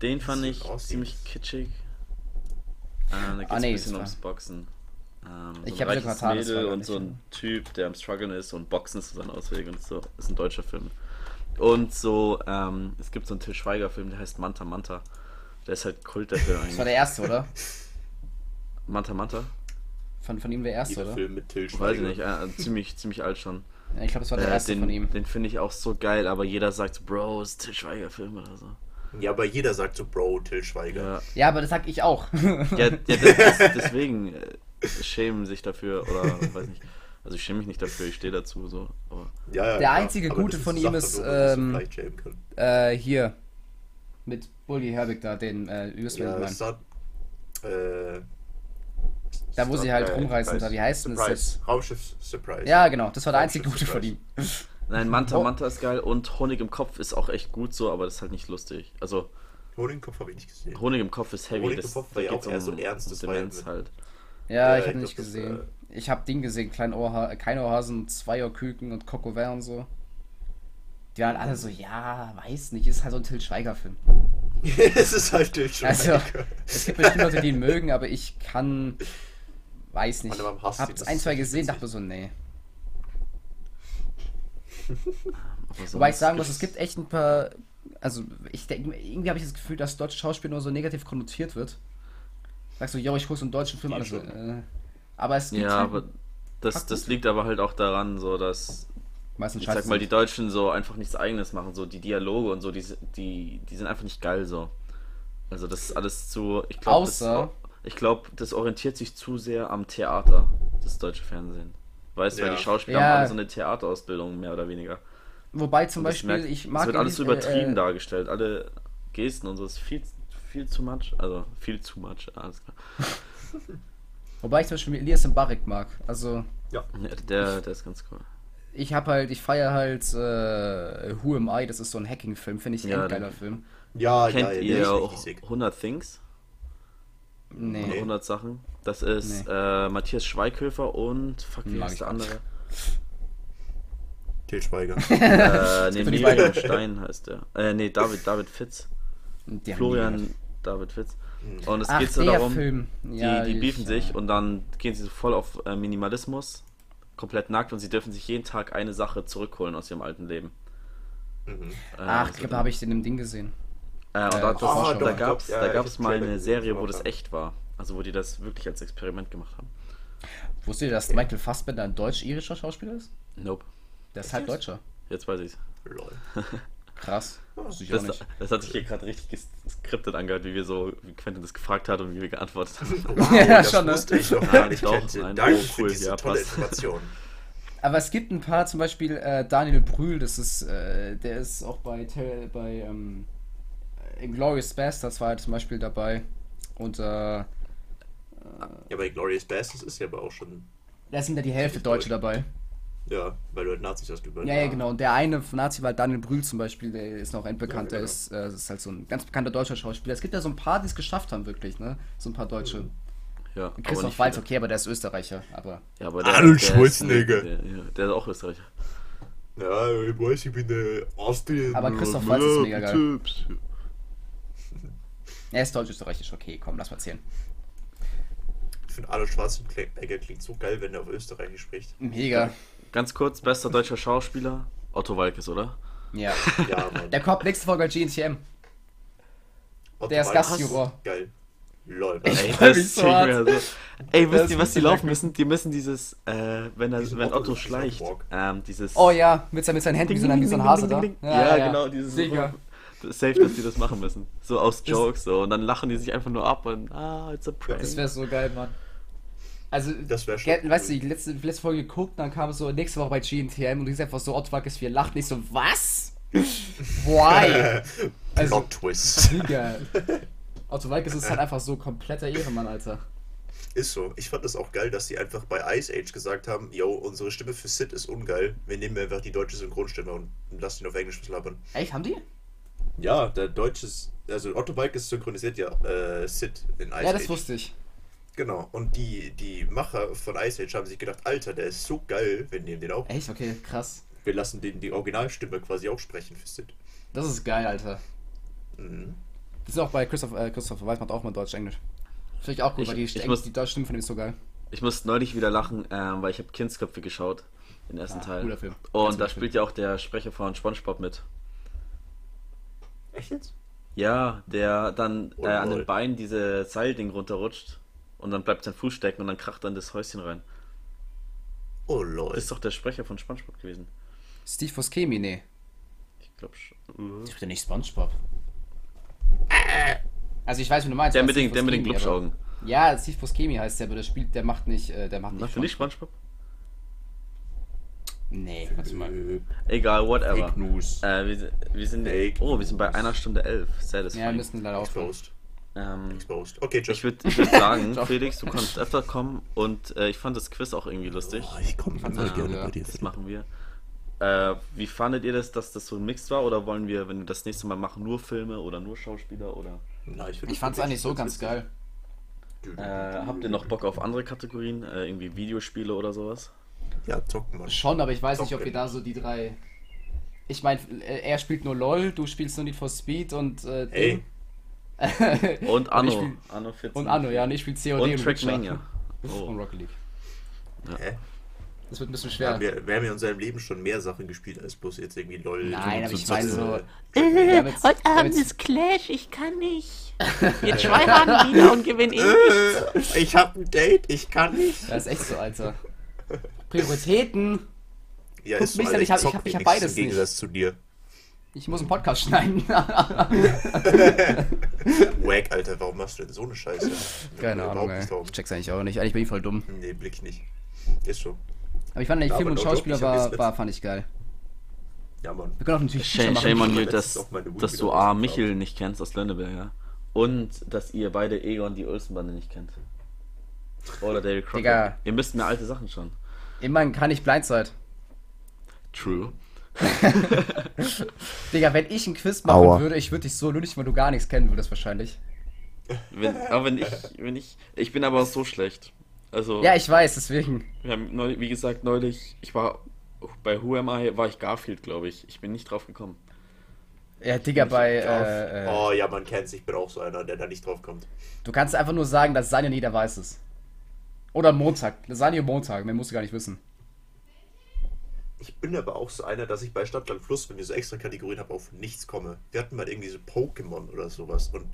A: Den fand
B: Easy
A: ich
B: und Ossi.
A: ziemlich kitschig. Äh, da geht's
C: Ah, nee,
A: ein
C: das
A: bisschen
C: war-
A: ums Boxen. Ähm,
C: Ich
A: so
C: hab
A: ein
C: Luca
A: reiches
C: Thanos, war
A: Mädel
C: gar
A: und
C: nicht,
A: so
C: ne?
A: ein Typ, der am Struggeln ist und Boxen ist so sein Ausweg und so. Ist ein deutscher Film. Und so, ähm, es gibt so einen Til Schweiger-Film, der heißt Manta Manta. Der ist halt Kult dafür
C: das war
A: eigentlich.
C: der erste, oder?
A: Manta Manta?
C: Von, von ihm der erste,
B: Jeder
C: oder?
B: Film mit Till
A: Weiß ich
B: Schweiger.
A: nicht, äh, ziemlich, ziemlich alt schon.
C: Ja, ich glaube, das war der
A: Äh,
C: erste
A: den
C: von ihm.
A: den finde ich auch so geil, aber jeder sagt, so, Bro, ist Til Schweiger-Film oder so.
B: Ja, aber jeder sagt so, Bro, Till Schweiger.
A: Ja,
C: Ja, aber das sag ich auch.
A: ja, ja das, das, deswegen äh, schämen sich dafür oder weiß nicht. Also ich schäme mich nicht dafür, ich stehe dazu so. Aber
B: Ja, ja,
C: Der
B: klar.
C: einzige
B: Aber
C: Gute
B: das
C: von
B: eine Sache,
C: ihm ist,
B: wo man sich
C: ähm,
B: vielleicht schämen kann.
C: äh, hier. Mit Bully Herbig da, den äh,
B: Ja,
C: Übersmann.
B: Sat, äh,
C: da wo sie halt
B: Surprise.
C: rumreißen, da wie heißt denn das
B: Surprise.
C: jetzt?
B: Raumschiff Surprise.
C: Ja, genau, das war der
B: Ja,
C: einzige
B: Surprise.
C: Gute von ihm.
A: nein, Manta
C: Oh.
A: Manta ist geil und Honig im Kopf ist auch echt gut so, aber das ist halt nicht lustig. Also
B: Honigkopf habe ich nicht gesehen.
A: Honig im Kopf ist heavy,
B: Honig im
A: das
B: Kopf
A: da
B: war ja auch
A: geht's
B: eher so ein ernstes
A: Demenz
B: Weihnachten.
A: halt.
C: Ja,
B: Ja,
C: ich hab
B: ich
C: ihn nicht
B: glaub, das,
C: gesehen. Ich hab den gesehen, kleinen Ohrha äh, Kleinohrhasen, Zweierküken und Kokover und so. Die waren alle so, ja, weiß nicht, ist halt so ein Til Schweiger-Film.
B: es ist halt Till Schweiger.
C: Also, es gibt bestimmt Leute, die ihn mögen, aber ich kann, weiß nicht.
B: Alle beim Hass sehen,
C: Hab's
B: das
C: ein,
B: ist
C: zwei
B: richtig
C: gesehen,
B: witzig.
C: dachte mir so, nee.
A: Aber
C: Wobei ich
A: sonst
C: sagen muss,
A: halt. Also gibt's-
C: es gibt echt ein paar. Also, ich denke, irgendwie habe ich das Gefühl, dass deutsche Schauspiel nur so negativ konnotiert wird. Sagst du, yo, ich gucke so einen deutschen Film
B: Ja,
C: an. so,
B: schon.
C: Äh, aber es gibt
A: Ja,
C: halt
A: aber das,
C: paar
A: das
C: gute.
A: liegt aber halt auch daran, so dass
C: meistens
A: ich
C: scheiße.
A: sag mal, die Deutschen so einfach nichts eigenes machen, so die Dialoge und so, die, die, die sind einfach nicht geil so. Also das ist alles zu, ich glaube,
C: Außer-
A: das, ich glaub, das orientiert sich zu sehr am Theater, das deutsche Fernsehen. Weißt du, weil
B: Ja.
A: die Schauspieler
C: Ja.
A: haben alle so eine Theaterausbildung, mehr oder weniger.
C: Wobei zum
A: Und das
C: Beispiel,
A: merkt-
C: ich mag.
A: Es wird
C: in
A: alles so
C: diesem-
A: übertrieben
C: äh,
A: dargestellt, alle Gesten und so, ist viel, viel zu much, also viel zu much, alles klar.
C: Wobei ich zum Beispiel Elias Mbarek mag. Also,
B: Ja.
A: Ja, Der, der ist ganz cool.
C: ich habe halt, ich feiere halt äh, Who Am I, das ist so ein Hacking-Film, finde ich
A: Ja,
C: ein geiler
A: den-
C: Film.
B: Ja, ja,
A: Kennt
B: ja,
A: ihr
B: der ist richtig sick.
A: 100 Things?
C: Nee.
A: Oder 100 Sachen. Das ist äh, Matthias Schweighöfer und fuck, wie
C: Mag
A: heißt
C: ich
A: der andere?
B: Till Schweiger.
A: äh, nee,
C: für die
A: Miriam
C: beiden.
A: Stein heißt der. Äh, nee, David, David Fitz.
C: Und die haben die
A: Florian
C: gehört.
A: David Fitz. Und es
C: Ach,
A: geht so
C: der
A: darum,
C: Film.
A: die,
C: Ja,
A: die
C: ich-
A: beefen
C: ja.
A: sich und dann gehen sie so voll auf äh, Minimalismus, komplett nackt und sie dürfen sich jeden Tag eine Sache zurückholen aus ihrem alten Leben.
B: Mhm.
A: Äh,
C: Ach,
A: also
C: ich glaube, da habe ich den im Ding gesehen.
A: Äh, und
C: Äh,
A: da,
C: das
A: das,
C: war schon-
A: da
C: doch,
A: gab's,
B: doch, ja,
A: da
B: ich
A: gab's
B: hab
A: mal
B: Trailer
A: eine
B: gesehen,
A: Serie,
B: das
A: wo
B: war
A: das
B: krass.
A: echt war. Also wo die das wirklich als Experiment gemacht haben.
C: Wusstet ihr, dass Michael Fassbender ein deutsch-irischer Schauspieler ist?
A: Nope.
C: Der ist halb Deutscher.
A: Jetzt weiß ich's.
B: Lol.
C: Krass. Wusste ich auch
A: Das,
C: nicht.
A: das hat sich hier gerade richtig geskriptet angehört, wie wir so, wie Quentin das gefragt hat und wie wir geantwortet haben.
B: Wow,
C: Ja,
B: das
C: schon, ne?
B: wusste ich noch
A: Ja,
B: gar nicht,
A: doch,
B: Kentin.
A: nein,
B: Danke
A: oh,
B: für
A: cool,
B: diese
A: ja,
B: tolle
A: passt.
B: Information.
C: Aber es gibt ein paar, zum Beispiel äh, Daniel Brühl, das ist, äh, der ist auch bei, Ter- bei ähm, Inglourious Bastards war er zum Beispiel dabei. Und äh,
B: Ja, bei Glorious Bastards ist ja aber auch schon...
C: da sind ja die Hälfte Deutsche dabei.
B: Ja, weil du halt Nazis hast überall.
C: Ja, ja, genau. Und der eine von Nazi war Daniel Brühl zum Beispiel, der ist noch endbekannt,
B: Ja,
C: der
B: genau.
C: ist, äh, das ist halt so ein ganz bekannter deutscher Schauspieler. Es gibt ja so ein paar, die es geschafft haben, wirklich, ne? So ein paar Deutsche.
A: Ja, Mhm. aber
C: Christoph
A: nicht
C: Waltz,
A: viele.
C: okay, aber der ist Österreicher, aber.
A: Ja, aber
B: Arnold
A: ist-
B: Schwarzenegger.
A: Der, der, der ist auch Österreicher.
B: Ja, ich weiß, ich bin der Austrian.
C: Aber Ah, Christoph Waltz ist mega geil. Er ist deutsch-österreichisch, okay, komm, lass mal zählen.
B: Ich finde, Arnold Schwarzenegger klingt so geil, wenn er auf Österreichisch spricht.
C: Mega.
A: Ganz kurz, bester deutscher Schauspieler, Otto Walkes, oder?
C: Ja.
B: Ja, Mann.
C: Der kommt nächste Folge GNTM.
B: Otto
C: der ist
B: Walkes.
C: Gastjuror.
B: Geil. Lol.
A: Ey,
B: Ey,
C: freu
A: das
C: mich
A: ist
C: so
A: nicht
C: hart.
A: mehr so. Ey,
C: Das
A: wisst ihr,
C: ist
A: was die
C: wirklich
A: laufen
C: gut.
A: müssen? Die müssen dieses, äh, wenn, er,
B: Diesen
A: wenn
B: Otto-
A: Otto
B: diesen
A: schleicht,
B: Walk.
A: ähm, dieses...
C: Oh ja, mit, seinen- mit seinen Händen wie so, ein- wie so ein Hase da.
A: Ja, genau, dieses...
C: Digga.
A: Safe, dass die das machen müssen. So aus Jokes, so. Und dann lachen die sich einfach nur ab und, ah, it's a prank.
C: Das wäre so geil, Mann. Also,
B: Das wär schon
C: Gerd,
B: cool.
C: weißt du, die letzte, die letzte Folge geguckt, dann kam es so nächste Woche bei GNTM und ich einfach so, Otto Wackes 4 lacht nicht so, was? Why? also-
B: Plot Twist.
C: Digga. Otto Walkes ist halt einfach so kompletter Ehrenmann, Alter.
B: Ist so. Ich fand das auch geil, dass sie einfach bei Ice Age gesagt haben: Yo, unsere Stimme für Sid ist ungeil. Wir nehmen einfach die deutsche Synchronstimme und lassen ihn auf Englisch was labern.
C: Echt, haben die?
B: Ja, der deutsche. Also Otto Walkes synchronisiert ja äh, Sid in Ice Age.
C: Ja, das wusste ich.
B: Genau. Und die, die Macher von Ice Age haben sich gedacht: Alter, der ist so geil, wir nehmen den auch.
C: Echt? Okay, krass.
B: Wir lassen den die Originalstimme quasi auch sprechen für Sid.
C: Das ist geil, Alter.
B: Mhm.
C: Das ist auch bei Christoph, äh, Christopher Weiß macht auch mal Deutsch-Englisch. Finde ich auch gut,
A: Ich-
C: weil die,
A: ich
C: Eng-
A: muss-
C: die deutsche Stimme von ihm ist so geil.
A: Ich muss neulich wieder lachen, ähm, weil ich habe Kindsköpfe geschaut, den ersten
C: Ah,
A: Teil.
C: guter Film. Ganz
A: Und
C: guter
A: da
C: Film.
A: spielt ja auch der Sprecher von SpongeBob mit.
B: Echt jetzt?
A: Ja, der dann
B: Oh
A: äh, an
B: lol.
A: den Beinen diese Seilding runterrutscht und dann bleibt sein Fuß stecken und dann kracht dann das Häuschen rein.
B: Oh lol.
A: Das ist doch der Sprecher von SpongeBob gewesen.
C: Steve Buscemi, nee.
A: Ich glaube schon.
C: Ich bin ja nicht Spongebob. Also ich weiß, wie du meinst.
A: Der
C: aber
A: mit den,
C: Steve
A: der mit den
C: Buscemi,
A: Glubschaugen.
C: aber- Ja, Steve Buscemi heißt der, aber der spielt, der macht nicht, äh, der macht nicht.
A: Machst du nicht SpongeBob?
C: Nee, warte mal.
B: Äh,
A: Egal, whatever.
B: Fake News.
A: Äh, wir, sind- wir sind
B: Fake
A: oh, wir sind bei einer Stunde elf.
C: Ja, wir
A: Satisfying.
C: müssen leider aufhören.
B: Exposed.
A: Ähm,
B: Exposed. Okay, Josh.
A: ich würde ich würd sagen,
C: Ciao.
A: Felix, du kannst öfter kommen und äh, ich fand das Quiz auch irgendwie lustig.
B: Oh, ich komme
C: Fand's
B: immer
C: auch
B: gerne
C: gut, ja.
B: bei dir.
A: Das machen wir. Äh, wie fandet ihr das, dass das so ein Mix war? Oder wollen wir, wenn wir das nächste Mal machen, nur Filme oder nur Schauspieler? Oder
B: Na, find
C: Ich
B: das
C: fand's
B: wirklich
C: eigentlich so ganz
B: witzig.
C: geil.
A: äh, habt ihr noch Bock auf andere Kategorien? Äh, irgendwie Videospiele oder sowas?
B: Ja, zocken mal.
C: Schon, aber ich weiß nicht, ob
B: Okay.
C: wir da so die drei. Ich meine, er spielt nur LOL, du spielst nur Need for Speed und äh,
B: Ey,
C: Ding.
A: Und
C: Und ich
A: Anno.
C: spiel-
A: Anno 14.
C: und Anno, ja, und ich spiele COD
A: Und
C: Witcher.
A: Trackmania.
C: Und
A: Oh.
C: Rocket League.
B: hä?
C: Das wird ein bisschen
B: Ja.
C: schwer.
B: Wir, wir haben in unserem Leben schon mehr Sachen gespielt, als bloß jetzt irgendwie LOL.
C: Nein,
B: und
C: aber ich
B: so-
C: meine so.
D: Äh,
C: Damit's-
D: heute Abend
C: damit's-
D: ist Clash, ich kann nicht. Jetzt schweigern wieder und gewinne ich nicht.
B: Äh, ich hab ein Date, ich kann nicht.
C: Das ist echt so, Alter. Prioritäten.
B: Ja,
C: Guck
B: ist so,
C: mich
B: Alter,
C: an,
B: ich,
C: ich hab- ich
B: zock
C: hab- ich hab
B: wenigstens
C: beides
B: Im Gegensatz zu dir.
C: Ich muss einen Podcast schneiden.
B: Wack, Alter, warum machst du denn so eine Scheiße?
C: Keine
B: Überhaupt
C: Ahnung, ey.
B: nicht, warum. Hm,
C: Ich check's eigentlich auch nicht. Eigentlich bin ich voll dumm.
B: Nee, blick ich nicht. Ist so.
C: Aber ich fand eigentlich
B: Ja,
C: Film
B: aber
C: und
B: doch, doch,
C: Schauspieler
B: ich hab jetzt
C: war,
B: mit-
C: war, fand ich geil.
B: Ja, Mann.
C: Wir können auch natürlich Feature
A: Shame,
C: machen.
A: shame on you,
B: Letztens
A: dass,
B: auch meine Wii
A: dass
B: wieder
A: du A.
B: rausgekramt.
A: Michel nicht kennst aus Lönneberger. Und dass ihr beide Egon die Olsenbande nicht kennt. Oder David Crockett.
C: Digga.
A: Ihr müsst mir alte Sachen schon.
C: Immerhin kann ich Blindside.
A: True.
C: Digga, wenn ich ein Quiz machen
B: Aua.
C: würde, ich würde dich so lünchen, weil du gar nichts kennen würdest wahrscheinlich.
A: Wenn, aber wenn ich, wenn ich, ich bin aber so schlecht. Also,
C: Ja, ich weiß, deswegen.
A: wir haben neulich, wie gesagt, neulich, ich war bei Who Am I, war ich Garfield, glaube ich. Ich bin nicht drauf gekommen.
C: Ja, Digga, bei. Äh, äh,
B: Oh ja, man kennt's, ich bin auch so einer, der da nicht drauf kommt.
C: du kannst einfach nur sagen, dass Sanja jeder weiß es. Oder Montag. Lasagne Montag, mehr musst du gar nicht wissen.
B: Ich bin aber auch so einer, dass ich bei Stadtland Fluss, wenn wir so extra Kategorien haben, auf nichts komme. Wir hatten mal irgendwie so Pokémon oder sowas und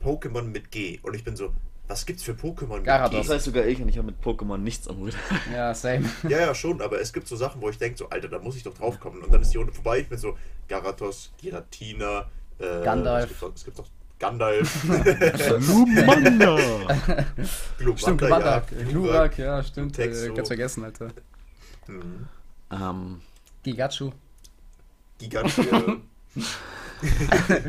B: Pokémon mit G. Und ich bin so, was gibt's für Pokémon mit
C: Garados.
A: Das
B: G?
A: heißt sogar ich und ich habe mit Pokémon nichts am Hut.
C: Ja, same.
B: Ja, ja, schon, aber es gibt so Sachen, wo ich denke, so, Alter, da muss ich doch drauf kommen. Und dann ist die Runde vorbei. Ich bin so, Garatos, Giratina, äh,
C: Gandalf.
B: Es gibt doch, es gibt doch Gandalf,
A: Lumanda!
B: Glubanda,
C: Stimmt, Glurak.
B: ja,
C: Glurak, ja, stimmt.
B: Texo.
C: Äh, ganz vergessen, Alter.
B: Mhm.
A: ähm,
C: Gigachu.
B: Gigantische.
C: Okay, Äh, wir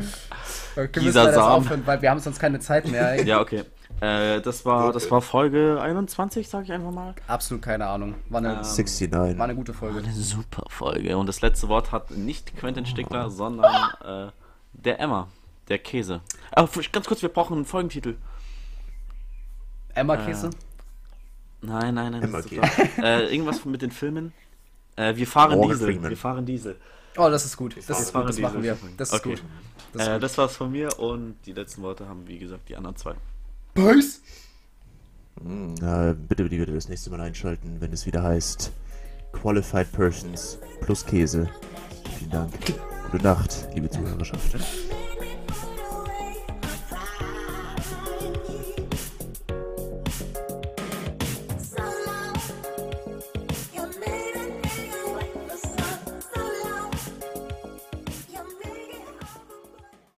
C: müssen
A: Gisa
C: leider jetzt
A: Sam.
C: aufhören, weil wir haben sonst keine Zeit mehr. Ey.
A: ja, okay. Äh, das, war, das war Folge 21, sag ich einfach mal.
C: Absolut keine Ahnung. War eine,
A: Ähm,
B: 69.
C: war eine gute Folge.
A: Eine super Folge. Und das letzte Wort hat nicht Quentin Stickler, sondern äh, der Emma, der Käse. Aber ganz kurz, wir brauchen einen Folgentitel.
C: Emma
A: Äh.
C: Käse?
A: Nein, nein, nein.
B: Emma
A: das ist super. äh, irgendwas mit den Filmen. Äh, wir fahren
B: Morgan
A: Diesel.
B: Freeman.
A: Wir fahren Diesel.
C: Oh, das ist gut. Das
B: fahre
C: ist gut, das
A: diese
C: machen wir.
A: Schiffung.
C: Das ist
A: Okay.
C: gut. Das ist
A: äh,
C: gut.
A: das war's von mir und die letzten Worte haben, wie gesagt, die anderen zwei.
C: Peace!
B: Äh, bitte, bitte, bitte das nächste Mal einschalten, wenn es wieder heißt Qualified Persons plus Käse. Vielen Dank. Gute Nacht, liebe Zuhörerschaft.